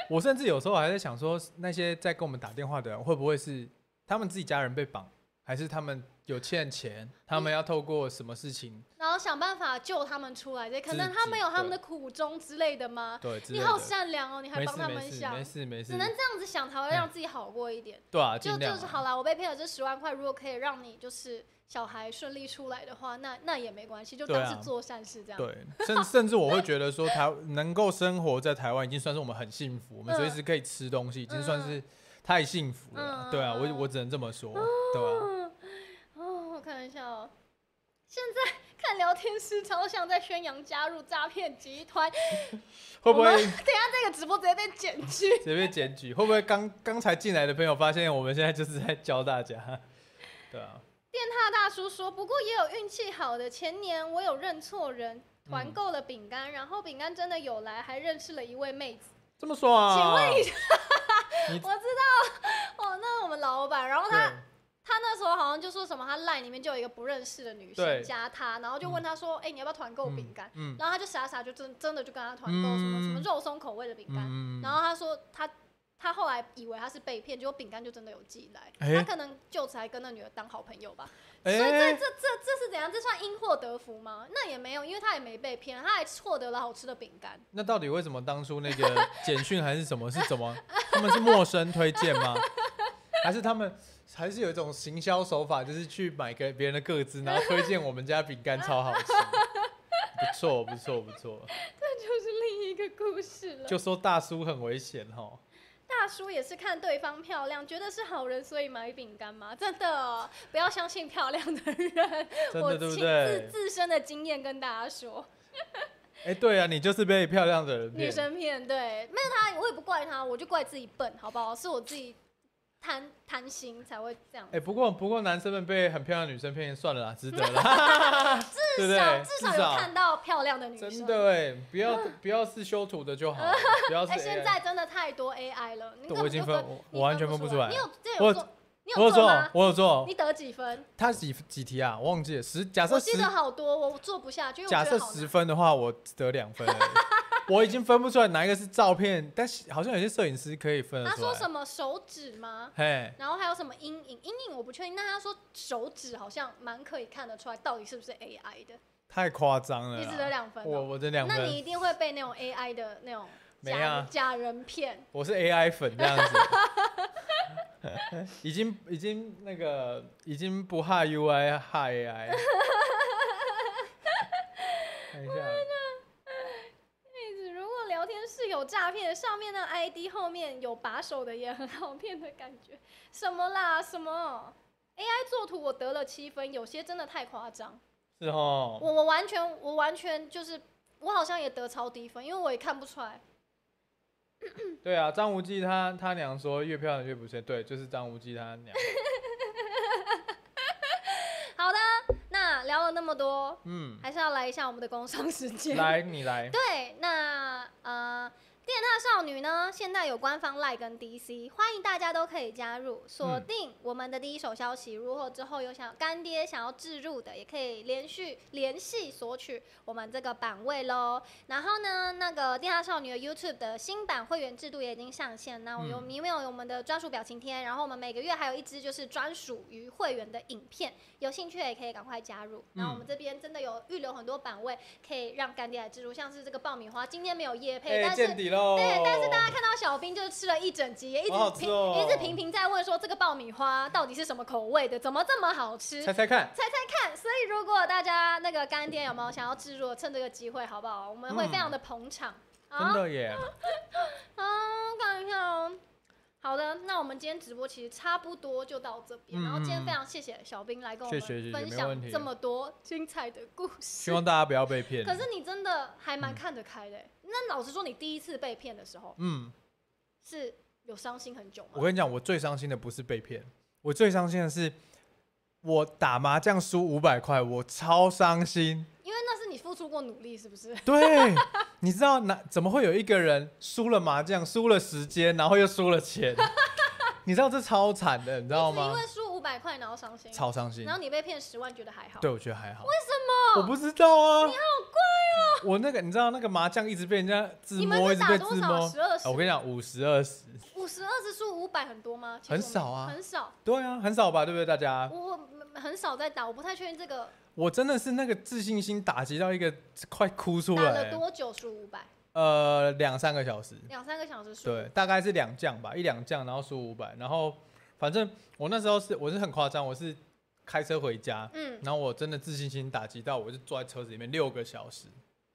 Speaker 1: 我甚至有时候还在想说，那些在跟我们打电话的人，会不会是他们自己家人被绑，还是他们有欠钱，他们要透过什么事情
Speaker 2: 然后想办法救他们出来，这可能他们有他们的苦衷之类的吗？
Speaker 1: 对之类
Speaker 2: 你
Speaker 1: 的？
Speaker 2: 好善良哦，你还
Speaker 1: 没
Speaker 2: 帮
Speaker 1: 事
Speaker 2: 他
Speaker 1: 没
Speaker 2: 们
Speaker 1: 事没
Speaker 2: 想，
Speaker 1: 事没
Speaker 2: 只
Speaker 1: 事
Speaker 2: 能，这样子想才会让自己好过一点。
Speaker 1: 对啊，
Speaker 2: 就
Speaker 1: 尽量
Speaker 2: 就
Speaker 1: 啊
Speaker 2: 是好啦，我被骗了这十万块，如果可以让你就是小孩顺利出来的话，那那也没关系，就
Speaker 1: 对
Speaker 2: 当
Speaker 1: 啊
Speaker 2: 是做善事这样。
Speaker 1: 对，甚甚至我会觉得说台 能够生活在台湾，已经算是我们很幸福，我们随时可以吃东西，已经算是太幸福了啦。
Speaker 2: 嗯
Speaker 1: 对啊，我
Speaker 2: 嗯
Speaker 1: 我只能这么说，对啊，
Speaker 2: 嗯，哦，我看一下哦。现在看聊天室超像在宣扬加入诈骗集团，
Speaker 1: 会不
Speaker 2: 我们
Speaker 1: 会
Speaker 2: 等一下这个直播直接被剪去？
Speaker 1: 随便检举？会不会刚刚才进来的朋友发现我们现在就是在教大家？对啊，
Speaker 2: 电塔大叔说，不过也有运气好的，前年我有认错人，团
Speaker 1: 嗯
Speaker 2: 购了饼干，然后饼干真的有来，还认识了一位妹子。
Speaker 1: 这么说啊？
Speaker 2: 请问一
Speaker 1: 你
Speaker 2: 我知道，哦，那我们老板，然后他
Speaker 1: 对
Speaker 2: 他那时候好像就说什么，他 line 里面就有一个不认识的女
Speaker 1: 对
Speaker 2: 生加他，然后就问他说：“哎、你要不要团购饼干？”
Speaker 1: 嗯，
Speaker 2: 然后他就傻傻就真真的就跟他团购什么
Speaker 1: 嗯
Speaker 2: 什么肉松口味的饼干，
Speaker 1: 嗯
Speaker 2: 然后他说他他后来以为他是被骗，结果饼干就真的有寄来，
Speaker 1: 哎
Speaker 2: 他可能就此还跟那女的当好朋友吧。
Speaker 1: 哎、
Speaker 2: 所以这这这这是怎样？这算因祸得福吗？那也没有，因为他也没被骗，他还获得了好吃的饼干。
Speaker 1: 那到底为什么当初那个 简讯还是什么是怎么？他们是陌生推荐吗？还是他们还是有一种行销手法，就是去买给别人的个资，然后推荐我们家饼干超好吃，不错不错不错，
Speaker 2: 这就是另一个故事了。
Speaker 1: 就说大叔很危险哦。
Speaker 2: 大叔也是看对方漂亮，觉得是好人，所以买饼干吗？真的哦不要相信漂亮的人，
Speaker 1: 真
Speaker 2: 我
Speaker 1: 的对不
Speaker 2: 亲
Speaker 1: 对
Speaker 2: 自？自身的经验跟大家说。
Speaker 1: 哎、对啊，你就是被漂亮的人
Speaker 2: 女
Speaker 1: 骗。
Speaker 2: 生骗，对，没有他，我也不怪他，我就怪自己笨，好不好？是我自己贪贪心才会这样
Speaker 1: 哎、。不过不过男生们被很漂亮的女生骗，算了啦，值得啦，对不
Speaker 2: 至
Speaker 1: 对
Speaker 2: 少？至少有看到漂亮的女生。
Speaker 1: 真的哎、不要不要是修图的就好了，不要是 AI
Speaker 2: 哎，
Speaker 1: 的。
Speaker 2: 现在真的太多 AI 了，你根
Speaker 1: 对我
Speaker 2: 本
Speaker 1: 已经
Speaker 2: 就
Speaker 1: 分
Speaker 2: 分，
Speaker 1: 我
Speaker 2: 你
Speaker 1: 我完全分
Speaker 2: 不
Speaker 1: 不出来
Speaker 2: 你。有这
Speaker 1: 我
Speaker 2: 有做，你
Speaker 1: 我有
Speaker 2: 有做
Speaker 1: 做
Speaker 2: 吗，？
Speaker 1: 我有做
Speaker 2: 你。得几分？
Speaker 1: 他几几题啊？我忘记了，十假设
Speaker 2: 我
Speaker 1: 十
Speaker 2: 记得好多，我做不下去，因为
Speaker 1: 假
Speaker 2: 我觉
Speaker 1: 设
Speaker 2: 得好
Speaker 1: 十
Speaker 2: 难。
Speaker 1: 分的话，我只得两分而 已。我已经分不出来哪一个是照片，但是好像有些摄影师可以分得
Speaker 2: 他
Speaker 1: 出来。
Speaker 2: 说什么手指吗？
Speaker 1: 嘿，
Speaker 2: 然后还有什么阴影？阴影我不确定。那他说手指好像蛮可以看得出来，到底是不是 AI 的？
Speaker 1: 太夸张了啦。
Speaker 2: 你只得两分哦。
Speaker 1: 啊我我这两
Speaker 2: 那你
Speaker 1: 分，
Speaker 2: 一定会被那种 AI 的那种
Speaker 1: 没
Speaker 2: 假
Speaker 1: 啊
Speaker 2: 假人骗。
Speaker 1: 我是 AI 粉这样子， 已经已经那个已经不怕 UI 害 AI。看一下，
Speaker 2: 妹子，如果聊天室有诈骗，上面的 ID 后面有把手的也很好骗的感觉。 什么啦？什么？AI 作图我得了七分，有些真的太夸张。
Speaker 1: 是哦。
Speaker 2: 我我完全我完全就是我好像也得超低分，因为我也看不出来。
Speaker 1: 对啊，张无忌他他娘说越漂亮越不屑，对，就是张无忌他娘。
Speaker 2: 好的，那聊了那么多，
Speaker 1: 嗯，
Speaker 2: 还是要来一下我们的工商时间。
Speaker 1: 来你来，
Speaker 2: 对，那呃，电大少女呢，现在有官方 Line 跟 DC，欢迎大家都可以加入，锁
Speaker 1: 嗯
Speaker 2: 定我们的呃第一手消息。如果之后有想干爹想要置入的，也可以连续联系索取我们这个版位喽。然后呢，那个电大少女的 YouTube 的新版会员制度也已经上线，那我们有
Speaker 1: 嗯
Speaker 2: 里面有我们的专属表情贴，然后我们每个月还有一支就是专属于会员的影片，有兴趣的也可以赶快加入。然后我们这边真的有预留很多版位，可以让干爹来植入，像是这个爆米花，今天没有夜
Speaker 1: 哎，
Speaker 2: 配，但是
Speaker 1: 见底喽！
Speaker 2: 对，但是大家看到小兵就是吃了一整集，也一直
Speaker 1: 好好
Speaker 2: 频、
Speaker 1: 吃哦
Speaker 2: 一直频频在问说这个爆米花到底是什么口味的，怎么这么好吃？
Speaker 1: 猜猜看，
Speaker 2: 猜猜看，所以如果大家那个干爹有没有想要置入，趁这个机会好不好？我们会非常的捧场。
Speaker 1: 真
Speaker 2: 好，
Speaker 1: 的耶，
Speaker 2: 好，我看一下哦。好的，那我们今天直播其实差不多就到这边，
Speaker 1: 嗯
Speaker 2: 然后今天非常谢谢小兵来跟我们
Speaker 1: 谢谢谢谢
Speaker 2: 分
Speaker 1: 没问
Speaker 2: 享
Speaker 1: 题
Speaker 2: 这么多精彩的故事
Speaker 1: 希。望大家不要被骗。
Speaker 2: 可是，你真的还蛮
Speaker 1: 嗯
Speaker 2: 看得开的欸、那老实说，你第一次被骗的时候
Speaker 1: 嗯，
Speaker 2: 是有伤心很久吗？
Speaker 1: 我跟你讲，我最伤心的不是被骗，我最伤心的是我打麻将输五百块，我超伤心。
Speaker 2: 因为那是你付出过努力，是不是？
Speaker 1: 对，你知道哪怎么会有一个人输了麻将，输了时间，然后又输了钱？你知道这超惨的，你知道
Speaker 2: 是 因
Speaker 1: 吗？
Speaker 2: 为输五百块然后伤心，
Speaker 1: 超伤心
Speaker 2: 然。后你被骗十万，觉得还好。
Speaker 1: 对，我觉得还好。为什么？我不知道啊。你好怪哦。我那个，你知道那个麻将一直被人家自
Speaker 2: 你们
Speaker 1: 摸，一直
Speaker 2: 是打
Speaker 1: 被
Speaker 2: 多
Speaker 1: 自
Speaker 2: 少？
Speaker 1: 摸。
Speaker 2: 十二
Speaker 1: 啊我
Speaker 2: 十、
Speaker 1: 跟你讲，五十二十，
Speaker 2: 五十二十输五百很多吗？其实
Speaker 1: 很
Speaker 2: 我没
Speaker 1: 少啊
Speaker 2: 很少。
Speaker 1: 对啊，很少吧，对不对？大家，
Speaker 2: 我我嗯很少在打，我不太确定这个
Speaker 1: 我真的是那个自信心打击到一个快哭出
Speaker 2: 打
Speaker 1: 来
Speaker 2: 了。多久输五百，
Speaker 1: 呃，两三个小时，
Speaker 2: 两三个小时输。
Speaker 1: 对，，大概是两将吧，一两将，然后输五百，然后反正我那时候是我是很夸张，我是开车回家，
Speaker 2: 嗯，
Speaker 1: 然后我真的自信心打击到，我就坐在车子里面六个小时，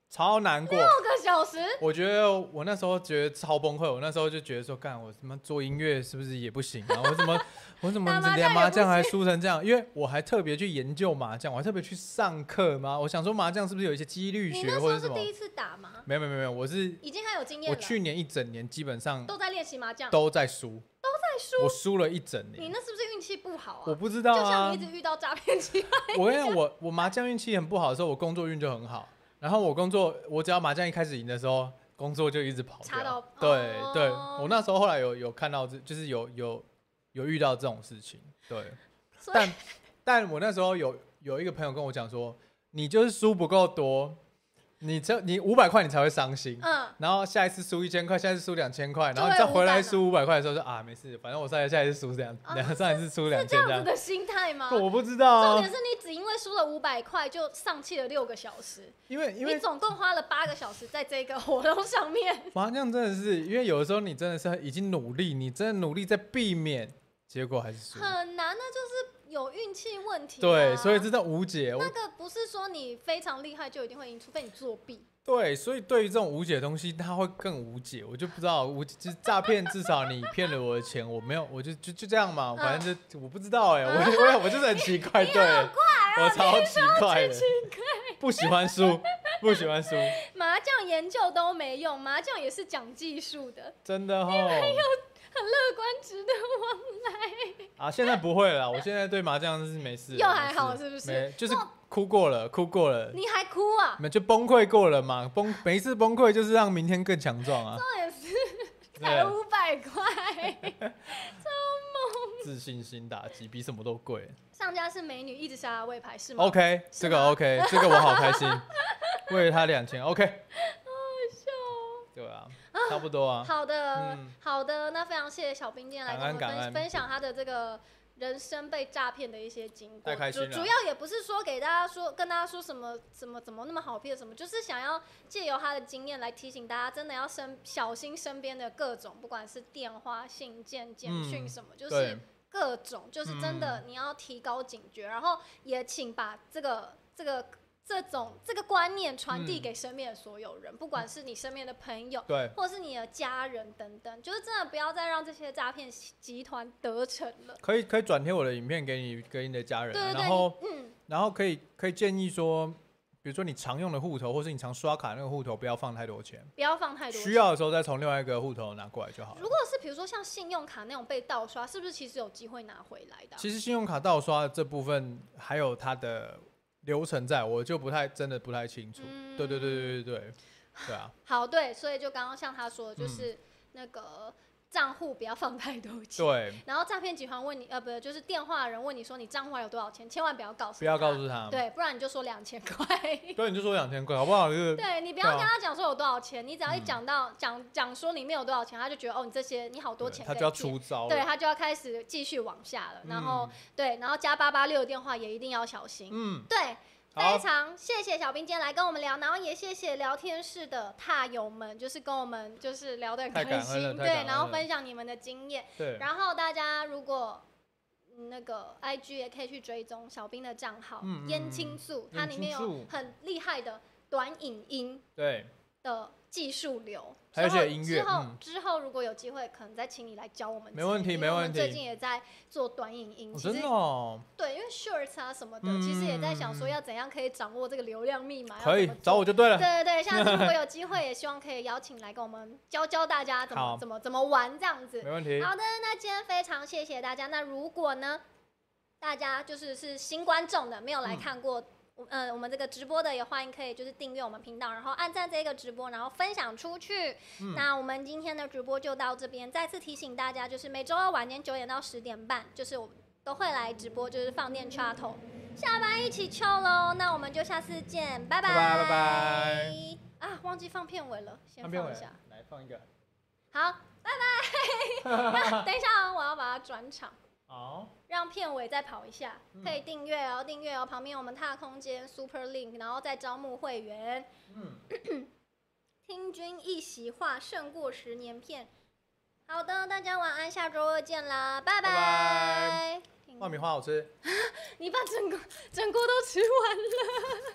Speaker 1: 超难过。
Speaker 2: 六个小时，
Speaker 1: 我觉得我那时候觉得超崩溃，我那时候就觉得说，干我他妈做音乐是不是也不行啊？我怎么我怎么
Speaker 2: 打麻将
Speaker 1: 连
Speaker 2: 也
Speaker 1: 麻
Speaker 2: 不
Speaker 1: 将还输成这样？因为我还特别去研究麻将，我还特别去上课嘛。我想说麻将是不是有一些几率
Speaker 2: 你那
Speaker 1: 学
Speaker 2: 时
Speaker 1: 或
Speaker 2: 候
Speaker 1: 者什
Speaker 2: 是
Speaker 1: 么？
Speaker 2: 第一次打吗？
Speaker 1: 没有没有没有，我是
Speaker 2: 已经很有经验
Speaker 1: 我
Speaker 2: 了，
Speaker 1: 去年一整年基本上
Speaker 2: 都在练习麻将，
Speaker 1: 都在输，
Speaker 2: 在
Speaker 1: 我
Speaker 2: 输。
Speaker 1: 输了一整
Speaker 2: 你
Speaker 1: 年。
Speaker 2: 那是不是运气不好啊？
Speaker 1: 我不知道
Speaker 2: 就像
Speaker 1: 啊
Speaker 2: 你一，直遇到诈骗 集团，
Speaker 1: 我跟你讲，我我麻将运气很不好的时候，我工作运就很好。然后我工作，我只要麻将一开始赢的时候，工作就一直跑
Speaker 2: 查
Speaker 1: 掉
Speaker 2: 到
Speaker 1: 对、
Speaker 2: 哦
Speaker 1: 对，我那时候后来有有看到这，就是有有有遇到这种事情。对，
Speaker 2: 所以
Speaker 1: 但但我那时候有有一个朋友跟我讲说，你就是输不够多，你这你五百块你才会伤心。
Speaker 2: 嗯，
Speaker 1: 然后下一次输一千块，下一次输两千块，
Speaker 2: 就
Speaker 1: 然后
Speaker 2: 会
Speaker 1: 你再回来输五百块的时候就啊没事，反正我上一下一次输这样，
Speaker 2: 哦
Speaker 1: 两、上一次输两
Speaker 2: 是这
Speaker 1: 千
Speaker 2: 样
Speaker 1: 这
Speaker 2: 子
Speaker 1: 样。
Speaker 2: 的心态吗？
Speaker 1: 我不知道
Speaker 2: 重
Speaker 1: 啊
Speaker 2: 点，是你只因为输了五百块就丧气了六个小时，
Speaker 1: 因为因
Speaker 2: 你
Speaker 1: 为
Speaker 2: 总共花了八个小时在这个活动上面。
Speaker 1: 麻将真的是，因为有的时候你真的是已经努力，你真的努力在避免，结果还是输。
Speaker 2: 很啊难的，就是有运气问题、啊。
Speaker 1: 对，所以真的无解。我
Speaker 2: 那个不是说你非常厉害就一定会赢，除非你作弊。
Speaker 1: 对，所以对于这种无解的东西，它会更无解。我就不知道无解，就是诈骗，至少你骗了我的钱，我没有，我就就就这样
Speaker 2: 嗯
Speaker 1: 嘛，反正就我不知道哎、我我也 我就是很奇怪，对，我超奇怪的，不喜欢输，不喜欢输，
Speaker 2: 麻将研究都没用，麻将也是讲技术的，
Speaker 1: 真的哦 吼。
Speaker 2: 很乐观值得往来。
Speaker 1: 啊，现在不会了啦，我现在对麻将是没事了，
Speaker 2: 又还
Speaker 1: 没事
Speaker 2: 好是不是
Speaker 1: 没，就是哭过了，哭过了，
Speaker 2: 你还哭啊？
Speaker 1: 没就崩溃过了嘛，崩每一次崩溃就是让明天更强壮 啊，
Speaker 2: 那也是才
Speaker 1: 对，
Speaker 2: 五百块。
Speaker 1: 自信心打击比什么都贵。
Speaker 2: 上家是美女，一直杀她魏牌是吗
Speaker 1: OK，
Speaker 2: 是
Speaker 1: 这个
Speaker 2: 吗
Speaker 1: OK，这个我好 开心，为了他两千 OK，
Speaker 2: 就
Speaker 1: 对啊，差不多啊，
Speaker 2: 哦好的，
Speaker 1: 嗯
Speaker 2: 好的，那非常谢谢小兵今天来跟我们
Speaker 1: 感恩感
Speaker 2: 分
Speaker 1: 恩
Speaker 2: 分享他的这个人生被诈骗的一些经过。
Speaker 1: 太开心
Speaker 2: 主
Speaker 1: 了
Speaker 2: 主要也不是说给大家说跟大家说什么怎么怎么那么好骗什么，就是想要借由他的经验来提醒大家，真的要身小心身边的各种，不管是电话、信件、简讯
Speaker 1: 嗯
Speaker 2: 什么，就是
Speaker 1: 对，嗯
Speaker 2: 各种，就是真的你要提高警觉，然后也请把这个这个。这种这个观念传递
Speaker 1: 嗯
Speaker 2: 给身边的所有人，不管是你身边的朋友，
Speaker 1: 对，
Speaker 2: 或是你的家人等等，就是真的不要再让这些诈骗集团得逞了。
Speaker 1: 可以可以转贴我的影片给你给你的家人
Speaker 2: 对
Speaker 1: 啊，
Speaker 2: 对对，
Speaker 1: 然后
Speaker 2: 你嗯，
Speaker 1: 然后可以可以建议说，比如说你常用的户头，或是你常刷卡那个户头，不要放太多钱，
Speaker 2: 不要放太多。
Speaker 1: 需。要的时候再从另外一个户头拿过来就好了
Speaker 2: 如。果是比如说像信用卡那种被盗刷，是不是其实有机会拿回来的啊、
Speaker 1: 其实信用卡盗刷这部分还有它的流程在，我就不太真的不太清楚。
Speaker 2: 嗯
Speaker 1: 对对对对对对，对 啊，
Speaker 2: 好，对，所以就刚刚像他说
Speaker 1: 嗯
Speaker 2: 的，就是那个账户不要放太多钱。。
Speaker 1: 对，
Speaker 2: 然后诈骗集团问你，呃，不，就是电话人问你说你账户还有多少钱，千万不要告诉，
Speaker 1: 不要告，诉他。
Speaker 2: 对，不然你就说两千 块。
Speaker 1: 对，你就说两千块好不好？就是
Speaker 2: 对你不
Speaker 1: 对
Speaker 2: 要
Speaker 1: 啊
Speaker 2: 跟他讲说有多少钱，你只要一
Speaker 1: 嗯
Speaker 2: 讲到讲讲说里面有多少钱，他就觉得哦，你这些你好多
Speaker 1: 对
Speaker 2: 钱
Speaker 1: 他
Speaker 2: 可以借，
Speaker 1: 就要出招了。嗯
Speaker 2: 对他就要开始继续往下了。然后、对，然后加八八六的电话也一定要小心。
Speaker 1: 嗯，嗯，
Speaker 2: 对，非
Speaker 1: 好，
Speaker 2: 常谢谢小兵今天来跟我们聊，然后也谢谢聊天室的踏友们，就是跟我们就是聊得很
Speaker 1: 太
Speaker 2: 开
Speaker 1: 感恩了
Speaker 2: 心，
Speaker 1: 太感
Speaker 2: 对，
Speaker 1: 恩
Speaker 2: 然后
Speaker 1: 了
Speaker 2: 分享你们的经验。
Speaker 1: 对，
Speaker 2: 然后大家如果嗯那个 IG 也可以去追踪小兵的账号
Speaker 1: 嗯嗯
Speaker 2: 烟
Speaker 1: 嗯
Speaker 2: 青素，它
Speaker 1: 烟
Speaker 2: 里
Speaker 1: 青
Speaker 2: 面有
Speaker 1: 素
Speaker 2: 很厉害的短影音
Speaker 1: 对，
Speaker 2: 的技术流，
Speaker 1: 还有
Speaker 2: 之后
Speaker 1: 一些音乐
Speaker 2: 之后、
Speaker 1: 嗯
Speaker 2: 之后如果有机会，可能再请你来教我们之类的。
Speaker 1: 没问题
Speaker 2: 因为我们
Speaker 1: 没问题
Speaker 2: 最近也在做短影音，
Speaker 1: 哦
Speaker 2: 其实
Speaker 1: 真的哦，
Speaker 2: 对，因为 Shorts 啊什么的，
Speaker 1: 嗯
Speaker 2: 其实也在想说要怎样可以掌握这个流量密码。
Speaker 1: 可
Speaker 2: 要
Speaker 1: 以
Speaker 2: 怎么做
Speaker 1: 找我。就对了。
Speaker 2: 对对对，下次如 果有机会，也希望可以邀请来跟我们教教大家怎么
Speaker 1: 好
Speaker 2: 怎么怎么玩这样子
Speaker 1: 没。问题，
Speaker 2: 好的，那今天非常谢谢大家。那如果呢，大家就是是新观众的，没有来看过。我呃，我们这个直播的也欢迎可以就是订阅我们频道，然后按赞这个直播，然后分享出去。
Speaker 1: 嗯
Speaker 2: 那我们今天的直播就到这边，再次提醒大家，就是每周二晚间九点到十点半，就是我们都会来直播，就是放电 chat，下班一起秋喽。那我们就下次见，拜拜
Speaker 1: 拜拜拜拜
Speaker 2: 啊，忘记放片尾了，先
Speaker 1: 那边
Speaker 2: 放
Speaker 1: 我
Speaker 2: 一下。
Speaker 1: 来放一个，
Speaker 2: 好， 拜拜。等一下哦，我要把它转场，
Speaker 1: 好，
Speaker 2: 让片尾再跑一下。
Speaker 1: 嗯
Speaker 2: 可以订阅哦，订阅哦。旁边我们踏空间 Super Link，然后再招募会员。
Speaker 1: 嗯，
Speaker 2: 听君一席话，胜过十年骗。好的，大家晚安，下周二见啦，拜
Speaker 1: 拜拜
Speaker 2: 拜
Speaker 1: 爆米，花好吃。
Speaker 2: 你把整个整锅都吃完了。